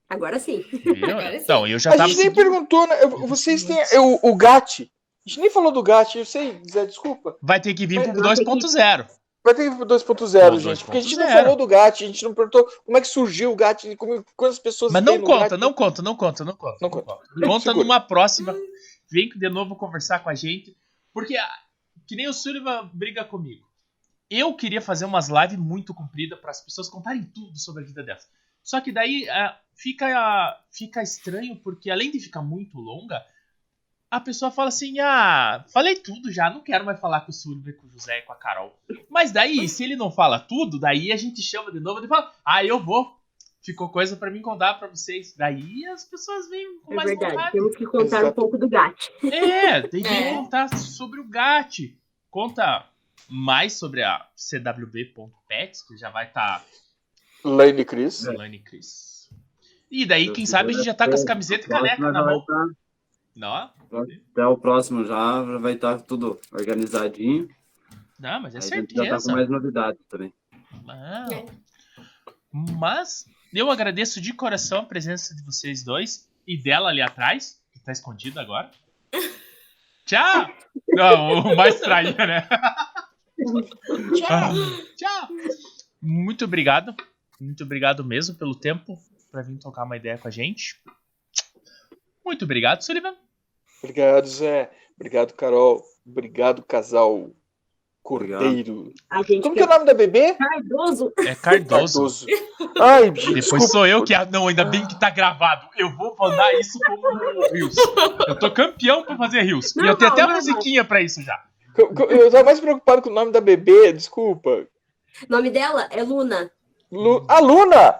S3: Agora sim.
S1: eu-
S4: Agora sim.
S1: Então, eu já
S2: A
S1: tava.
S2: gente nem
S1: seguindo.
S2: perguntou, né? Eu- Vocês têm eu- o Gatti. A gente nem falou do Gatti, eu sei, Zé, desculpa.
S1: Vai ter que vir pro
S3: Eu vou ter que-
S1: 2.0.
S2: Vai ter que ir pro
S1: Pô,
S2: 2.0, gente. Porque a gente não
S1: 2.0.
S2: falou do Gatti, a gente não perguntou como é que surgiu o Gatti, como, quantas pessoas
S1: Mas
S2: tem
S1: não
S2: no
S1: conta,
S2: Gatti.
S1: não conta, não conta, não conta.
S2: Não conta.
S1: Conta
S2: Segura.
S1: numa próxima. Vem de novo conversar com a gente. Porque, ah, que nem o Sullivan briga comigo. Eu queria fazer umas lives muito compridas para as pessoas contarem tudo sobre a vida delas. Só que daí ah, fica, ah, fica estranho, porque além de ficar muito longa, a pessoa fala assim: ah, falei tudo já, não quero mais falar com o Sullivan, com o José e com a Carol. Mas daí, se ele não fala tudo, daí a gente chama de novo e fala: ah, eu vou. Ficou coisa para mim contar para vocês. Daí as pessoas vêm com
S3: É
S1: mais
S3: verdade.
S1: vontade.
S3: Temos que contar um
S2: Exato.
S3: pouco do gato.
S1: É, tem que
S4: É.
S1: contar sobre o GAT. Conta mais sobre a CWB.pets, que já vai tá estar
S2: Lane e Cris.
S6: É.
S1: tá Lani e Cris. E
S6: Então,
S1: daí,
S6: assim,
S1: quem sabe, a gente já tá com as camisetas e caneca na mão.
S6: é
S1: Não,
S6: tá, Até o próximo já já vai estar tudo organizadinho.
S1: não mas é
S6: Aí a gente já tá com
S1: certeza.
S6: mais novidades também.
S1: Ah.
S4: É.
S1: Mas eu agradeço de coração a presença de vocês dois e dela ali atrás, que tá escondida agora. Tchau! Não, o mais estranho, né? Ah,
S2: Tchau.
S1: Tchau. Muito obrigado. Muito obrigado mesmo pelo tempo pra vir tocar uma ideia com a gente. Muito obrigado, Sullivan.
S2: Obrigado, Zé. Obrigado, Carol. Obrigado, casal Cordeiro.
S3: A gente
S2: Como que
S3: que
S2: é o nome da bebê?
S3: Cardoso.
S1: É Cardoso.
S2: Cardoso. Ai, gente,
S1: Depois
S2: desculpa.
S1: sou eu que. ah, Não, ainda bem que tá gravado. Eu vou mandar isso como Rios. Eu tô campeão pra fazer Rios. E eu tenho até a
S3: Não, não, não.
S1: musiquinha pra isso já.
S2: Eu- eu- Eu tava mais preocupado com o nome da bebê, desculpa.
S3: O nome dela é Luna.
S2: Lu... A Luna!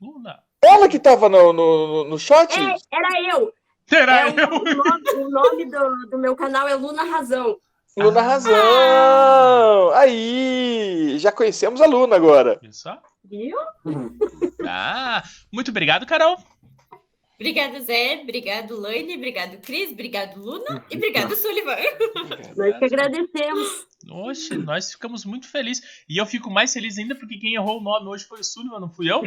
S1: Luna.
S2: Ela que tava no, no, no- no shot?
S3: É, era eu.
S1: Será
S3: É, o,
S1: eu?
S3: o nome, o nome do, do meu canal é Luna Razão.
S2: Luna
S1: Ah.
S2: Razão! Aí! Já conhecemos a Luna agora.
S1: Viu só?
S3: Viu?
S1: Ah, muito obrigado, Carol.
S4: Obrigado, Zé. Obrigado, Laine. Obrigado, Cris. Obrigado, Luna. E obrigado, Sullivan.
S3: Nós que agradecemos.
S1: Oxe, nós ficamos muito felizes. E eu fico mais feliz ainda porque quem errou o nome hoje foi o Sullivan, não fui eu?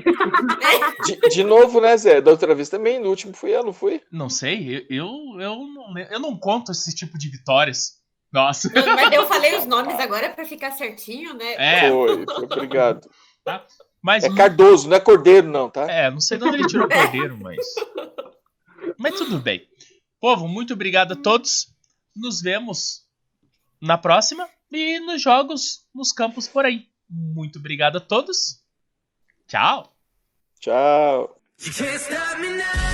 S2: De, de novo, né, Zé? Da outra vez também, no último fui eu, não fui?
S1: Não sei, eu, eu, eu, não, le- eu não conto esse tipo de vitórias. Nossa.
S4: Não, Mas eu falei os nomes agora pra ficar certinho, né?
S1: É,
S2: Foi, foi, obrigado.
S1: mas.
S2: É Cardoso, não é Cordeiro, não, tá?
S1: É, não sei de onde ele tirou o cordeiro, mas. Mas tudo bem. Povo, muito obrigado a todos. Nos vemos na próxima e nos jogos, nos campos por aí. Muito obrigado a todos. Tchau.
S2: Tchau.
S7: You can't stop me now.